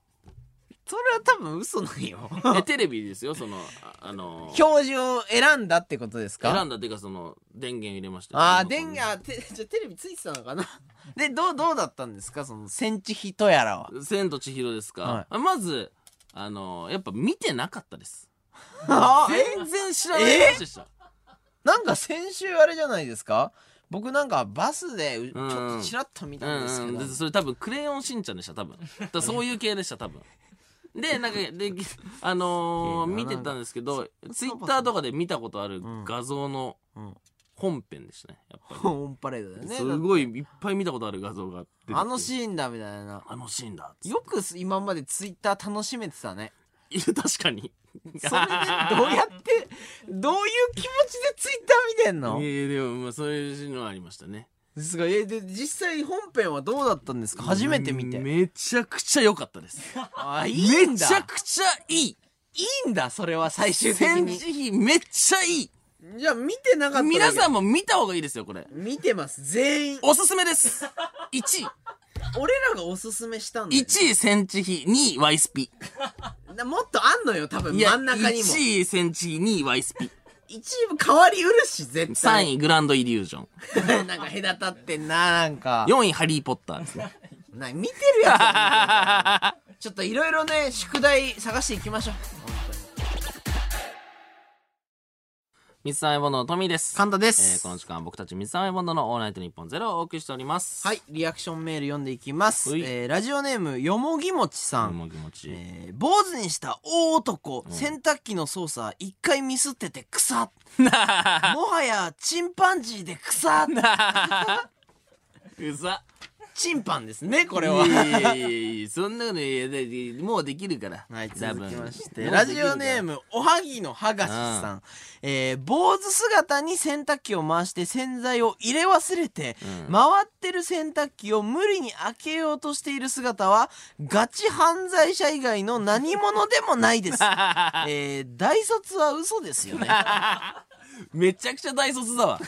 [SPEAKER 2] それは多分嘘なんよ
[SPEAKER 1] えテレビですよそのああの
[SPEAKER 2] 表示を選んだってことですか
[SPEAKER 1] 選んだっていうかその電源入れましたよ
[SPEAKER 2] ああ
[SPEAKER 1] リモコ
[SPEAKER 2] 電
[SPEAKER 1] ンに
[SPEAKER 2] 源あてじゃあテレビついてたのかなでどうどうだったんですかその戦地人やらは
[SPEAKER 1] 千と千尋ですか
[SPEAKER 2] は、
[SPEAKER 1] まずあのやっぱ見てなかったです
[SPEAKER 2] あ
[SPEAKER 1] 全然知らない話でした
[SPEAKER 2] なんか先週あれじゃないですか僕なんかバスでうちょ
[SPEAKER 1] ん
[SPEAKER 2] っとちらっと見たんですけ
[SPEAKER 1] うん
[SPEAKER 2] ど、
[SPEAKER 1] うん、でそれ多分クレヨンしんちゃんでした多 分だからそういう系でした多分でなんかでぎあのー
[SPEAKER 2] いいな
[SPEAKER 1] 見てたんですけど
[SPEAKER 2] か
[SPEAKER 1] ツイッターとかで見たことある
[SPEAKER 2] ん
[SPEAKER 1] 画像の
[SPEAKER 2] うん
[SPEAKER 1] 本編でしたねやっぱ
[SPEAKER 2] オンパレードだよ
[SPEAKER 1] り、
[SPEAKER 2] ね
[SPEAKER 1] すごいいっぱい見たことある画像が出てきて
[SPEAKER 2] あのシーンだみたいな
[SPEAKER 1] あのシーンだっつって
[SPEAKER 2] よく今までツイッター楽しめてたね
[SPEAKER 1] いや確かに
[SPEAKER 2] それ でどうやってどういう気持ちでツイッター見てんの
[SPEAKER 1] いやいやでもまあそういうのはありましたね
[SPEAKER 2] すごいえで実際本編はどうだったんですか初めて見て
[SPEAKER 1] めちゃくちゃ良かったです
[SPEAKER 2] あいいん
[SPEAKER 1] め
[SPEAKER 2] だ
[SPEAKER 1] ちゃくちゃいい
[SPEAKER 2] いいんだそれは最終的
[SPEAKER 1] 戦
[SPEAKER 2] に
[SPEAKER 1] 時費めっちゃいい
[SPEAKER 2] じゃあ見てなかっただけ
[SPEAKER 1] 皆さんも見た方がいいですよこれ
[SPEAKER 2] 見てます全員
[SPEAKER 1] おすすめです1
[SPEAKER 2] 俺らがおすすめしたん
[SPEAKER 1] 位
[SPEAKER 2] だよ
[SPEAKER 1] 1位戦地比2位ワイスピ
[SPEAKER 2] なもっとあんのよ多分
[SPEAKER 1] いや
[SPEAKER 2] 真ん中にも1
[SPEAKER 1] 1位戦地比2位ワイスピ
[SPEAKER 2] 位も変わりうるし絶
[SPEAKER 1] 3
[SPEAKER 2] 対
[SPEAKER 1] 位グランドイリュージョン
[SPEAKER 2] なんか隔たってんななんか
[SPEAKER 1] 4位ハリー・ポッターですね
[SPEAKER 2] な見てるやつだねちょっといろいろね宿題探していきましょう
[SPEAKER 1] ミスサンイボンドのトミーです
[SPEAKER 2] 神田で
[SPEAKER 1] えー
[SPEAKER 2] す、
[SPEAKER 1] この時間僕たちミスサンイボンドのオールナイトニッポンゼロをお送りしております
[SPEAKER 2] はいリアクションメール読んでいきます、
[SPEAKER 1] ほい
[SPEAKER 2] えーラジオネームよもぎもちさん、
[SPEAKER 1] もう気持ちいい
[SPEAKER 2] えー坊主にした大男、洗濯機の操作一回ミスってて 草もはやチンパンジーで草
[SPEAKER 1] うざ
[SPEAKER 2] チンパンですねこ
[SPEAKER 1] こ
[SPEAKER 2] れは。
[SPEAKER 1] そんなのいやだいやもうできるから
[SPEAKER 2] はい、
[SPEAKER 1] 多
[SPEAKER 2] 続
[SPEAKER 1] 分
[SPEAKER 2] きまして、
[SPEAKER 1] もう
[SPEAKER 2] ラ
[SPEAKER 1] でき
[SPEAKER 2] ジ
[SPEAKER 1] るから
[SPEAKER 2] オネーム、おはぎのはがしさん。えー、坊主姿に洗濯機を回して洗剤を入れ忘れて、
[SPEAKER 1] うん
[SPEAKER 2] 回ってる洗濯機を無理に開けようとしている姿は、ガチ犯罪者以外の何者でもない です。えー、大卒は嘘ですよね。
[SPEAKER 1] めちゃくちゃ大卒だわ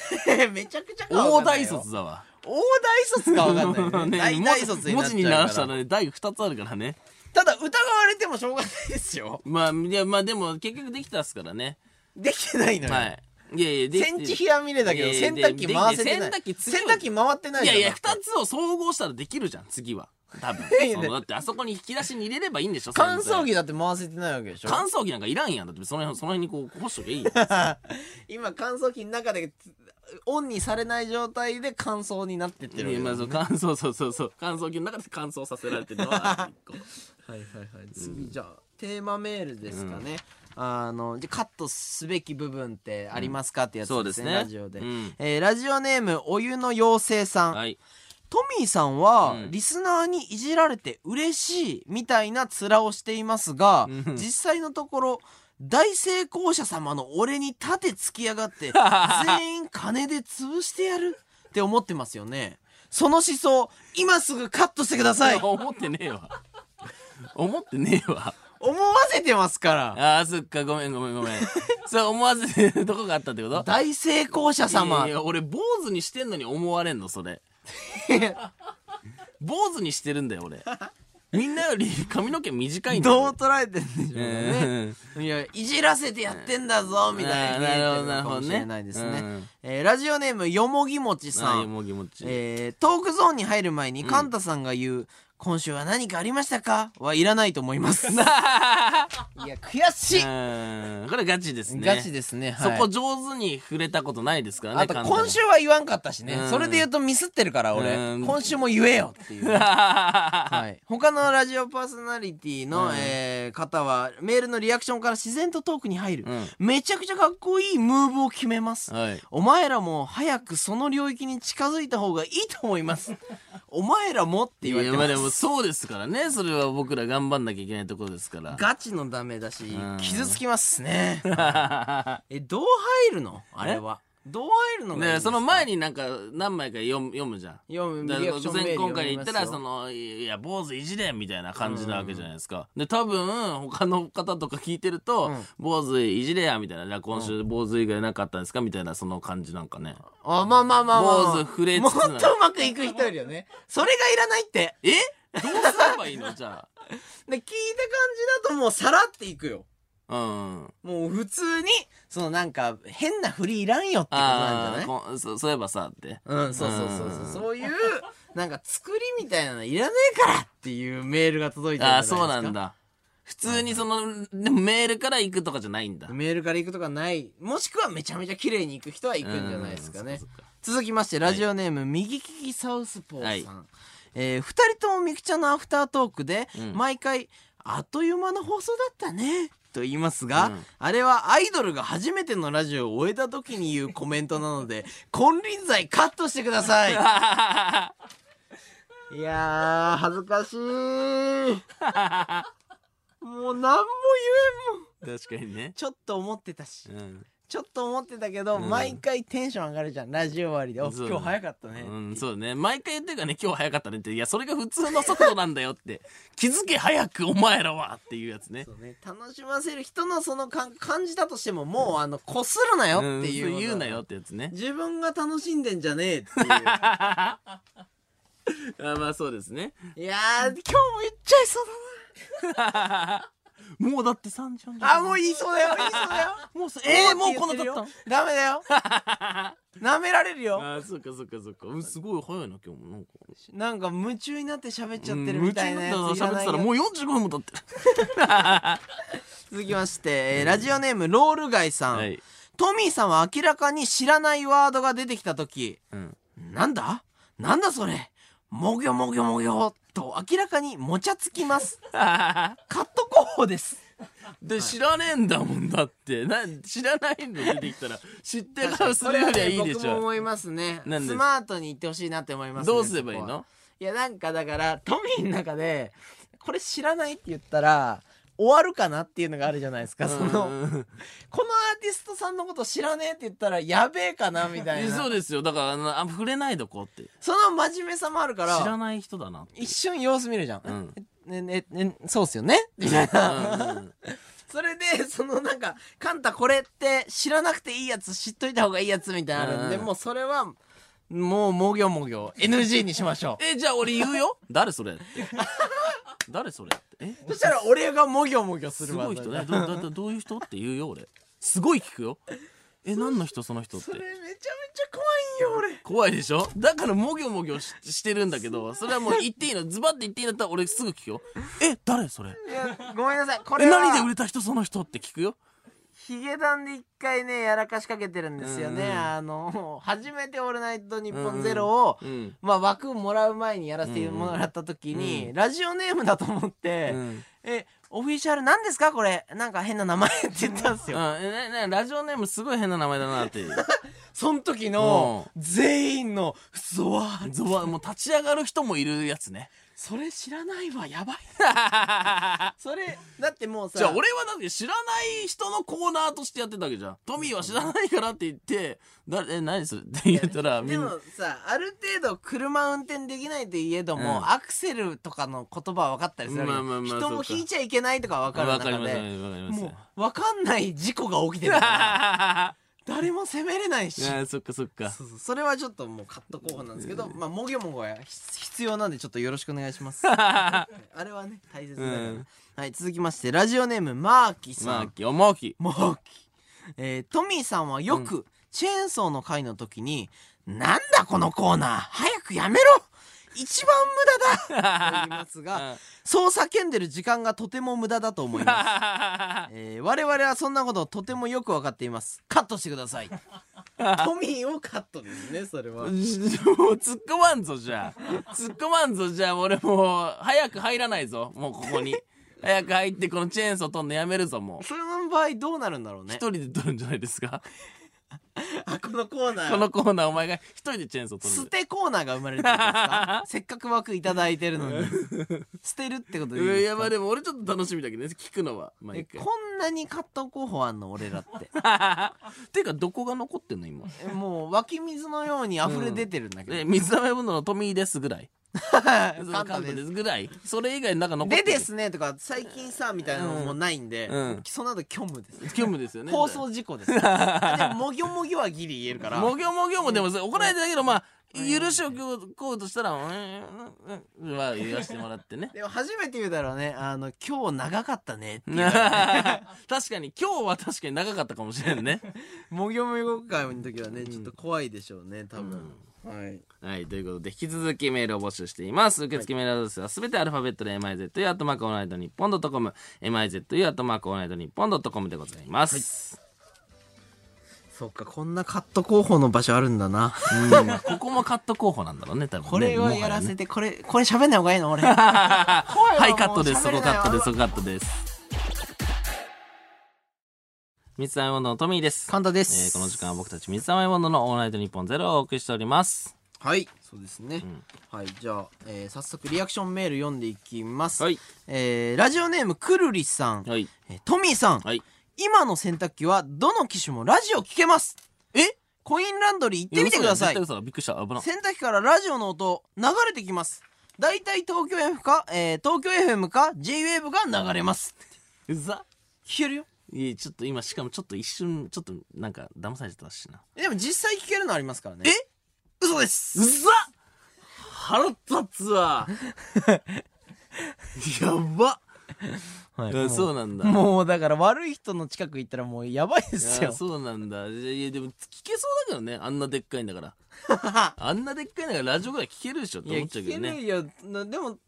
[SPEAKER 2] めちゃくちゃかわ
[SPEAKER 1] 大
[SPEAKER 2] かんない
[SPEAKER 1] 大
[SPEAKER 2] よ
[SPEAKER 1] 卒。だわ
[SPEAKER 2] 大大卒かわかんないよね。
[SPEAKER 1] ね
[SPEAKER 2] 大大卒にな
[SPEAKER 1] 文
[SPEAKER 2] っち
[SPEAKER 1] 字に
[SPEAKER 2] ゃ
[SPEAKER 1] なら
[SPEAKER 2] う
[SPEAKER 1] し
[SPEAKER 2] か
[SPEAKER 1] た
[SPEAKER 2] ら。
[SPEAKER 1] らね第2つあるからね
[SPEAKER 2] ただ、疑われてもしょうがないですよ。
[SPEAKER 1] まあいやまあでも結局できたっすからね
[SPEAKER 2] できてないのよ。
[SPEAKER 1] はいいやいやできて
[SPEAKER 2] センチ冷や見れだけど
[SPEAKER 1] いやい
[SPEAKER 2] 洗
[SPEAKER 1] や
[SPEAKER 2] 濯機回せてない
[SPEAKER 1] でで洗濯機次
[SPEAKER 2] 洗濯機回ってない
[SPEAKER 1] い
[SPEAKER 2] じゃ
[SPEAKER 1] や
[SPEAKER 2] ん
[SPEAKER 1] いや2つを総合したらできるじゃん次は多 分
[SPEAKER 2] いや
[SPEAKER 1] そのだってあそこに引き出しに入れればいいんでしょ
[SPEAKER 2] 乾燥
[SPEAKER 1] 機
[SPEAKER 2] 機だって回せてないわけでしょ
[SPEAKER 1] 乾燥機なんかいらんやんだってその辺その辺にこう干しとけいいよ
[SPEAKER 2] 今乾燥機の中でつオンにされない状態で乾燥になってってるわ
[SPEAKER 1] い
[SPEAKER 2] け
[SPEAKER 1] や まあそう乾燥そうそうそう乾燥機の中で乾燥させられてるの は一個
[SPEAKER 2] はいはいはい次じゃあテーマメールですかね、あのじゃあカットすべき部分ってありますかってやつ
[SPEAKER 1] そう
[SPEAKER 2] で
[SPEAKER 1] ですす
[SPEAKER 2] ね、
[SPEAKER 1] ね
[SPEAKER 2] ラジオで、
[SPEAKER 1] うん
[SPEAKER 2] えーラジオネームお湯の妖精さん、
[SPEAKER 1] はい
[SPEAKER 2] トミーさんは、
[SPEAKER 1] うん
[SPEAKER 2] リスナーにいじられて嬉しいみたいな面をしていますが、
[SPEAKER 1] うん
[SPEAKER 2] 実際のところ大成功者様の俺に盾つきやがって 全員金で潰してやるって思ってますよねその思想今すぐカットしてく ださい
[SPEAKER 1] や思ってねえわ思ってねえわ
[SPEAKER 2] 思わせてますから
[SPEAKER 1] あーそっかごめんごめんごめんそう思わせ てるとこがあったってこと
[SPEAKER 2] 大成功者様
[SPEAKER 1] いやいや俺坊主にしてんのに思われんのそれ 坊主にしてるんだよ俺みんなより髪の毛短いんだ
[SPEAKER 2] どう
[SPEAKER 1] よ
[SPEAKER 2] 捉えてんでしょうね、
[SPEAKER 1] ね
[SPEAKER 2] いやいじらせてやってんだぞみたいに見えてるのかもしれないです
[SPEAKER 1] な
[SPEAKER 2] ね
[SPEAKER 1] るほどなるほどね
[SPEAKER 2] えーラジオネームよもぎもちさ
[SPEAKER 1] さあ
[SPEAKER 2] ん
[SPEAKER 1] もぎもち
[SPEAKER 2] えートークゾーンに入る前に、カンタさんが言う「今週は何かありましたか?」はいらないと思います いや悔しい、
[SPEAKER 1] うんこれガチですね
[SPEAKER 2] ガチですね、
[SPEAKER 1] そ
[SPEAKER 2] はい、
[SPEAKER 1] こ上手に触れたことないですからね
[SPEAKER 2] あと
[SPEAKER 1] 簡単に
[SPEAKER 2] 今週は言わんかったしね、
[SPEAKER 1] うん
[SPEAKER 2] それで言うとミスってるから俺、
[SPEAKER 1] うん
[SPEAKER 2] 今週も言えよっていう、 はい、他のラジオパーソナリティの、
[SPEAKER 1] うん
[SPEAKER 2] えー方はメールのリアクションから自然とトークに入る、
[SPEAKER 1] うん
[SPEAKER 2] めちゃくちゃかっこいいムーブを決めます、
[SPEAKER 1] はい
[SPEAKER 2] お前らも早くその領域に近づいた方がいいと思い ます。お前らもって言われて
[SPEAKER 1] いやまあで
[SPEAKER 2] ま
[SPEAKER 1] も
[SPEAKER 2] す。
[SPEAKER 1] そうですからねそれは僕ら頑張んなきゃいけないところですから
[SPEAKER 2] ガチのダメだし
[SPEAKER 1] ん、
[SPEAKER 2] 傷つきます ね。え、どう入るのあれは。どう入るのがいい ん
[SPEAKER 1] ね
[SPEAKER 2] です
[SPEAKER 1] そ
[SPEAKER 2] か
[SPEAKER 1] の前になんか何枚か読む読むじゃん
[SPEAKER 2] 読む
[SPEAKER 1] だか
[SPEAKER 2] リア
[SPEAKER 1] ら
[SPEAKER 2] クションメール
[SPEAKER 1] 今
[SPEAKER 2] 読
[SPEAKER 1] 回
[SPEAKER 2] み
[SPEAKER 1] 言
[SPEAKER 2] ま
[SPEAKER 1] っ
[SPEAKER 2] すよ
[SPEAKER 1] たらそのいや坊主いじれんみたいな感じなわけじゃないですか、で多分他の方とか聞いてると、
[SPEAKER 2] うん
[SPEAKER 1] 坊主いじれやみたいなじゃあ今週坊主以外なかったんですかみたいなその感じなんかね
[SPEAKER 2] あ、まあまあまあまあ。
[SPEAKER 1] 坊主触れつつ
[SPEAKER 2] もっとうまくいく人いるよね。それがいらないって。
[SPEAKER 1] えどうすればいいのじゃ
[SPEAKER 2] で聞いた感じだともうさらっていくよ
[SPEAKER 1] あ。うん。
[SPEAKER 2] もう普通にそのなんか変な振りいらんよってことなん じ
[SPEAKER 1] あ
[SPEAKER 2] ゃない
[SPEAKER 1] あ、そそういえばさって。
[SPEAKER 2] うんそうそうそうそう
[SPEAKER 1] うん
[SPEAKER 2] そういうなんか作りみたいなのいらねえからっていうメールが届いてるんじゃ
[SPEAKER 1] あ
[SPEAKER 2] な
[SPEAKER 1] あ、
[SPEAKER 2] いですか
[SPEAKER 1] そうなんだ。普通にその、でもメールから行くとかじゃないんだ。
[SPEAKER 2] メールから行くとかないもしくはめちゃめちゃ綺麗に行く人は行くんじゃないですか
[SPEAKER 1] うん
[SPEAKER 2] ね
[SPEAKER 1] そっそっ
[SPEAKER 2] 続きましてラジオネーム、右利きサウスポーさん、
[SPEAKER 1] はい
[SPEAKER 2] えー、2人ともみくちゃんのアフタートークで、
[SPEAKER 1] うん
[SPEAKER 2] 毎回「あっという間の放送だったね」と言いますが、
[SPEAKER 1] うん
[SPEAKER 2] あれはアイドルが初めてのラジオを終えた時に言うコメントな ので金輪際カットしてください いやー恥ずかしい もう何も言えんもん
[SPEAKER 1] 確かにね。
[SPEAKER 2] ちょっと思ってたし
[SPEAKER 1] うん。
[SPEAKER 2] ちょっと思ってたけど、
[SPEAKER 1] うん
[SPEAKER 2] 毎回テンション上がるじゃんラジオ終わりで「お
[SPEAKER 1] そう
[SPEAKER 2] 今日早かったね」
[SPEAKER 1] うん、そうだね。毎回言ってるからね、今日早かったねって。いや、それが普通の速度なんだよって。 気づけ早く、お前らはっていうやつね。
[SPEAKER 2] そうね、楽しませる人のその感感じだとしてももうあのこするなよっていう,、
[SPEAKER 1] んそう言うなよってやつね。
[SPEAKER 2] 自分が楽しんでんじゃねえ っていう
[SPEAKER 1] あまあそうですね。
[SPEAKER 2] いやー今日も言っちゃいそう
[SPEAKER 1] もうだって3時
[SPEAKER 2] だなあもう言いそう だよ言いそうだよ
[SPEAKER 1] もうすえー、もうこ
[SPEAKER 2] の
[SPEAKER 1] んな経ったの
[SPEAKER 2] ダメだ よなめられるよ
[SPEAKER 1] あーそっかそっかそっか。うんすごい早いな、今日も。なんか。
[SPEAKER 2] なんか夢中になって喋っちゃってる
[SPEAKER 1] うん
[SPEAKER 2] みたいなやつ
[SPEAKER 1] 夢中になったら喋ってたら、
[SPEAKER 2] いらないよ
[SPEAKER 1] もう45分も経ってる。
[SPEAKER 2] 続きまして、えーラジオネームロールガイさん、
[SPEAKER 1] はい。
[SPEAKER 2] トミーさんは明らかに知らないワードが出てきた時
[SPEAKER 1] うん。
[SPEAKER 2] なんだなんだそれもぎょもぎょもぎょと明らかにもちゃつき ます。カット候補です。
[SPEAKER 1] で、知らねえんだもんだって。な、知らないの出てきたら、知ってからす
[SPEAKER 2] そ
[SPEAKER 1] る
[SPEAKER 2] れ
[SPEAKER 1] よ
[SPEAKER 2] は
[SPEAKER 1] りはい
[SPEAKER 2] ね
[SPEAKER 1] いで
[SPEAKER 2] 僕
[SPEAKER 1] し
[SPEAKER 2] も
[SPEAKER 1] ょ。
[SPEAKER 2] 思いますね。
[SPEAKER 1] なんで
[SPEAKER 2] スマートに言ってほしいなって思います、ね。
[SPEAKER 1] どうすればいい
[SPEAKER 2] そこは
[SPEAKER 1] の
[SPEAKER 2] いやなんかだからトミーの中でこれ知らないって言ったら終わるかなっていうのがあるじゃないですか。そのこの
[SPEAKER 1] うんうん
[SPEAKER 2] アーティストさんのこと知らねえって言ったらやべえかなみたい
[SPEAKER 1] そ
[SPEAKER 2] な
[SPEAKER 1] う。ですよ。だから、あのあ、触れないでこうって。
[SPEAKER 2] その真面目さもあるか
[SPEAKER 1] 知
[SPEAKER 2] ら。
[SPEAKER 1] らない人だなって。
[SPEAKER 2] 一瞬様子見るじゃん。
[SPEAKER 1] うん
[SPEAKER 2] ねねねそうっすよねみたいな。
[SPEAKER 1] うんうん
[SPEAKER 2] それでそのなんか「カンタこれって知らなくていいやつ知っといた方がいいやつ」みたいなのあるんで、
[SPEAKER 1] うん
[SPEAKER 2] もうそれはもうもぎょもぎょ NG にしましょう。
[SPEAKER 1] え、じゃあ俺言うよ。誰それって。誰それって。え
[SPEAKER 2] そしたら俺がもぎょもぎょす
[SPEAKER 1] す
[SPEAKER 2] るわ。
[SPEAKER 1] ごい人ね。ど、ど、どどういう人って言うよ、俺。すごい聞くよ。え、何の人その人って
[SPEAKER 2] それ。めちゃめちゃ怖いよ俺。
[SPEAKER 1] 怖いでしょだからもぎょもぎょししてるんだけど、それはもう言っていいの。ズバって言っていいんだったら俺すぐ聞くよ。え、誰それ
[SPEAKER 2] いやごめん なさいこ
[SPEAKER 1] え
[SPEAKER 2] れ
[SPEAKER 1] 何で売
[SPEAKER 2] は
[SPEAKER 1] れた人その人って聞くよ。
[SPEAKER 2] ヒゲダンで一回ねやらかしかけてるんですよね。
[SPEAKER 1] うんうん
[SPEAKER 2] あの初めて「オールナイトニッポ
[SPEAKER 1] うんう
[SPEAKER 2] ン
[SPEAKER 1] ん
[SPEAKER 2] ゼロを、
[SPEAKER 1] うん。
[SPEAKER 2] まあ、枠もらう前にやらせて
[SPEAKER 1] うんうん
[SPEAKER 2] もらった時に、
[SPEAKER 1] うん
[SPEAKER 2] ラジオネームだと思って「
[SPEAKER 1] うん
[SPEAKER 2] えオフィシャルなんですかこれなんか変な名前」って言ったんです
[SPEAKER 1] うん、
[SPEAKER 2] よ。
[SPEAKER 1] えねねラジオネームすごい変な名前だなって。
[SPEAKER 2] その時の全員の「ゾワー
[SPEAKER 1] ゾワ、もう立ち上がる人もいるやつね。
[SPEAKER 2] それ知らない わやばい
[SPEAKER 1] じゃ」
[SPEAKER 2] それだってもうさ
[SPEAKER 1] あ俺はだって知らない人のコーナーとしてやってたわけじゃん。トミーは知らないからって言って、だえ、何するって言ったら、み
[SPEAKER 2] で
[SPEAKER 1] んな
[SPEAKER 2] も。さある程度車運転できないといえども、
[SPEAKER 1] うん
[SPEAKER 2] アクセルとかの言葉は分かったりするわけ、
[SPEAKER 1] まあまあまあ
[SPEAKER 2] 人も引いちゃいけないとか分かる
[SPEAKER 1] わかり
[SPEAKER 2] 中
[SPEAKER 1] ます、わか
[SPEAKER 2] で
[SPEAKER 1] ります。
[SPEAKER 2] もう分かんない事故が起きてるから
[SPEAKER 1] あ
[SPEAKER 2] 誰も責めれ ないし。
[SPEAKER 1] ーそっかそっか。
[SPEAKER 2] そうそうそれはちょっともうカット候補なんですけど、まあもぎょもごや必必要なんでちょっとよろしくお願いしますあれはね大切だから、
[SPEAKER 1] うん
[SPEAKER 2] はい続きましてラジオネームマーキさ
[SPEAKER 1] マー
[SPEAKER 2] ん
[SPEAKER 1] キー、おマーキ
[SPEAKER 2] マーキえートミーさんはよく、チェーンソーの回の時に「なんだこのコーナー早くやめろ一番無駄だ! 」と言いますが、
[SPEAKER 1] うん
[SPEAKER 2] そう叫んでる時間がとても無駄だと思いますえー我々はそんなことをとてもよく分かっていますカットしてくださいトミーをカットですねそれは
[SPEAKER 1] ー。もう突っ込まんぞじゃあ突っ込まんぞじゃあ俺もう早く入らないぞもうここに早く入ってこのチェーンソー取んのやめるぞもう
[SPEAKER 2] それの場合どうなるんだろうね
[SPEAKER 1] 一人で取るんじゃないですか
[SPEAKER 2] あこのコーナー
[SPEAKER 1] このコーナーお前が一人でチェーンソー取る
[SPEAKER 2] 捨
[SPEAKER 1] んだよ
[SPEAKER 2] てコーナーが生まれるってことですかせっかく枠いただいてるのに捨てるってことでいい
[SPEAKER 1] い
[SPEAKER 2] です
[SPEAKER 1] やま
[SPEAKER 2] か
[SPEAKER 1] あでも俺ちょっと楽しみだけどね聞くのは
[SPEAKER 2] え
[SPEAKER 1] 毎回
[SPEAKER 2] こんなにカット候補あんの俺らって
[SPEAKER 1] ていうかどこが残ってんの今
[SPEAKER 2] えもう湧き水のように溢れ出てるんだけど、
[SPEAKER 1] え水溜りボンドのトミーですぐらい
[SPEAKER 2] 簡
[SPEAKER 1] カ
[SPEAKER 2] 単
[SPEAKER 1] ンタ
[SPEAKER 2] で
[SPEAKER 1] ですすぐらいそれ以外なんか残って
[SPEAKER 2] で
[SPEAKER 1] る
[SPEAKER 2] ですねとか最近さみたいなのもないんで、
[SPEAKER 1] うん
[SPEAKER 2] その後虚無です
[SPEAKER 1] 虚無ですよね
[SPEAKER 2] 放送事故ですあでももぎょもぎょはギリ言えるから
[SPEAKER 1] もぎょもぎょもでもそれ怒られてたけどまあ許しをこうとしたら、うんうんうん、は言わせてもらって ね。
[SPEAKER 2] でも初めて言うだろうね。あの、今日長かったねっていう。
[SPEAKER 1] 確かに、今日は確かに長かったかもしれんね。
[SPEAKER 2] もぎょもぎょ会の時はね、ちょっと怖いでしょうね、多分。はい。
[SPEAKER 1] はい、ということで、引き続きメールを募集しています。受付メールアドレスはすべてアルファベットで mizu、アットマークオールナイトニッポンドットコム、mizu、アットマークオールナイトニッポンドットコムでございます。
[SPEAKER 2] そっか、こんなカット候補の場所あるんだな。
[SPEAKER 1] うんここもカット候補なんだろうね、多分ね。
[SPEAKER 2] これはやらせて、これ、これ喋んない方がいいの俺。
[SPEAKER 1] はい、カットです。そ
[SPEAKER 2] も
[SPEAKER 1] こ
[SPEAKER 2] う喋れ
[SPEAKER 1] カッ
[SPEAKER 2] ない
[SPEAKER 1] トです。そこカットです。三つ編みボンドのトミーです。
[SPEAKER 2] 簡単で
[SPEAKER 1] えー
[SPEAKER 2] す。
[SPEAKER 1] この時間は僕たち三つ編みボンドのオールナイトニッポンゼロをお送りしております。
[SPEAKER 2] はい、そうですね。はい、じゃあ、えー早速リアクションメール読んでいきます。
[SPEAKER 1] はい
[SPEAKER 2] えーラジオネームくるりさん、
[SPEAKER 1] はい。
[SPEAKER 2] えートミーさん、
[SPEAKER 1] はい。
[SPEAKER 2] 今の洗濯機はどの機種もラジオ聞けます。えコインランドリー行ってみてください
[SPEAKER 1] や。嘘だよ絶対嘘だびっくりした。危な。
[SPEAKER 2] 洗濯機からラジオの音流れてきます。だいたい東京 F か、えー東京 FM か J-Wave が流れます。
[SPEAKER 1] うざ。
[SPEAKER 2] 聞けるよ。
[SPEAKER 1] いや、ちょっと今、しかもちょっと一瞬、ちょっとなんか騙されてたしな。
[SPEAKER 2] でも実際聞けるのありますからね。え嘘です
[SPEAKER 1] うざ腹立つ わ。やば。
[SPEAKER 2] はい
[SPEAKER 1] うんそう
[SPEAKER 2] う
[SPEAKER 1] なんだ。
[SPEAKER 2] もうだから悪い人の近く行ったらもうやばいで
[SPEAKER 1] い
[SPEAKER 2] す
[SPEAKER 1] や
[SPEAKER 2] よ。
[SPEAKER 1] そうなんだいやいやでも聞けそうだけどねあんなでっかいんだからあんなでっかいんだからラジオぐらい聞けるでしょって
[SPEAKER 2] いや
[SPEAKER 1] 思っちゃう
[SPEAKER 2] 聞
[SPEAKER 1] け
[SPEAKER 2] け
[SPEAKER 1] ど
[SPEAKER 2] な
[SPEAKER 1] ね
[SPEAKER 2] いよなでもト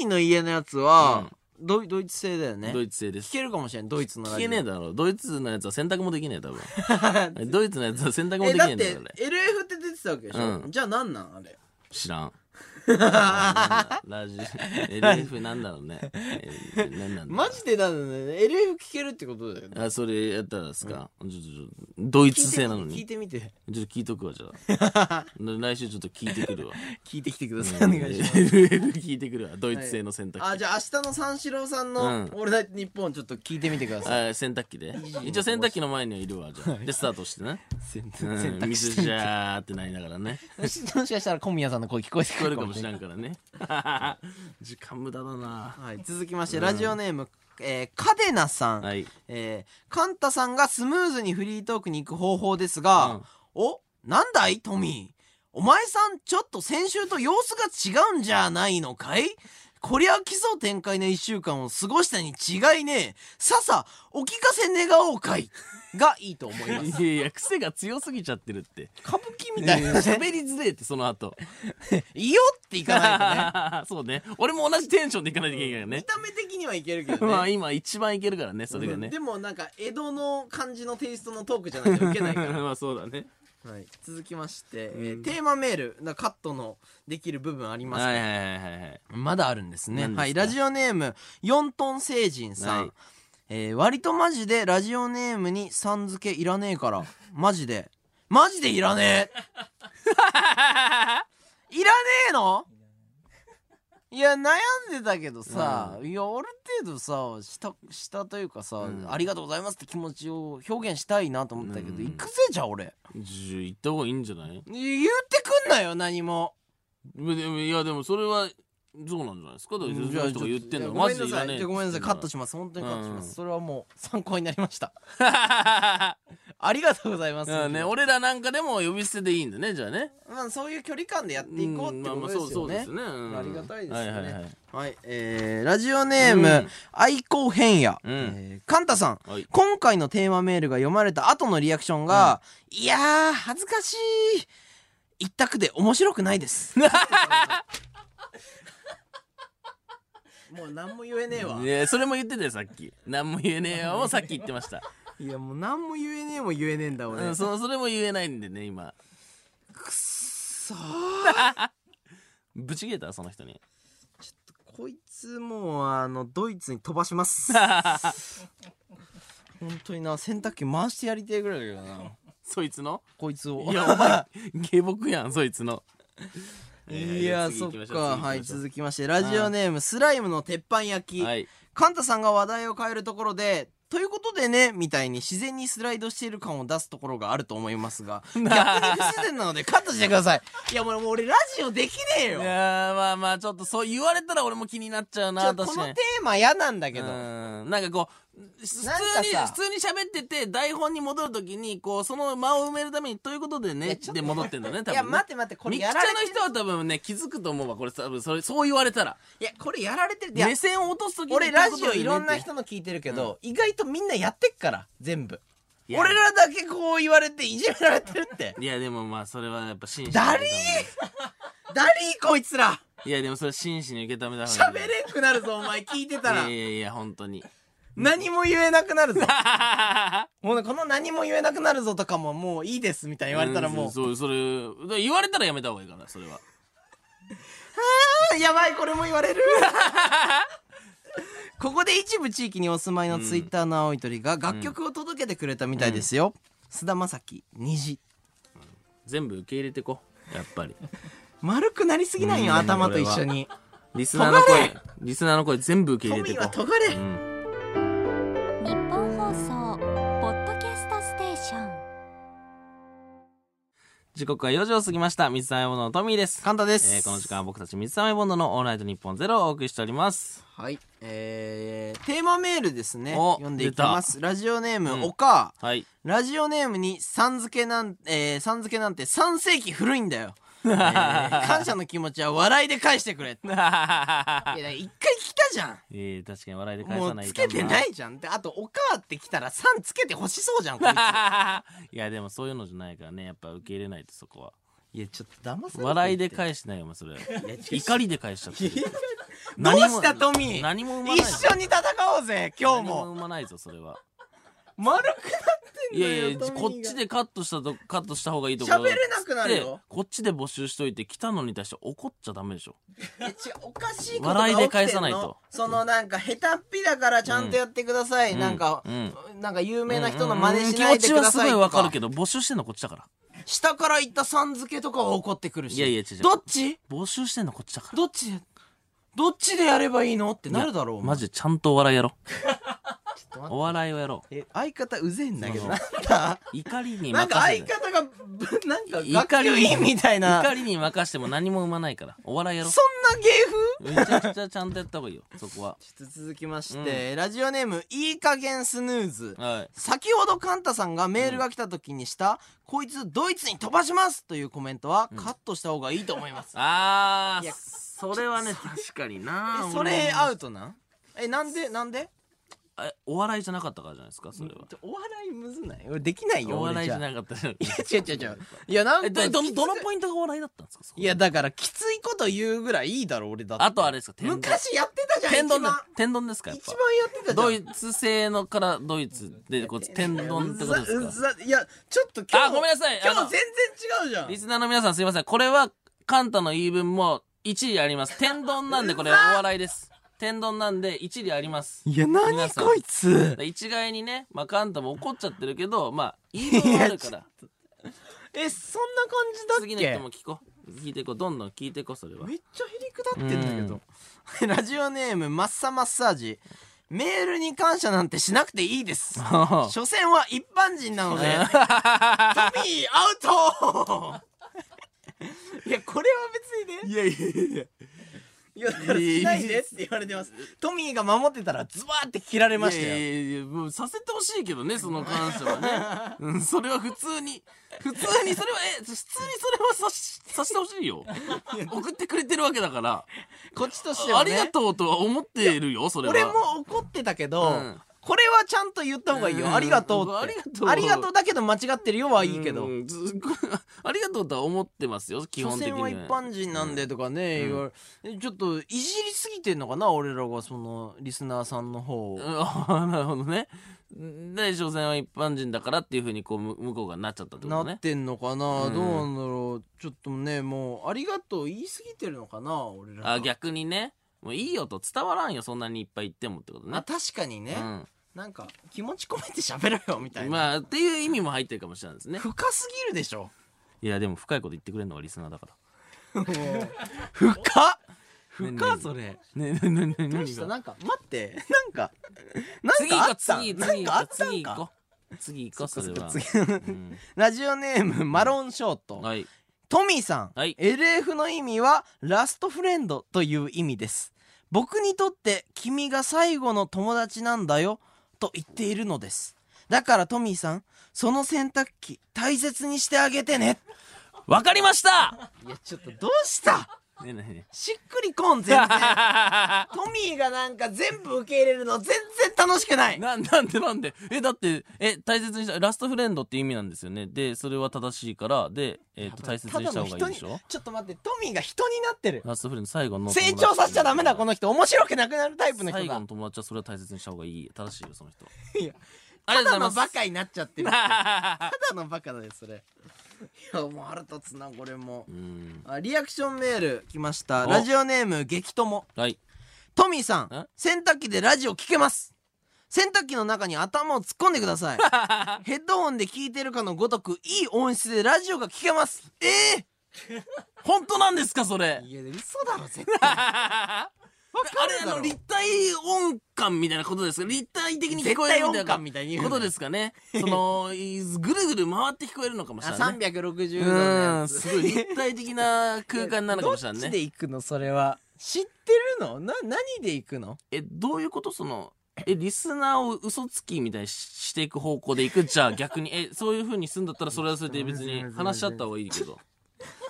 [SPEAKER 2] ミーの家のやつは、ドイドイツ製だよね
[SPEAKER 1] ドイツ製です
[SPEAKER 2] 聞けるかもしれんドイツのラ
[SPEAKER 1] 聞
[SPEAKER 2] ジ
[SPEAKER 1] け
[SPEAKER 2] オ
[SPEAKER 1] ねえだろドイツのやつは洗濯もできねえ 多分ドイツのやつは洗濯もで
[SPEAKER 2] え
[SPEAKER 1] き
[SPEAKER 2] だ
[SPEAKER 1] ね
[SPEAKER 2] っ
[SPEAKER 1] え
[SPEAKER 2] て
[SPEAKER 1] んだからね
[SPEAKER 2] LF って出てたわけでしょ、
[SPEAKER 1] うん
[SPEAKER 2] じゃあなんなんあれ
[SPEAKER 1] 知 らんあーなんだラジオ LF なんだろうねえーなんなんだ
[SPEAKER 2] マジでなんだね LF 聞けるってことだよね
[SPEAKER 1] あそれやったらですか、ちょちょちょドイツ製なの
[SPEAKER 2] 聞い
[SPEAKER 1] にち
[SPEAKER 2] てみて
[SPEAKER 1] ょっと聞いとくわじゃあ来週ちょっと聞いてくるわ
[SPEAKER 2] 聞いてきてくださいお願いします
[SPEAKER 1] LF 聞いてくるわドイツ製の洗濯機、
[SPEAKER 2] あじゃあ明日の三四郎さん
[SPEAKER 1] うん
[SPEAKER 2] の「オールナイトニッポン」ちょっと聞いてみてください、
[SPEAKER 1] あ洗濯機で一応洗濯機の前にはいるわじゃあでスタートしてね、
[SPEAKER 2] 洗
[SPEAKER 1] うん
[SPEAKER 2] 洗濯
[SPEAKER 1] 水
[SPEAKER 2] してみ
[SPEAKER 1] じ
[SPEAKER 2] て
[SPEAKER 1] ゃーってなりながらね
[SPEAKER 2] もしもしかしたら小宮さんの声聞こえて
[SPEAKER 1] 聞こ
[SPEAKER 2] く
[SPEAKER 1] え
[SPEAKER 2] る
[SPEAKER 1] る
[SPEAKER 2] か
[SPEAKER 1] か
[SPEAKER 2] も
[SPEAKER 1] も
[SPEAKER 2] しれ
[SPEAKER 1] し
[SPEAKER 2] ない
[SPEAKER 1] らんからね時間無駄だな
[SPEAKER 2] はい、続きましてラジオネーム、えーカデナさん、
[SPEAKER 1] はい
[SPEAKER 2] えー、カンタさんがスムーズにフリートークに行く方法ですが、
[SPEAKER 1] うん
[SPEAKER 2] おなんだいトミーお前さんちょっと先週と様子が違うんじゃないのかいこりゃ奇想天開な一週間を過ごしたに違いねえささお聞かせ願おうかいがいいと思いま
[SPEAKER 1] い
[SPEAKER 2] す
[SPEAKER 1] やいや癖が強すぎちゃってるって
[SPEAKER 2] 歌舞伎みたいな
[SPEAKER 1] 喋
[SPEAKER 2] 喋
[SPEAKER 1] りづれえってその後
[SPEAKER 2] りよっていかないと ね
[SPEAKER 1] そうね俺も同じテンションでいかないといけないから
[SPEAKER 2] 見
[SPEAKER 1] ね
[SPEAKER 2] た目的にはいけるけどね
[SPEAKER 1] まあ今一番いけるからねそれが
[SPEAKER 2] うん
[SPEAKER 1] ね
[SPEAKER 2] でもなんか江戸の感じのテイストのトークじゃないといけないから
[SPEAKER 1] まあそうだね
[SPEAKER 2] はい、続きまして、えーテーマメールなカットのできる部分ありますか、
[SPEAKER 1] はいはいはいはいはい
[SPEAKER 2] まだあるんですね
[SPEAKER 1] 何ですか
[SPEAKER 2] はいラジオネーム4トン星人さん、
[SPEAKER 1] はい
[SPEAKER 2] えー割とマジでラジオネームにさん付けいらねえからマジでマジでいら ねえいらねえのいや悩んでたけどさ、いやある程度さしたしたというかさ、
[SPEAKER 1] うん
[SPEAKER 2] ありがとうございますって気持ちを表現したいなと思ったけど、
[SPEAKER 1] うん
[SPEAKER 2] いくぜじゃあ俺
[SPEAKER 1] じゃあ行った方がいいんじゃない
[SPEAKER 2] 言ってくんなよ何も
[SPEAKER 1] ででもいやでもそれはそうなんじゃないですかだからそういう人が言ってんだからマジでいらねえ
[SPEAKER 2] じゃあごめんなさいカット
[SPEAKER 1] し
[SPEAKER 2] します本当にカットします、
[SPEAKER 1] うん
[SPEAKER 2] それはもう参考になりましたありがとうございま す、
[SPEAKER 1] うんね、俺らなんかでも呼び捨てでいいんだねじゃあね。
[SPEAKER 2] まあ、そういう距離感でやっていこうって
[SPEAKER 1] うんまあ
[SPEAKER 2] ことですよね、
[SPEAKER 1] まあそうそうですね、うん
[SPEAKER 2] ありがたいですね
[SPEAKER 1] はいはいはい
[SPEAKER 2] はい、えー、ラジオネーム、
[SPEAKER 1] うん
[SPEAKER 2] 愛好変や、
[SPEAKER 1] うん
[SPEAKER 2] えーカンタさん、
[SPEAKER 1] はい
[SPEAKER 2] 今回のテーマメールが読まれた後のリアクションが、いやー恥ずかしい一択で面白くないです もう何も言えねえわ
[SPEAKER 1] いやそれも言ってたよさっき何も言えねえよもうさっき言ってました、
[SPEAKER 2] いやもう何も言えねえも言えねえんだ俺、
[SPEAKER 1] うん、そそれも言えないんでね今
[SPEAKER 2] くっそ ー
[SPEAKER 1] ぶち切れたその人に
[SPEAKER 2] こいつもうあのドイツに飛ばします 本当にな洗濯機回してやりてえぐらいだけどな
[SPEAKER 1] そいつの
[SPEAKER 2] こいつを
[SPEAKER 1] いやお前 下僕やんそいつの
[SPEAKER 2] いや
[SPEAKER 1] 次
[SPEAKER 2] そ
[SPEAKER 1] 行き
[SPEAKER 2] っ
[SPEAKER 1] ましょう次行きましょ
[SPEAKER 2] か
[SPEAKER 1] う
[SPEAKER 2] はい続きましてラジオネームスライムの鉄板焼き、
[SPEAKER 1] はい
[SPEAKER 2] カンタさんが話題を変えるところでということでねみたいに自然にスライドしている感を出すところがあると思いますが逆に不自 然なのでカットしてください いやもうもう俺ラジオできねえ
[SPEAKER 1] い
[SPEAKER 2] よ
[SPEAKER 1] やーまあまあちょっとそう言われたら俺も気になっちゃう
[SPEAKER 2] ちょ
[SPEAKER 1] な
[SPEAKER 2] こ
[SPEAKER 1] 確
[SPEAKER 2] の
[SPEAKER 1] かに
[SPEAKER 2] テーマ嫌なんだけど
[SPEAKER 1] うんなんかこう普通
[SPEAKER 2] なんか
[SPEAKER 1] に
[SPEAKER 2] さ
[SPEAKER 1] 普通に喋ってて台本に戻るときにこうその間を埋めるためにということで
[SPEAKER 2] いや
[SPEAKER 1] ね
[SPEAKER 2] ちょっと
[SPEAKER 1] で戻ってんだね多分ね
[SPEAKER 2] いや待って待ってこれ
[SPEAKER 1] ミキチ
[SPEAKER 2] や
[SPEAKER 1] ャ
[SPEAKER 2] られて
[SPEAKER 1] の
[SPEAKER 2] る
[SPEAKER 1] 人は多分ね気づくと思うわこれ多分それそう言われたら
[SPEAKER 2] いやこれやられてるいや
[SPEAKER 1] 目線を落とす時に
[SPEAKER 2] 俺ラジオいろん
[SPEAKER 1] と
[SPEAKER 2] な
[SPEAKER 1] いうこ
[SPEAKER 2] 人の聞いてるけど、意外とみんなやってっから全部
[SPEAKER 1] いや
[SPEAKER 2] 俺らだけこう言われていじめられてるって
[SPEAKER 1] とでねいやでもまあそれはやっぱ真摯に
[SPEAKER 2] だりーだりーこいつら
[SPEAKER 1] いやでもそれは真摯に受け止めた方
[SPEAKER 2] 喋
[SPEAKER 1] がいい
[SPEAKER 2] れんくなるぞお前聞いてた
[SPEAKER 1] い
[SPEAKER 2] ら
[SPEAKER 1] やいやいや本当に
[SPEAKER 2] 何も言えなくなるぞもうねこの何も言えなくなるぞとかももういいですみたいな言われたらもう、
[SPEAKER 1] んそうそれだから言われたらやめた方がいいからそれは
[SPEAKER 2] あーやばいこれも言わ れるここで一部地域にお住まいのツイッターの青い鳥が楽曲を届けてくれたみたいですよ菅、田将暉虹
[SPEAKER 1] 全部受け入れてこやっ ぱり
[SPEAKER 2] 丸くなりすぎないよ、
[SPEAKER 1] うん
[SPEAKER 2] 頭と一緒に
[SPEAKER 1] リスナーの声
[SPEAKER 2] 尖
[SPEAKER 1] リスナーの声全部受け入れて
[SPEAKER 2] 富
[SPEAKER 1] こ
[SPEAKER 2] はとがれ、
[SPEAKER 1] うん
[SPEAKER 3] 日本放送ポッドキャストステーション
[SPEAKER 1] 時刻は4時を過ぎました水溜りボンドのトミーです、
[SPEAKER 2] 簡単です、
[SPEAKER 1] えー、この時間は僕たち水溜りボンドの「オールナイトニッポンゼロをお送りしております
[SPEAKER 2] はいえー、テーマメールですね
[SPEAKER 1] お
[SPEAKER 2] 読んでいきますラジオネーム、
[SPEAKER 1] うん
[SPEAKER 2] おか
[SPEAKER 1] はい
[SPEAKER 2] ラジオネームにさん付けなん、えー、さん付けなんて3世紀古いん だよ、えー感謝の気持ちは笑いで返してくれ いやだから一回来たじゃん
[SPEAKER 1] えー、確かに笑いで返
[SPEAKER 2] も
[SPEAKER 1] さな
[SPEAKER 2] う
[SPEAKER 1] い
[SPEAKER 2] つけてない いじゃんであと「お母って来たら「さん」つけてほしそうじゃんこいつ
[SPEAKER 1] いやでもそういうのじゃないからねやっぱ受け入れないとそこ はい
[SPEAKER 2] やちょっと騙されて
[SPEAKER 1] 笑いで返してないよお前それ
[SPEAKER 2] 違う
[SPEAKER 1] 怒りで返しちゃってる
[SPEAKER 2] どう
[SPEAKER 1] 何も
[SPEAKER 2] したトミー
[SPEAKER 1] 何も生まない
[SPEAKER 2] 一緒に戦おうぜ今日
[SPEAKER 1] 何も
[SPEAKER 2] も
[SPEAKER 1] 生まないぞそれは
[SPEAKER 2] 丸くなっ てん
[SPEAKER 1] い
[SPEAKER 2] だ
[SPEAKER 1] や
[SPEAKER 2] よ
[SPEAKER 1] いや
[SPEAKER 2] トミーが
[SPEAKER 1] こっちでカットしたとカットした方がいいところ
[SPEAKER 2] 喋れなくなるよ
[SPEAKER 1] でこっちで募集しといて来たのに対して怒っちゃダメでしょ
[SPEAKER 2] いや違うおかしいことが
[SPEAKER 1] 笑い
[SPEAKER 2] 起きてんの
[SPEAKER 1] で返さないと
[SPEAKER 2] そのなんか下手っぴだからちゃんとやってください、
[SPEAKER 1] うん
[SPEAKER 2] なんか、
[SPEAKER 1] うん
[SPEAKER 2] なんか有名な人の真似しな
[SPEAKER 1] う
[SPEAKER 2] い
[SPEAKER 1] ん気持
[SPEAKER 2] で
[SPEAKER 1] ち
[SPEAKER 2] く
[SPEAKER 1] は
[SPEAKER 2] だ
[SPEAKER 1] す
[SPEAKER 2] さ
[SPEAKER 1] ご
[SPEAKER 2] い
[SPEAKER 1] い
[SPEAKER 2] とか
[SPEAKER 1] わかるけど募集してんのこっちだから
[SPEAKER 2] 下から言ったさん付けとかは怒ってくるし
[SPEAKER 1] いやいや違う違う
[SPEAKER 2] どっち
[SPEAKER 1] 募集してんのこっちだから
[SPEAKER 2] どっちでどっちでやればいいのってなるだろうお前
[SPEAKER 1] マジでちゃんとお笑いや ろ
[SPEAKER 2] と待って
[SPEAKER 1] お笑いをやろう
[SPEAKER 2] え相方うぜえんだけど
[SPEAKER 1] その
[SPEAKER 2] なんだ
[SPEAKER 1] 怒りに
[SPEAKER 2] なんか
[SPEAKER 1] 任せ
[SPEAKER 2] 相
[SPEAKER 1] て
[SPEAKER 2] 方がぶなんか
[SPEAKER 1] 怒
[SPEAKER 2] 学
[SPEAKER 1] り
[SPEAKER 2] 級
[SPEAKER 1] に
[SPEAKER 2] 委員みたいなそ
[SPEAKER 1] 怒
[SPEAKER 2] ん
[SPEAKER 1] りに任しても何も生まないからお笑いやろ
[SPEAKER 2] な芸風
[SPEAKER 1] めちゃくちゃちゃんとやった方がいいよそこは
[SPEAKER 2] ちょっと続きまして、ラジオネームいい加減スヌーズ、
[SPEAKER 1] はい
[SPEAKER 2] 先ほどカンタさんがメールが来た時にした、こいつドイツに飛ばしますというコメントはカットした方がいいと思 います、
[SPEAKER 1] あ
[SPEAKER 2] い
[SPEAKER 1] ー
[SPEAKER 2] や
[SPEAKER 1] それはね確かにな
[SPEAKER 2] えそれア
[SPEAKER 1] う
[SPEAKER 2] ウトなんえなんでなんで
[SPEAKER 1] お笑いじゃなかったからじゃないですかそれは
[SPEAKER 2] お笑いむずない俺できないよ
[SPEAKER 1] お笑いじゃ
[SPEAKER 2] い
[SPEAKER 1] なかったじゃない
[SPEAKER 2] や違う違う 違ういやなん
[SPEAKER 1] え
[SPEAKER 2] か
[SPEAKER 1] どどどの
[SPEAKER 2] きつ
[SPEAKER 1] ポイントがお笑いだったんですかそこ
[SPEAKER 2] いやだからきついこと言うぐらいいいだろ俺だって
[SPEAKER 1] あとあれですか天丼
[SPEAKER 2] 昔やってたじゃん
[SPEAKER 1] 天丼
[SPEAKER 2] 一
[SPEAKER 1] で
[SPEAKER 2] 番
[SPEAKER 1] 天丼ですかやっ
[SPEAKER 2] 一
[SPEAKER 1] ぱ
[SPEAKER 2] 番やってたじゃん
[SPEAKER 1] ドイツ製のからドイツでこう天丼ってことです
[SPEAKER 2] う
[SPEAKER 1] か
[SPEAKER 2] ざうざいやちょっと今日
[SPEAKER 1] あごめんなさい
[SPEAKER 2] 今
[SPEAKER 1] あ
[SPEAKER 2] 日
[SPEAKER 1] の
[SPEAKER 2] 全然違うじゃん
[SPEAKER 1] リスナーの皆さんすいません。これは、カンタの言い分も1位あります。天丼なんでこれお笑いです。天丼なんで1理あります。
[SPEAKER 2] いや何
[SPEAKER 1] 皆さん
[SPEAKER 2] こいつ
[SPEAKER 1] 一概にね、まあカンタも怒っちゃってるけど、まあ言い分はあるから、
[SPEAKER 2] えそんな感じ
[SPEAKER 1] 次
[SPEAKER 2] だっ
[SPEAKER 1] の
[SPEAKER 2] け
[SPEAKER 1] 人も聞こう。聞いてこう。どんどん聞いてこう、それは
[SPEAKER 2] め。っちゃへりくだってんだけど、 ラジオネームマッサマッサージメールに感謝なんてしなくていいです
[SPEAKER 1] あ
[SPEAKER 2] 所詮は一般人なのでトミーアウト いやこれは別にね
[SPEAKER 1] いやいやいや。
[SPEAKER 2] いやだからしないでって言われてますトミーが守ってたらズバーって切られましたよ
[SPEAKER 1] いやいやいやもうさせてほしいけどねその感謝はね、 うん、それは普通に普通にそれはえ普通にそれはさしさしてほしいよ送ってくれてるわけだから
[SPEAKER 2] こっちとして
[SPEAKER 1] あ
[SPEAKER 2] は
[SPEAKER 1] り
[SPEAKER 2] ね
[SPEAKER 1] がとうとは思っているよそれは
[SPEAKER 2] 俺も怒ってたけど、
[SPEAKER 1] うん
[SPEAKER 2] これはちゃんと言った方がいいよ、
[SPEAKER 1] うん
[SPEAKER 2] ありがとうって
[SPEAKER 1] ありがとう
[SPEAKER 2] ありがとうだけど間違ってるよはいいけど、
[SPEAKER 1] うんず ありがとうとは思ってますよ基
[SPEAKER 2] 所
[SPEAKER 1] 本的に
[SPEAKER 2] 詮は一般人なんでとかね、言われえちょっといじりすぎてんのかな俺らがそのリスナーさんの方を、
[SPEAKER 1] うん あなるほどねで所詮は一般人だからっていうふうにこうむ向こうがなっちゃったってこと
[SPEAKER 2] なっ
[SPEAKER 1] ね
[SPEAKER 2] てんのかな、
[SPEAKER 1] うん
[SPEAKER 2] どうなんだろうちょっとねもうありがとう言いすぎてるのかな俺らが
[SPEAKER 1] あ逆にねもういいよと伝わらんよそんなにいっぱい言ってもってこと
[SPEAKER 2] あ
[SPEAKER 1] ね
[SPEAKER 2] 確かにね、
[SPEAKER 1] うん
[SPEAKER 2] なんか気持ち込めて喋ろよみたいな、
[SPEAKER 1] まあっていう意味も入ってるかもしれないですね
[SPEAKER 2] 深すぎるで しょ
[SPEAKER 1] いやでも深いこと言ってくれるのがリスナーだから
[SPEAKER 2] もう深っ
[SPEAKER 1] ね
[SPEAKER 2] 深っそれ
[SPEAKER 1] ねねねね
[SPEAKER 2] どうしたなんか待ってなんかなん
[SPEAKER 1] 次
[SPEAKER 2] かあ
[SPEAKER 1] 行こう
[SPEAKER 2] った
[SPEAKER 1] 次
[SPEAKER 2] なん
[SPEAKER 1] 次
[SPEAKER 2] かあ
[SPEAKER 1] 行
[SPEAKER 2] っ
[SPEAKER 1] こう
[SPEAKER 2] たん
[SPEAKER 1] 次行
[SPEAKER 2] か
[SPEAKER 1] こう次行こうそれは
[SPEAKER 2] そっかそっか
[SPEAKER 1] う
[SPEAKER 2] 次
[SPEAKER 1] ん
[SPEAKER 2] ラジオネームマロンショート、
[SPEAKER 1] はい
[SPEAKER 2] トミーさん、
[SPEAKER 1] はい
[SPEAKER 2] LF の意味はラストフレンドという意味です僕にとって君が最後の友達なんだよと言っているのですだからトミーさんその洗濯機大切にしてあげてね
[SPEAKER 1] わかりました
[SPEAKER 2] いやちょっとどうした
[SPEAKER 1] ねねね
[SPEAKER 2] しっくりこん全然トミーがなんか全部受け入れるの全然楽しくない
[SPEAKER 1] ななんでなんでえだってえ大切にしたラストフレンドって意味なんですよねでそれは正しいからで、えっと大切にした方がいいでし
[SPEAKER 2] ただの
[SPEAKER 1] ょ
[SPEAKER 2] 人にちょっと待ってトミーが人になってる
[SPEAKER 1] ラストフレンド最後の
[SPEAKER 2] 成長させちゃダメだこ
[SPEAKER 1] の
[SPEAKER 2] の人面白くなくなるタイプの人
[SPEAKER 1] 最後
[SPEAKER 2] が
[SPEAKER 1] の友達はそれは大切にした方がいい正しいよその人
[SPEAKER 2] いや
[SPEAKER 1] あり
[SPEAKER 2] た
[SPEAKER 1] がと
[SPEAKER 2] だ
[SPEAKER 1] うご
[SPEAKER 2] の
[SPEAKER 1] ざい
[SPEAKER 2] バ
[SPEAKER 1] ます
[SPEAKER 2] カになっちゃってるただのバカだよそれいやもう腹立つなこれも
[SPEAKER 1] うん
[SPEAKER 2] あリアクションメール来ました
[SPEAKER 1] お
[SPEAKER 2] ラジオネーム激友
[SPEAKER 1] はい
[SPEAKER 2] トミーさん
[SPEAKER 1] ん
[SPEAKER 2] 洗濯機でラジオ聞けます洗濯機の中に頭を突っ込んでくださ いヘッドホンで聞いてるかのごとくいい音質でラジオが聞けますえ
[SPEAKER 1] 本当なんですかそれ
[SPEAKER 2] えいや嘘だろ絶
[SPEAKER 1] あ
[SPEAKER 2] 対
[SPEAKER 1] あれあの立体音感みたいなことですか立体的に聞こえるみたいな
[SPEAKER 2] みたいに
[SPEAKER 1] ことですか ねそのいぐるぐる回って聞こえるのかもし
[SPEAKER 2] あ
[SPEAKER 1] れない、ね、
[SPEAKER 2] 360度の
[SPEAKER 1] う
[SPEAKER 2] や
[SPEAKER 1] ん
[SPEAKER 2] つ
[SPEAKER 1] すごい立体的な空間なのかもしれない
[SPEAKER 2] どっち
[SPEAKER 1] ね
[SPEAKER 2] で行くのそれは知ってるのな何で行くの
[SPEAKER 1] えどういうことそのえリスナーを嘘つきみたいにししていく方向でいくじゃあ逆にえそういうふうにするんだったらそれはそれで別に話し合った方がいいけど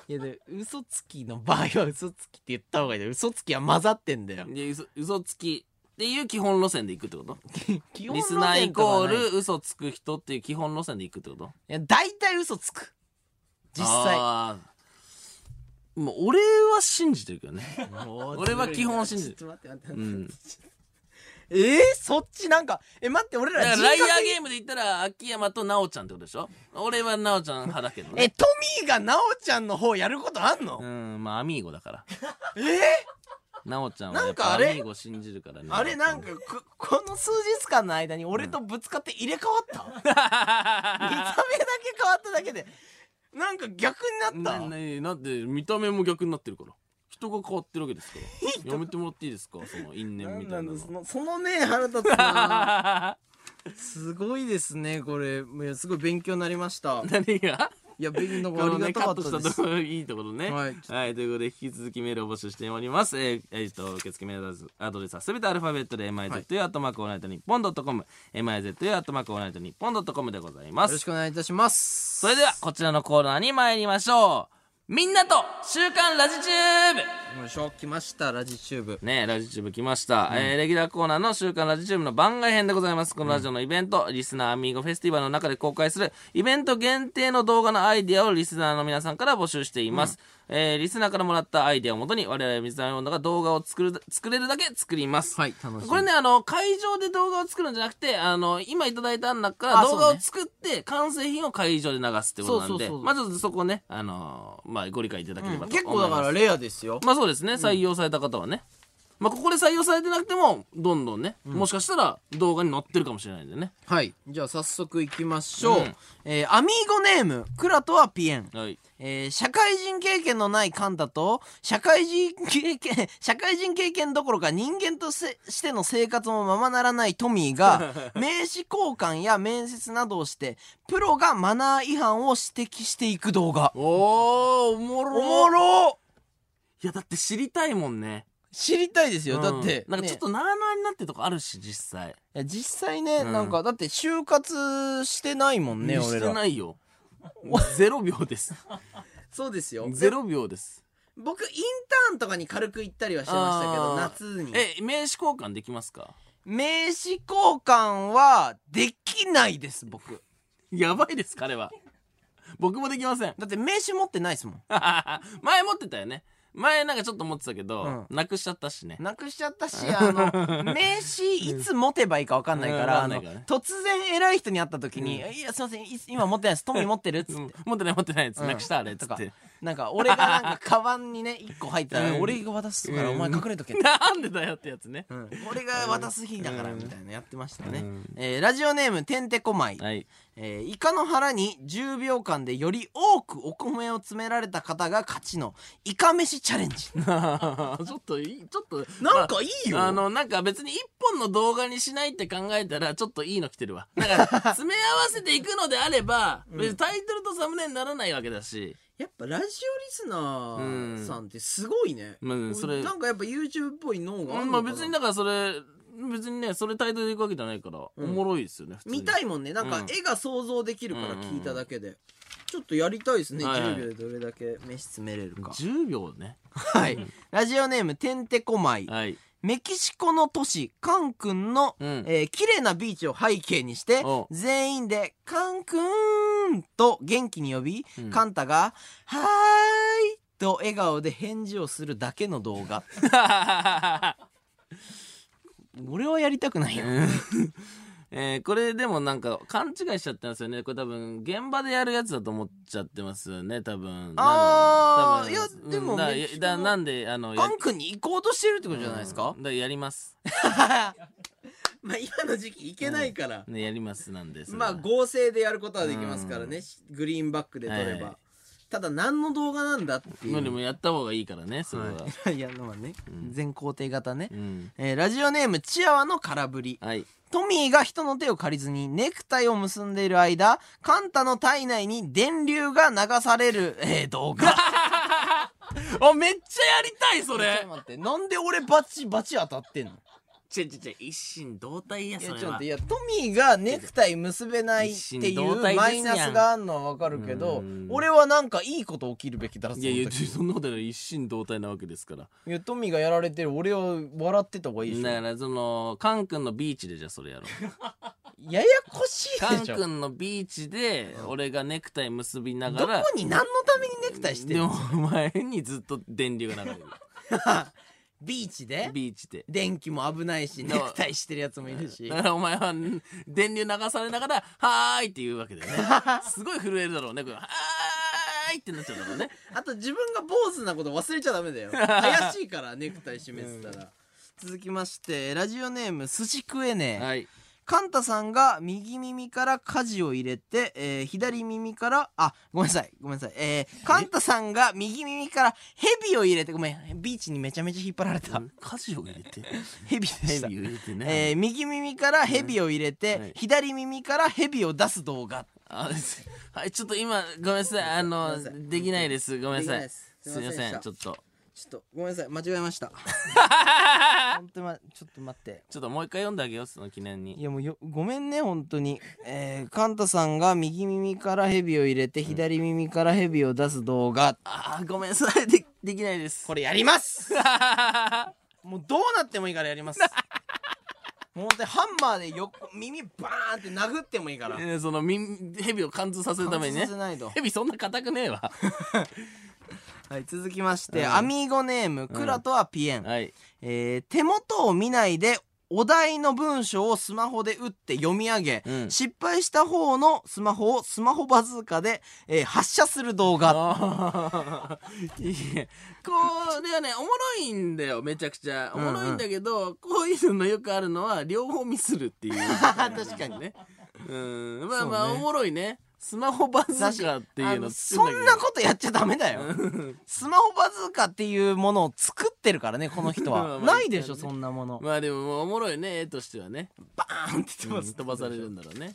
[SPEAKER 2] いやで嘘つきの場合は嘘つきって言った方がいいよ嘘つきは混ざってんだよ
[SPEAKER 1] で嘘嘘つきっていう基本路線でいくってこと
[SPEAKER 2] 基
[SPEAKER 1] リスナーイコー
[SPEAKER 2] い
[SPEAKER 1] ル嘘つく人っていう基本路線でいくってこと
[SPEAKER 2] や大体嘘つく実際
[SPEAKER 1] あーもう俺は信じてるけどね俺は基本信じる
[SPEAKER 2] ちょっと待って待って
[SPEAKER 1] う
[SPEAKER 2] 待って
[SPEAKER 1] ん
[SPEAKER 2] えー、そっちなんかえ待って 俺
[SPEAKER 1] だからら
[SPEAKER 2] 人
[SPEAKER 1] ライア
[SPEAKER 2] 格
[SPEAKER 1] ーゲームで言ったら秋山と奈緒ちゃんってことでしょ俺は奈緒ちゃん派 だけど
[SPEAKER 2] え
[SPEAKER 1] ね
[SPEAKER 2] トミーがなおちゃんの方やることあんの、
[SPEAKER 1] うんまあアミーゴだから
[SPEAKER 2] え
[SPEAKER 1] 奈緒ちゃんはや
[SPEAKER 2] な
[SPEAKER 1] っ
[SPEAKER 2] んか
[SPEAKER 1] ぱ
[SPEAKER 2] あ
[SPEAKER 1] アミ
[SPEAKER 2] れ
[SPEAKER 1] ーゴ信じるからね
[SPEAKER 2] ー、あれなんかここの数日間の間に俺とぶつかって入れ替わった、見た目だけ変わっただけでなんか逆になっ
[SPEAKER 1] な
[SPEAKER 2] た
[SPEAKER 1] ななんで見た目も逆になってるから人が変わってるわけですからやめてもらっていいですかその因縁みたいなの
[SPEAKER 2] のそのね腹立つな すごいですねこれいやすごい勉強になりました
[SPEAKER 1] 何が
[SPEAKER 2] いや勉強
[SPEAKER 1] このねカット
[SPEAKER 2] で
[SPEAKER 1] し
[SPEAKER 2] す
[SPEAKER 1] たところいいところね
[SPEAKER 2] はい
[SPEAKER 1] ということで引き続きメールを募集しておりますえーえーっと受付メールアドレスアドレスはすべてアルファベットで m i z u アットマークオールナイトニッポンドットコム m i z u アットマークオールナイトニッポンドットコムでございま
[SPEAKER 2] よろ
[SPEAKER 1] す
[SPEAKER 2] しくお願いいたします
[SPEAKER 1] それではこちらのコーナーに参りましょうみんなと週刊ラジチューブ
[SPEAKER 2] よいしょ来ましたラジチューブ
[SPEAKER 1] ねラジチューブ来ました、えーレギュラーコーナーの週刊ラジチューブの番外編でございます。このラジオのイベント、リスナーアミーゴフェスティバルの中で公開するイベント限定の動画のアイディアをリスナーの皆さんから募集しています。えーリスナーからもらったアイディアをもとに我々水溜りボンドが動画を作る、作れるだけ作ります。
[SPEAKER 2] はい楽しみ
[SPEAKER 1] これね、あの、会場で動画を作るんじゃなくて、あの、今いただいた案の中か
[SPEAKER 2] あ
[SPEAKER 1] ら動画
[SPEAKER 2] そう
[SPEAKER 1] を
[SPEAKER 2] ね
[SPEAKER 1] 作って、完成品を会場で流すってことなんで、
[SPEAKER 2] そうそうそう
[SPEAKER 1] まあちょっとそこね、あのーまあご理解いただければと思います。
[SPEAKER 2] 結構だからレアですよ
[SPEAKER 1] まあそうですね採用された方はね、まあここで採用されてなくてもどんどんね、もしかしたら動画に載ってるかもしれないんでね
[SPEAKER 2] はいじゃあ早速いきましょう、
[SPEAKER 1] うん
[SPEAKER 2] えーアミーゴネームクラとはピエン
[SPEAKER 1] はい
[SPEAKER 2] えー社会人経験のないカンタと社会人経験 社会人経験どころか人間とせしての生活もままならないトミー が名刺交換や面接などをしてプロがマナー違反を指摘していく動画
[SPEAKER 1] おーおも
[SPEAKER 2] お
[SPEAKER 1] ろ
[SPEAKER 2] もろ
[SPEAKER 1] いやだって知りたいもんね
[SPEAKER 2] 知りたいですよ、
[SPEAKER 1] うん
[SPEAKER 2] だって
[SPEAKER 1] なんかちょっとなあなあになってるとこあるし実際
[SPEAKER 2] ねいや実際ね、
[SPEAKER 1] うん
[SPEAKER 2] なんかだって就活してないもんね
[SPEAKER 1] し
[SPEAKER 2] 俺
[SPEAKER 1] て
[SPEAKER 2] ら
[SPEAKER 1] ないよ ゼロ秒です
[SPEAKER 2] そうですよ
[SPEAKER 1] ゼロ秒です
[SPEAKER 2] 僕インターンとかに軽く行ったりはしてましたけど
[SPEAKER 1] あー
[SPEAKER 2] 夏に
[SPEAKER 1] え名刺交換できますか
[SPEAKER 2] 名刺交換はできないです僕
[SPEAKER 1] やばいです彼は僕もできません
[SPEAKER 2] だって名刺持ってないですもん
[SPEAKER 1] 前持ってたよね前なんかちょっと持ってたけど、
[SPEAKER 2] う
[SPEAKER 1] なくしちゃったしね
[SPEAKER 2] なくしちゃ ったしあの名刺いつ持てばいいか分かんないから,、
[SPEAKER 1] うん
[SPEAKER 2] あ
[SPEAKER 1] わ
[SPEAKER 2] の
[SPEAKER 1] かんない
[SPEAKER 2] 突然偉い人に会った時に「いやすいませんい今持ってないですトミー持ってる?」っつって、
[SPEAKER 1] うん持ってない持ってないやつ、
[SPEAKER 2] うん
[SPEAKER 1] なくしたあれっつ
[SPEAKER 2] と
[SPEAKER 1] っ
[SPEAKER 2] か
[SPEAKER 1] て
[SPEAKER 2] なんか俺がなんかカバンにね1個入ったら
[SPEAKER 1] うん
[SPEAKER 2] 俺が渡すから
[SPEAKER 1] う
[SPEAKER 2] お
[SPEAKER 1] ん
[SPEAKER 2] 前隠れとけって、
[SPEAKER 1] なんでだよってやつね、
[SPEAKER 2] うん俺が渡す日だから
[SPEAKER 1] うん
[SPEAKER 2] みたいなやってましたね、
[SPEAKER 1] うん
[SPEAKER 2] えーラジオネームてんてこまい、
[SPEAKER 1] はい
[SPEAKER 2] えーイカの腹に10秒間でより多くお米を詰められた方が勝ちのイカ飯チャレンジ
[SPEAKER 1] ちょっといいちょっと
[SPEAKER 2] なんかいいよ
[SPEAKER 1] まああのなんか別に一本の動画にしないって考えたらちょっといいの来てるわだから 詰め合わせていくのであれば、別にタイトルとサムネにならないわけだし
[SPEAKER 2] やっぱラジオリスナーさんってすごいね。
[SPEAKER 1] うんまあそれ
[SPEAKER 2] なんかやっぱ YouTube っぽい脳があ
[SPEAKER 1] う
[SPEAKER 2] る
[SPEAKER 1] んま
[SPEAKER 2] のかな
[SPEAKER 1] あ別にだからそれ別にねそれ態度でいくわけじゃないから、
[SPEAKER 2] うん
[SPEAKER 1] おもろいですよね普通に
[SPEAKER 2] 見たいもんねなん
[SPEAKER 1] う
[SPEAKER 2] か
[SPEAKER 1] ん
[SPEAKER 2] 絵が想像できるから聞いただけで、ちょっとやりたいですね、
[SPEAKER 1] はいはい
[SPEAKER 2] 10秒でどれだけ飯詰めれるか
[SPEAKER 1] 10秒ね
[SPEAKER 2] はいラジオネームてんてこまい
[SPEAKER 1] はい
[SPEAKER 2] メキシコの都市カンクンの、
[SPEAKER 1] うん
[SPEAKER 2] えー綺麗なビーチを背景にして
[SPEAKER 1] お
[SPEAKER 2] 全員で「カンクン!」と元気に呼び、
[SPEAKER 1] うん
[SPEAKER 2] カンタが「はーい!」と笑顔で返事をするだけの動画俺はやりたくないよ、
[SPEAKER 1] えーこれでもなんか勘違いしちゃったんですよねこれ多分現場でやるやつだと思っちゃってますよね多分
[SPEAKER 2] あ
[SPEAKER 1] な
[SPEAKER 2] ー
[SPEAKER 1] の多
[SPEAKER 2] いやでも
[SPEAKER 1] うんだ
[SPEAKER 2] メキシコ
[SPEAKER 1] だなんであのや
[SPEAKER 2] カンクンに行こうとしてるってことじゃないですか、
[SPEAKER 1] うんだやります、
[SPEAKER 2] まあ今の時期行けないから、
[SPEAKER 1] ね、やりますなんです
[SPEAKER 2] まあ合成でやることはできますからね、
[SPEAKER 1] う
[SPEAKER 2] グリーンバックで撮れば、
[SPEAKER 1] はい
[SPEAKER 2] ただ何の動画なんだっていう、
[SPEAKER 1] でもやった方がいいからねそれは、
[SPEAKER 2] はいいやまあね、
[SPEAKER 1] ん
[SPEAKER 2] 全肯定型ね、
[SPEAKER 1] うん
[SPEAKER 2] えーラジオネームチアワの空振り
[SPEAKER 1] はい
[SPEAKER 2] トミーが人の手を借りずにネクタイを結んでいる間カンタの体内に電流が流される、えー動画
[SPEAKER 1] あめっちゃやりたいそ
[SPEAKER 2] ちょっと待ってなんで俺バチバチ当たってんの
[SPEAKER 1] ちょちょちょ一心同体や
[SPEAKER 2] いや
[SPEAKER 1] そ
[SPEAKER 2] ち
[SPEAKER 1] れ
[SPEAKER 2] ょっと待っ
[SPEAKER 1] は
[SPEAKER 2] ていやトミーがネクタイ結べないってい
[SPEAKER 1] 一心同体で
[SPEAKER 2] う
[SPEAKER 1] すやん
[SPEAKER 2] マイナスがあんのはわかるけど
[SPEAKER 1] うん
[SPEAKER 2] 俺はなんかいいこと起きるべきだろ
[SPEAKER 1] いやいや
[SPEAKER 2] その時
[SPEAKER 1] そんなことない一心同体なわけですから
[SPEAKER 2] いやトミーがやられてる俺は笑ってた方がいいでしょ
[SPEAKER 1] だからそのカン君のビーチでじゃあそ れやろう
[SPEAKER 2] ややこしい
[SPEAKER 1] カン
[SPEAKER 2] でしょ
[SPEAKER 1] 君のビーチで俺がネクタイ結びな
[SPEAKER 2] ど
[SPEAKER 1] が
[SPEAKER 2] こ
[SPEAKER 1] ら
[SPEAKER 2] に何のためにネクタイし
[SPEAKER 1] で
[SPEAKER 2] てる
[SPEAKER 1] も
[SPEAKER 2] の
[SPEAKER 1] お前にずっと電流が 流れる
[SPEAKER 2] ビーチで
[SPEAKER 1] ビーチで
[SPEAKER 2] 電気も危ないしネ
[SPEAKER 1] だから
[SPEAKER 2] クタイしてるやつもいるし
[SPEAKER 1] だからお前はん電流流されながら「はーい」って言うわけだよね すごい震えるだろうねこれ「はーい」ってなっちゃうだろうね
[SPEAKER 2] あと自分が坊主なこと忘れちゃダメ だよ怪しいからネクタイ締めてたら続きましてラジオネーム寿司食えねえ
[SPEAKER 1] はい
[SPEAKER 2] カンタさんが右耳から舵を入れて、えー左耳からあごめんなさいごめんなさい、えー、カンタさんが右耳からヘビを入れてごめんビーチにめちゃめちゃ引っ張られた、
[SPEAKER 1] 火事を入れて
[SPEAKER 2] ヘビで
[SPEAKER 1] ヘ
[SPEAKER 2] した
[SPEAKER 1] ビを入れて
[SPEAKER 2] え
[SPEAKER 1] ね、
[SPEAKER 2] ー右耳からヘビを入れて、
[SPEAKER 1] はい
[SPEAKER 2] 左耳からヘビを出す動画
[SPEAKER 1] あすはいちょっと今ごめんなさいあの
[SPEAKER 2] ごめんなさい
[SPEAKER 1] できないですごめんなさい
[SPEAKER 2] できないです
[SPEAKER 1] すいます
[SPEAKER 2] いま
[SPEAKER 1] せ
[SPEAKER 2] せんでした
[SPEAKER 1] んちょっと
[SPEAKER 2] ちょっとごめんなさい間違え ました本当に、ま、ちょっと待って
[SPEAKER 1] ちょっともう一回読んであげようその記念
[SPEAKER 2] い
[SPEAKER 1] に
[SPEAKER 2] やもうよごめんね本当に、えー、カンタさんが右耳からヘビを入れて左耳からヘビを出す動画
[SPEAKER 1] あーごめんなさいでできないです
[SPEAKER 2] これやります もうどうなってもいいからやりますもう本当にハンマーで横耳バーンって殴ってもいいから
[SPEAKER 1] えーその耳蛇を貫通させるためにね
[SPEAKER 2] 貫通させないと
[SPEAKER 1] 蛇そんな硬くねえわ
[SPEAKER 2] はい続きまして、アミーゴネームクラとはピエン、
[SPEAKER 1] はい
[SPEAKER 2] えー手元を見ないでお題の文章をスマホで打って読み上げ、
[SPEAKER 1] うん
[SPEAKER 2] 失敗した方のスマホをスマホバズーカで、えー発射する動画
[SPEAKER 1] あーいやこれはねおもろいんだよめちゃくちゃおもろいんだけど、こういうのよくあるのは両方ミスる っていう確かにねうんまあまあ、
[SPEAKER 2] そうね
[SPEAKER 1] おもろいねスマホバズーカっていうの
[SPEAKER 2] あの
[SPEAKER 1] 作
[SPEAKER 2] そ
[SPEAKER 1] ん
[SPEAKER 2] ん
[SPEAKER 1] だ
[SPEAKER 2] な
[SPEAKER 1] けど
[SPEAKER 2] ことやっちゃダメだよスマホバズーカっていうものを作ってるからねこの人
[SPEAKER 1] まあ
[SPEAKER 2] は
[SPEAKER 1] まあ
[SPEAKER 2] ないでしょそんなもの
[SPEAKER 1] まあでもおもろいね絵としてはね
[SPEAKER 2] バーンって飛ばす
[SPEAKER 1] 飛ばされるんだろうね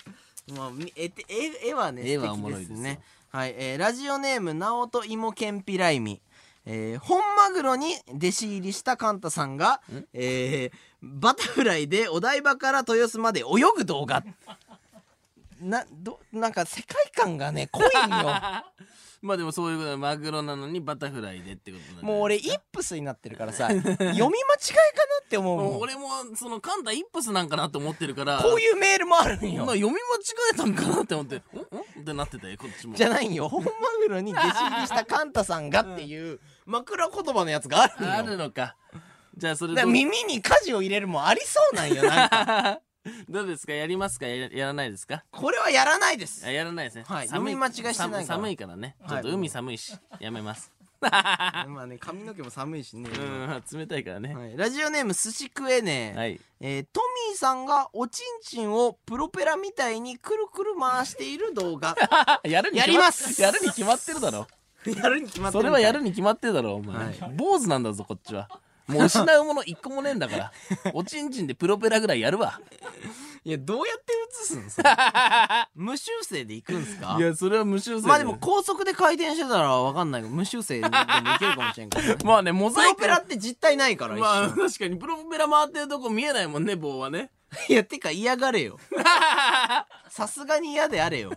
[SPEAKER 2] まあ、み絵て絵絵はね
[SPEAKER 1] 絵は
[SPEAKER 2] 素
[SPEAKER 1] おも
[SPEAKER 2] 敵
[SPEAKER 1] ろ
[SPEAKER 2] で
[SPEAKER 1] い
[SPEAKER 2] す
[SPEAKER 1] ですよ
[SPEAKER 2] ねはい、えーラジオネーム直人芋けんぴらいみ、えー本マグロに弟子入りしたカンタさんがえーバタフライでお台場から豊洲まで泳ぐ動画などなんか世界観がね濃い んよ
[SPEAKER 1] まあでもそういうことだマグロなのにバタフライでってことなんだ
[SPEAKER 2] もう俺イップスになって るからさ読み間違いかなって思うも
[SPEAKER 1] も
[SPEAKER 2] ん
[SPEAKER 1] う俺もそのカンタイップスなんかなって思ってるから
[SPEAKER 2] こういうメールもあるん
[SPEAKER 1] ま
[SPEAKER 2] よ
[SPEAKER 1] あ読み間違えたんかなって思って 「んん?」ってなってたよこっちも
[SPEAKER 2] じゃないよ本マグロに弟子入りしたカンタさんがっていう枕言葉のやつがあるんよ
[SPEAKER 1] あるのかじゃあそれど
[SPEAKER 2] だから
[SPEAKER 1] う
[SPEAKER 2] 耳に舵を入れるもありそうなんよなん か
[SPEAKER 1] どうですかやりますかややらないですか
[SPEAKER 2] これはやらないです
[SPEAKER 1] あやらないですね、
[SPEAKER 2] はい
[SPEAKER 1] 寒
[SPEAKER 2] 読み間違いしてないから
[SPEAKER 1] 寒寒いからねちょっと
[SPEAKER 2] はい
[SPEAKER 1] 海寒いし、やめます
[SPEAKER 2] まあね髪の毛も寒いしね
[SPEAKER 1] う、ん 冷たいからね
[SPEAKER 2] はい、ラジオネーム寿司食えねえ、
[SPEAKER 1] はい
[SPEAKER 2] えートミーさんがおちんちんをプロペラみたいにくるくる回している動 画
[SPEAKER 1] やるに決ま
[SPEAKER 2] やります
[SPEAKER 1] やるに決まってるだろ
[SPEAKER 2] やるに決まって
[SPEAKER 1] それはやるに決まってるだろお前、
[SPEAKER 2] はい
[SPEAKER 1] 坊主なんだぞこっ ちはもう失うもの一個もねえんだからおちんちんでプロペラぐらいやるわ
[SPEAKER 2] いやどうやって映すのそれ 無修正でいくんすか
[SPEAKER 1] いやそれは無修正だよ
[SPEAKER 2] まあでも高速で回転してたらわかんないけど無修正でもいけるかもしれんか らね
[SPEAKER 1] まあねモ
[SPEAKER 2] プ
[SPEAKER 1] ザイ
[SPEAKER 2] ロ
[SPEAKER 1] ク
[SPEAKER 2] ペラって実体ないから一
[SPEAKER 1] まあ
[SPEAKER 2] 瞬、
[SPEAKER 1] 確かにプロペラ回ってるとこ見えないもんね棒はね
[SPEAKER 2] いやてか嫌が れよさすがに嫌であれ よ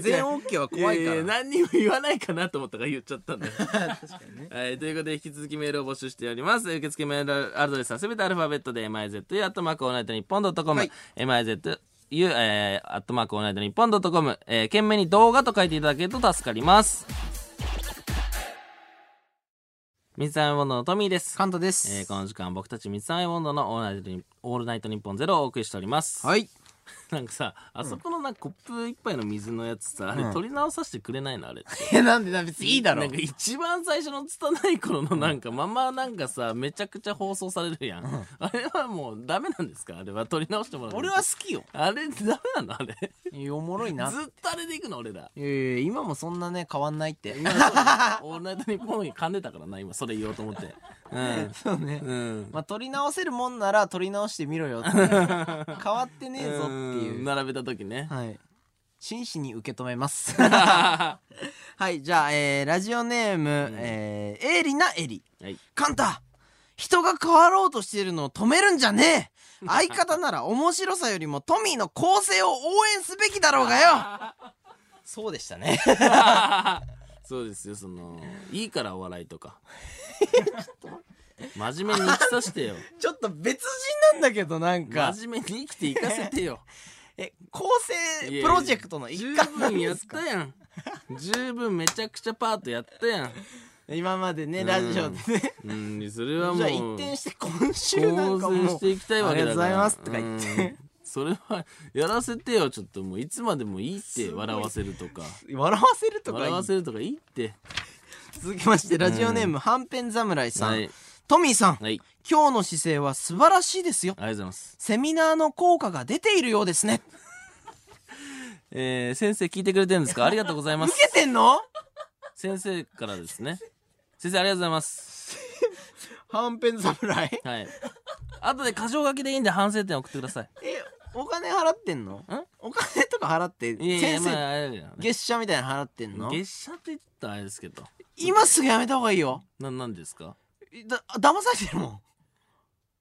[SPEAKER 2] 全 OK は怖い
[SPEAKER 1] や
[SPEAKER 2] か
[SPEAKER 1] やや
[SPEAKER 2] ら
[SPEAKER 1] 何にも言わないかなと思ったから言っちゃったんだよ
[SPEAKER 2] 確かにね
[SPEAKER 1] はい、ということで引き続きメールを募集しております。受付メールアドレスはすべてアルファベットで mizu アットマークオールナイトニッポンドットコム
[SPEAKER 2] はい
[SPEAKER 1] mizu えー、アットマークオールナイトニッポンドットコム、えー、懸命に動画と書いていただけると助かります。水溜りボンドのトミーです。
[SPEAKER 2] カントです、
[SPEAKER 1] えー、この時間僕たち水溜りボンドのオールナイトニオールナイトニッポンゼロをお送りしております。
[SPEAKER 2] はい
[SPEAKER 1] なんかさ、あそこのなんかコップ一杯の水のやつさ、あれ取り直させてくれないのあれって。
[SPEAKER 2] いやなんでな別にいいだろ
[SPEAKER 1] なんか一番最初の拙い頃のなんかままなんかさめちゃくちゃ放送されるやん、あれはもうダメなんですかあれは撮り直してもらう
[SPEAKER 2] 俺は好きよ
[SPEAKER 1] あれダメなのあれず
[SPEAKER 2] いやおもろいな
[SPEAKER 1] っとあれでいくの 俺ら
[SPEAKER 2] いやいや今もそんなね変わんないって
[SPEAKER 1] 今そうだオールナイトニッポンに噛んでたからな今それ言おうと思って
[SPEAKER 2] そうね
[SPEAKER 1] うんうん
[SPEAKER 2] まあ、取り直せるもんなら取り直してみろよって変わってねえぞっていう
[SPEAKER 1] うん並べた時ね
[SPEAKER 2] はい真摯に受け止めます はいじゃあ、えーラジオネーム、えー、エリなエリ
[SPEAKER 1] はい
[SPEAKER 2] カンタ人が変わろうとしてるのを止めるんじゃねえ 相方なら面白さよりもトミーの構成を応援すべきだろうがよそうでしたね
[SPEAKER 1] そうですよそのいいからお笑いと か真面目に生きさせてよ
[SPEAKER 2] ちょっと別人なんだけどなんか
[SPEAKER 1] 真面目に生きていかせてよ
[SPEAKER 2] え構
[SPEAKER 1] いや
[SPEAKER 2] 成
[SPEAKER 1] い
[SPEAKER 2] プ
[SPEAKER 1] や
[SPEAKER 2] ロジェクトの一
[SPEAKER 1] 十
[SPEAKER 2] 環なん
[SPEAKER 1] 分や
[SPEAKER 2] で
[SPEAKER 1] っ
[SPEAKER 2] すか
[SPEAKER 1] たやん十分めちゃくちゃパートやったやん
[SPEAKER 2] 今までねラジオでね
[SPEAKER 1] うんそれはもう
[SPEAKER 2] じゃあ一転して今週なん
[SPEAKER 1] 構
[SPEAKER 2] かも
[SPEAKER 1] 成
[SPEAKER 2] う
[SPEAKER 1] していきたいわけだから
[SPEAKER 2] ありがとうございますとか言っ
[SPEAKER 1] う
[SPEAKER 2] て
[SPEAKER 1] んそれはやらせてよちょっともういつまでもいいって笑わせるとか
[SPEAKER 2] 笑わせるとか
[SPEAKER 1] 笑
[SPEAKER 2] い
[SPEAKER 1] わ
[SPEAKER 2] い
[SPEAKER 1] せるとかいいって
[SPEAKER 2] 続きましてラジオネームはんぺん侍さん、
[SPEAKER 1] はい
[SPEAKER 2] トミーさん、
[SPEAKER 1] はい
[SPEAKER 2] 今日の姿勢は素晴らしいですよ
[SPEAKER 1] ありがとうございます
[SPEAKER 2] セミナーの効果が出ているようですね
[SPEAKER 1] えー先生聞いてくれてるんです かありがとうございま
[SPEAKER 2] 受
[SPEAKER 1] す
[SPEAKER 2] けてんの
[SPEAKER 1] 先生からですね先生ありがとうございます
[SPEAKER 2] はんぺん侍
[SPEAKER 1] はい後で箇条書きでいいんで反省点送ってください
[SPEAKER 2] えお金払ってんのお金とか払って
[SPEAKER 1] いやいや
[SPEAKER 2] 先生、
[SPEAKER 1] まああれだよね
[SPEAKER 2] 月謝みたいなの払ってんの
[SPEAKER 1] 月謝って言ったらあれですけど
[SPEAKER 2] 今すぐやめた方がいいよ
[SPEAKER 1] ななんですか
[SPEAKER 2] だ騙されてるもん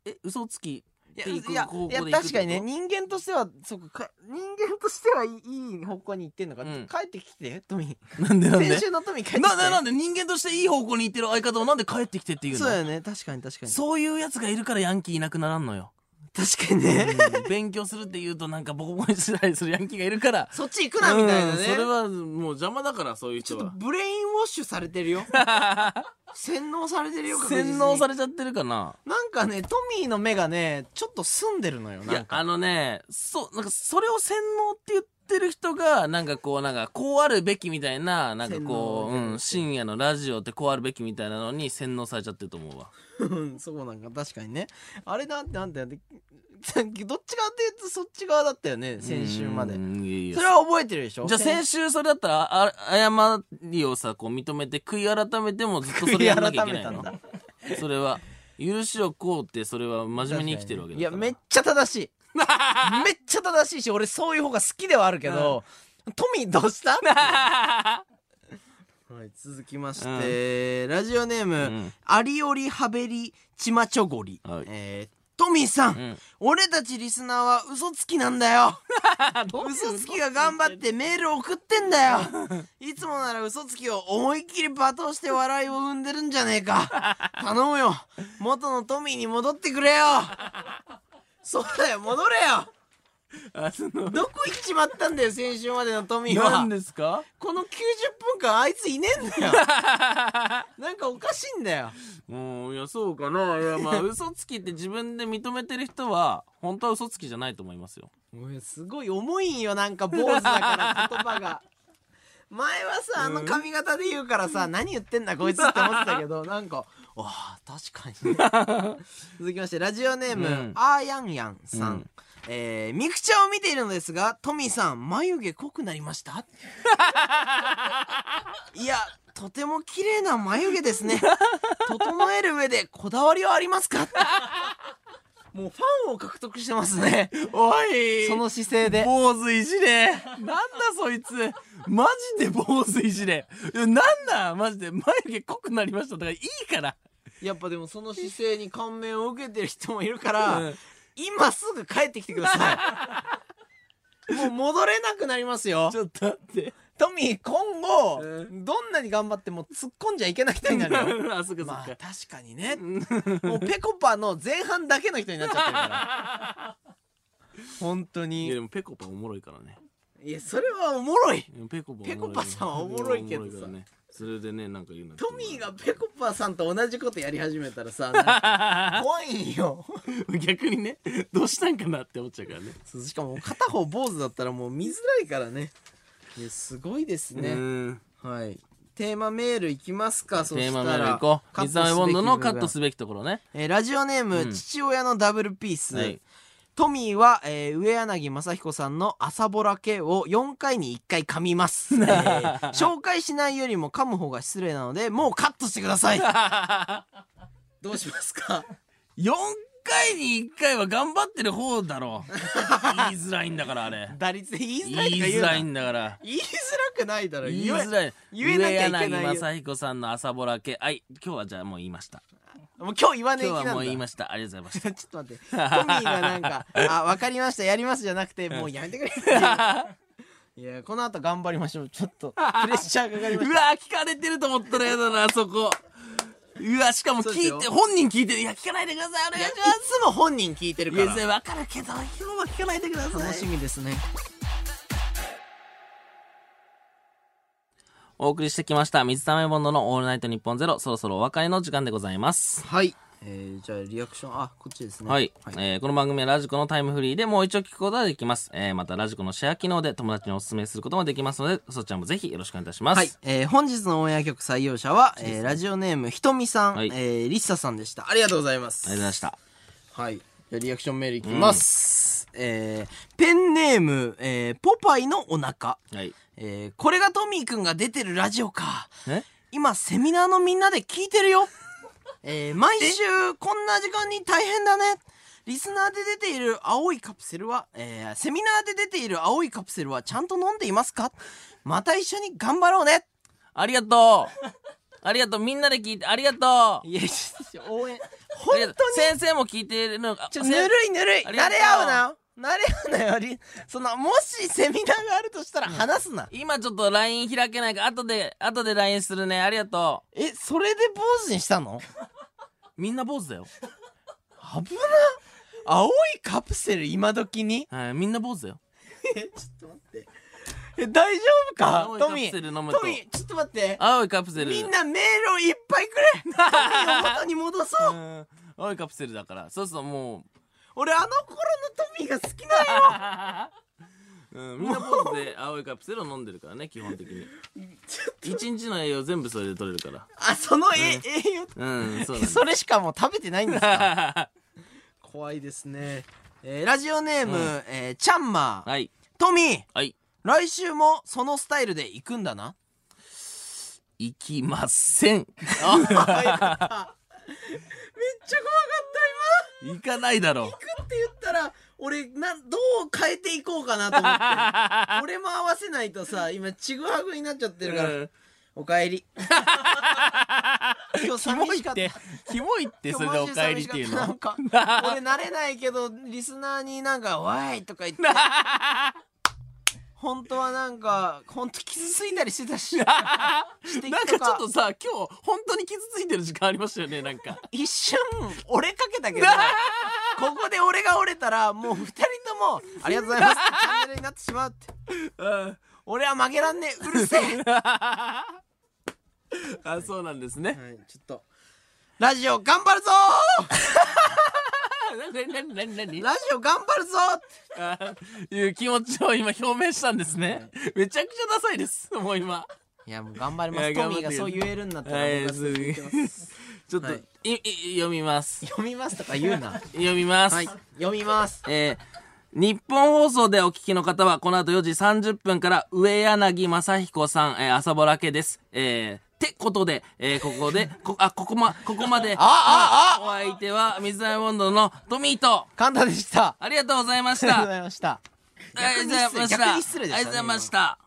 [SPEAKER 1] え嘘つき
[SPEAKER 2] いや
[SPEAKER 1] で行く
[SPEAKER 2] いや
[SPEAKER 1] 方向
[SPEAKER 2] いや
[SPEAKER 1] で行くってこと
[SPEAKER 2] 確かにね人間としてはそうかか人間としてはいいいい方向に行ってんのか、
[SPEAKER 1] うん
[SPEAKER 2] 帰ってきてトミ
[SPEAKER 1] なんでな
[SPEAKER 2] ー
[SPEAKER 1] んで
[SPEAKER 2] 先週のトミー帰ってきて
[SPEAKER 1] なななんで人間としていい方向に行ってる相方をなんで帰ってきてっていうの
[SPEAKER 2] そうだよね確かに確かに
[SPEAKER 1] そういうやつがいるからヤンキーいなくならんのよ、
[SPEAKER 2] 確かにね
[SPEAKER 1] うん勉強するって言うとなんかボコボコにしないするヤンキーがいるから
[SPEAKER 2] そっち行くなみたいな
[SPEAKER 1] うん
[SPEAKER 2] ね
[SPEAKER 1] それはもう邪魔だからそういう
[SPEAKER 2] ち
[SPEAKER 1] 人
[SPEAKER 2] ょっと
[SPEAKER 1] は
[SPEAKER 2] ブレインウォッシュされてるよ洗脳されてるよ確実に
[SPEAKER 1] 洗脳されちゃってるかな
[SPEAKER 2] なんかねトミーの目がねちょっと澄んでるのよ
[SPEAKER 1] い
[SPEAKER 2] なん
[SPEAKER 1] や
[SPEAKER 2] か
[SPEAKER 1] あのねそうなんかそれを洗脳って言ってる人がなんかこうなんかこうあるべきみたいななんかこう、
[SPEAKER 2] 洗脳
[SPEAKER 1] うん、深夜のラジオってこうあるべきみたいなのに洗脳されちゃってると思うわ
[SPEAKER 2] うんそうなんか確かにねあれなんてなんてなんてさっきどっち側って言うとそっち側だったよね先週まで
[SPEAKER 1] うんいやいや
[SPEAKER 2] それは覚えてるでしょ
[SPEAKER 1] じゃあ先週それだったらあ誤りをさこう認めて悔い改めてもずっとそれやんなきゃいけない
[SPEAKER 2] 悔い
[SPEAKER 1] の
[SPEAKER 2] 改め
[SPEAKER 1] それは許しをこうってそれは真面目に生きてるわけだ
[SPEAKER 2] い
[SPEAKER 1] か
[SPEAKER 2] や
[SPEAKER 1] ら
[SPEAKER 2] めっちゃ 正しいめっちゃ正しいし俺そういう方が好きではあるけど、トミーどうした はい続きまして、ラジオネーム、
[SPEAKER 1] ん
[SPEAKER 2] アリオリハベリチマチョゴリ、
[SPEAKER 1] はい
[SPEAKER 2] えートミーさん、
[SPEAKER 1] うん
[SPEAKER 2] 俺たちリスナーは嘘つきなんだよ嘘つきが頑張ってメール送ってんだよ いつもなら嘘つきを思いっきり罵倒して笑いを生んでるんじゃねえか頼むよ元のトミーに戻ってくれよ そうだよ戻れよ
[SPEAKER 1] あその
[SPEAKER 2] どこ行っちまったんだよ先週までのトミーは
[SPEAKER 1] 何ですか
[SPEAKER 2] この90分間あいついねえんだよなんかおかしいんだよ
[SPEAKER 1] うんいやそうかないや まあ嘘つきって自分で認めてる人は本当は嘘つきじゃないと思いますよ
[SPEAKER 2] 俺すごい重いんよなんか坊主だから言葉 が前はさあの髪型で言うからさ、何言ってんだこいつって思ってたけどなんかあ ー確かに続きましてラジオネーム、
[SPEAKER 1] うん
[SPEAKER 2] あーやんやんさ
[SPEAKER 1] う
[SPEAKER 2] ん、
[SPEAKER 1] ん
[SPEAKER 2] えー、ミクチャを見ているのですがトミーさん眉毛濃くなりました いやとても綺麗な眉毛ですね整える上でこだわりはありますか もうファンを獲得してますね
[SPEAKER 1] おい
[SPEAKER 2] その姿勢で
[SPEAKER 1] 坊主いじれなんだそいつマジで坊主いじれいやなんだマジで眉毛濃くなりましただからいいから
[SPEAKER 2] やっぱでもその姿勢に感銘を受けてる人もいるから、
[SPEAKER 1] うん
[SPEAKER 2] 今すぐ帰ってきてくださ いもう戻れなくなりますよ
[SPEAKER 1] ちょっと待って
[SPEAKER 2] トミー今後、
[SPEAKER 1] う
[SPEAKER 2] どんなに頑張っても突っ込んじゃいけない人にな るよ
[SPEAKER 1] あそっかそっ
[SPEAKER 2] まあ
[SPEAKER 1] か
[SPEAKER 2] 確、かにねもうペコパの前半だけの人になっちゃってるから 本当
[SPEAKER 1] いや
[SPEAKER 2] に
[SPEAKER 1] でもペコパおもろいからね
[SPEAKER 2] いやそれはおもろい
[SPEAKER 1] ペコパおもろい
[SPEAKER 2] ペコパさんはおもろいけど
[SPEAKER 1] おも
[SPEAKER 2] さ
[SPEAKER 1] ろいからねそれでねなんか言うの
[SPEAKER 2] トミーがペコパさんと同じことやり始めた らさなんか怖いよ
[SPEAKER 1] 逆にねどうしたんかなって思っちゃうからね
[SPEAKER 2] そうしかも片方坊主だったらもう見づらいからねいやすごいですね、
[SPEAKER 1] うん
[SPEAKER 2] はい。テーマメールいきますか、そ
[SPEAKER 1] テー
[SPEAKER 2] した
[SPEAKER 1] マ
[SPEAKER 2] ら。
[SPEAKER 1] メール行こう
[SPEAKER 2] カット
[SPEAKER 1] 水
[SPEAKER 2] す
[SPEAKER 1] 溜
[SPEAKER 2] べき
[SPEAKER 1] りボンドのカット
[SPEAKER 2] 部分
[SPEAKER 1] すべきところね
[SPEAKER 2] えーラジオネーム、
[SPEAKER 1] うん
[SPEAKER 2] 父親のダブルピース。
[SPEAKER 1] はい
[SPEAKER 2] トミーは、えー上柳正彦さんの朝ぼら系を4回に1回噛み ます、えー紹介しないよりも噛む方が失礼なので、もうカットしてくだ さい。どうしますか
[SPEAKER 1] 4回に1回は頑張ってる方だ ろう言いづらいんだからあれ
[SPEAKER 2] 打率で言い
[SPEAKER 1] 言
[SPEAKER 2] づらいと
[SPEAKER 1] い
[SPEAKER 2] か言
[SPEAKER 1] づ
[SPEAKER 2] うな
[SPEAKER 1] らいんだから
[SPEAKER 2] 言いづらくないだろ。
[SPEAKER 1] 言いづらい
[SPEAKER 2] 言えなきゃいけないよ
[SPEAKER 1] 上柳正彦さんの朝ぼら系はい今日はじゃあもう言いました
[SPEAKER 2] い。もう今日言わねえ
[SPEAKER 1] 今
[SPEAKER 2] 気
[SPEAKER 1] 日は
[SPEAKER 2] なんだ。
[SPEAKER 1] もう言いましたありがとうございまし
[SPEAKER 2] ちょっと待って。トミーがなん か、あ、わかりました、やりますじゃなくて、もうやめてくれって いう。いや、この後頑張りましょう。ちょっ と、プレッシャーかかり
[SPEAKER 1] た
[SPEAKER 2] ま
[SPEAKER 1] う
[SPEAKER 2] し
[SPEAKER 1] わ聞かれてると思ったらやだなあそこうわしかも
[SPEAKER 2] そう
[SPEAKER 1] 聞
[SPEAKER 2] ですよ
[SPEAKER 1] いて本人聞いてるいや聞かないでくださいお
[SPEAKER 2] た。
[SPEAKER 1] 願い
[SPEAKER 2] い
[SPEAKER 1] し
[SPEAKER 2] つも本人聞いてる
[SPEAKER 1] ますい
[SPEAKER 2] か
[SPEAKER 1] や
[SPEAKER 2] ら。
[SPEAKER 1] それ分かるけど今日は聞かないでください
[SPEAKER 2] 楽しみですね。
[SPEAKER 1] お送りしてきました水溜りボンドのオールナイトニッポンゼロそろそろお別れの時間でございます
[SPEAKER 2] はい。えー、じゃあリアクション、あ、こっちですね。
[SPEAKER 1] はい、えーこの番組はラジコのタイムフリーでもう一度聞くことができます、えーまたラジコのシェア機能で友達にお勧めすることもできますのでそちらもぜひよろしくお願いいたします、
[SPEAKER 2] はい、えー本日のオンエア曲採用者は、えーラジオネームひとみさん、
[SPEAKER 1] はい
[SPEAKER 2] えーリッサさんでした。ありがとうございます。
[SPEAKER 1] ありがとうございました
[SPEAKER 2] はい。じゃあリアクションメールいきます。えーペンネーム、えーポパイのお腹。
[SPEAKER 1] はい
[SPEAKER 2] えーこれがトミーくんが出てるラジオか。
[SPEAKER 1] え
[SPEAKER 2] 今、セミナーのみんなで聞いてるよ。えー毎週、こんな時間に大変だね。リスナーで出ている青いカプセルは、えーセミナーで出ている青いカプセルはちゃんと飲んでいますかまた一緒に頑張ろうね。
[SPEAKER 1] ありがとうありがとうみんなで聞いてありがとう
[SPEAKER 2] いや、ちょっと応援。
[SPEAKER 1] あ
[SPEAKER 2] 本
[SPEAKER 1] りがとう
[SPEAKER 2] 当に
[SPEAKER 1] 先生も聞いてるのが
[SPEAKER 2] ちょ
[SPEAKER 1] せ
[SPEAKER 2] ぬ
[SPEAKER 1] ん
[SPEAKER 2] るいぬるい
[SPEAKER 1] ありが
[SPEAKER 2] 慣
[SPEAKER 1] とう
[SPEAKER 2] れ合うな慣れ合うなより そのもしセミナーがあるとしたら話すな、
[SPEAKER 1] 今ちょっと LINE 開けないから後で後で LINE するねありがと
[SPEAKER 2] えそれで坊主にしたの
[SPEAKER 1] うみんな坊主だよ、
[SPEAKER 2] 危な青いカプセル今時に
[SPEAKER 1] はい、みんな坊主だよ
[SPEAKER 2] えちょっと待ってえ大丈夫か
[SPEAKER 1] 青い
[SPEAKER 2] トミ
[SPEAKER 1] カプセル飲
[SPEAKER 2] ー
[SPEAKER 1] むと
[SPEAKER 2] トミーちょっと待って
[SPEAKER 1] 青いカプセル
[SPEAKER 2] みんなメールをいっぱいくれトミーを元に戻 そ
[SPEAKER 1] う
[SPEAKER 2] う
[SPEAKER 1] ん青いカプセルだからそうするとも
[SPEAKER 2] 俺あの頃のトミーが好きだよ
[SPEAKER 1] う、うん、みんな坊主で青いカプセルを飲んでるからね基本的に
[SPEAKER 2] ちょっと
[SPEAKER 1] 一日の栄養全部それで取れるから
[SPEAKER 2] あそのえ栄養
[SPEAKER 1] うんそう
[SPEAKER 2] えそれしかもう食べてないんですか
[SPEAKER 1] だ、ね、
[SPEAKER 2] 怖いですね、えーラジオネーム、
[SPEAKER 1] うん
[SPEAKER 2] えーチャンマー、
[SPEAKER 1] はい
[SPEAKER 2] トミー
[SPEAKER 1] はい
[SPEAKER 2] 来週もそのスタイルで行くんだな
[SPEAKER 1] 行きません
[SPEAKER 2] あよかっためっちゃ怖かっ
[SPEAKER 1] 行かないだろう
[SPEAKER 2] た今行くって言ったら俺なんどう変えていこうかなと 思って俺も合わせないとさ今ちぐはぐになっちゃってるから、
[SPEAKER 1] うん
[SPEAKER 2] おか えり今日
[SPEAKER 1] キモ
[SPEAKER 2] 寂
[SPEAKER 1] い
[SPEAKER 2] しか
[SPEAKER 1] っ
[SPEAKER 2] っ
[SPEAKER 1] て
[SPEAKER 2] た
[SPEAKER 1] キモいって
[SPEAKER 2] 今
[SPEAKER 1] そ
[SPEAKER 2] 日
[SPEAKER 1] れでお帰りっていう
[SPEAKER 2] マ
[SPEAKER 1] の
[SPEAKER 2] ジで寂しかったなんか俺慣れないけどリスナーになんか「わい!」とか言って本当はなんか本当傷ついたりしてたし指摘
[SPEAKER 1] なんかちょっとさ今日本当に傷ついてる時間ありましたよねなんか
[SPEAKER 2] 一瞬折れかけたけどここで俺が折れたらもう二人とも「ありがとうございます」ってチャンネルになってしまうって
[SPEAKER 1] うん
[SPEAKER 2] 俺は負けらんねえうるせえ、はい、
[SPEAKER 1] あそうなんですね
[SPEAKER 2] ちょっとラジオ頑張るぞ
[SPEAKER 1] あなななな
[SPEAKER 2] ー
[SPEAKER 1] に
[SPEAKER 2] ラジオ頑張るぞーって
[SPEAKER 1] あいう気持ちを今表明したんですねめちゃくちゃダサいですもう今
[SPEAKER 2] いやもう頑張り
[SPEAKER 1] い
[SPEAKER 2] ま
[SPEAKER 1] や
[SPEAKER 2] すトミー
[SPEAKER 1] 頑張
[SPEAKER 2] が
[SPEAKER 1] って
[SPEAKER 2] そう言えるんだったら
[SPEAKER 1] はい
[SPEAKER 2] 僕はそう言ってます
[SPEAKER 1] ちょっと、
[SPEAKER 2] はい
[SPEAKER 1] いい読みます
[SPEAKER 2] 読みますとか言うな
[SPEAKER 1] 読みます、
[SPEAKER 2] はい読みます
[SPEAKER 1] えー日本放送でお聞きの方は、この後4時30分から、上柳正彦さん、えー朝ぼらけです。えーてことで、えーここで、こ、あ、ここま、ここまで。
[SPEAKER 2] あああ
[SPEAKER 1] お相手は、水溜りボンドのトミーと、
[SPEAKER 2] 簡単でした。
[SPEAKER 1] ありがとうございまし
[SPEAKER 2] ありがとうご
[SPEAKER 1] た。
[SPEAKER 2] ざいました。
[SPEAKER 1] ありがとうございました。
[SPEAKER 2] 逆に失礼逆に失礼でしたね
[SPEAKER 1] ありがとうございました。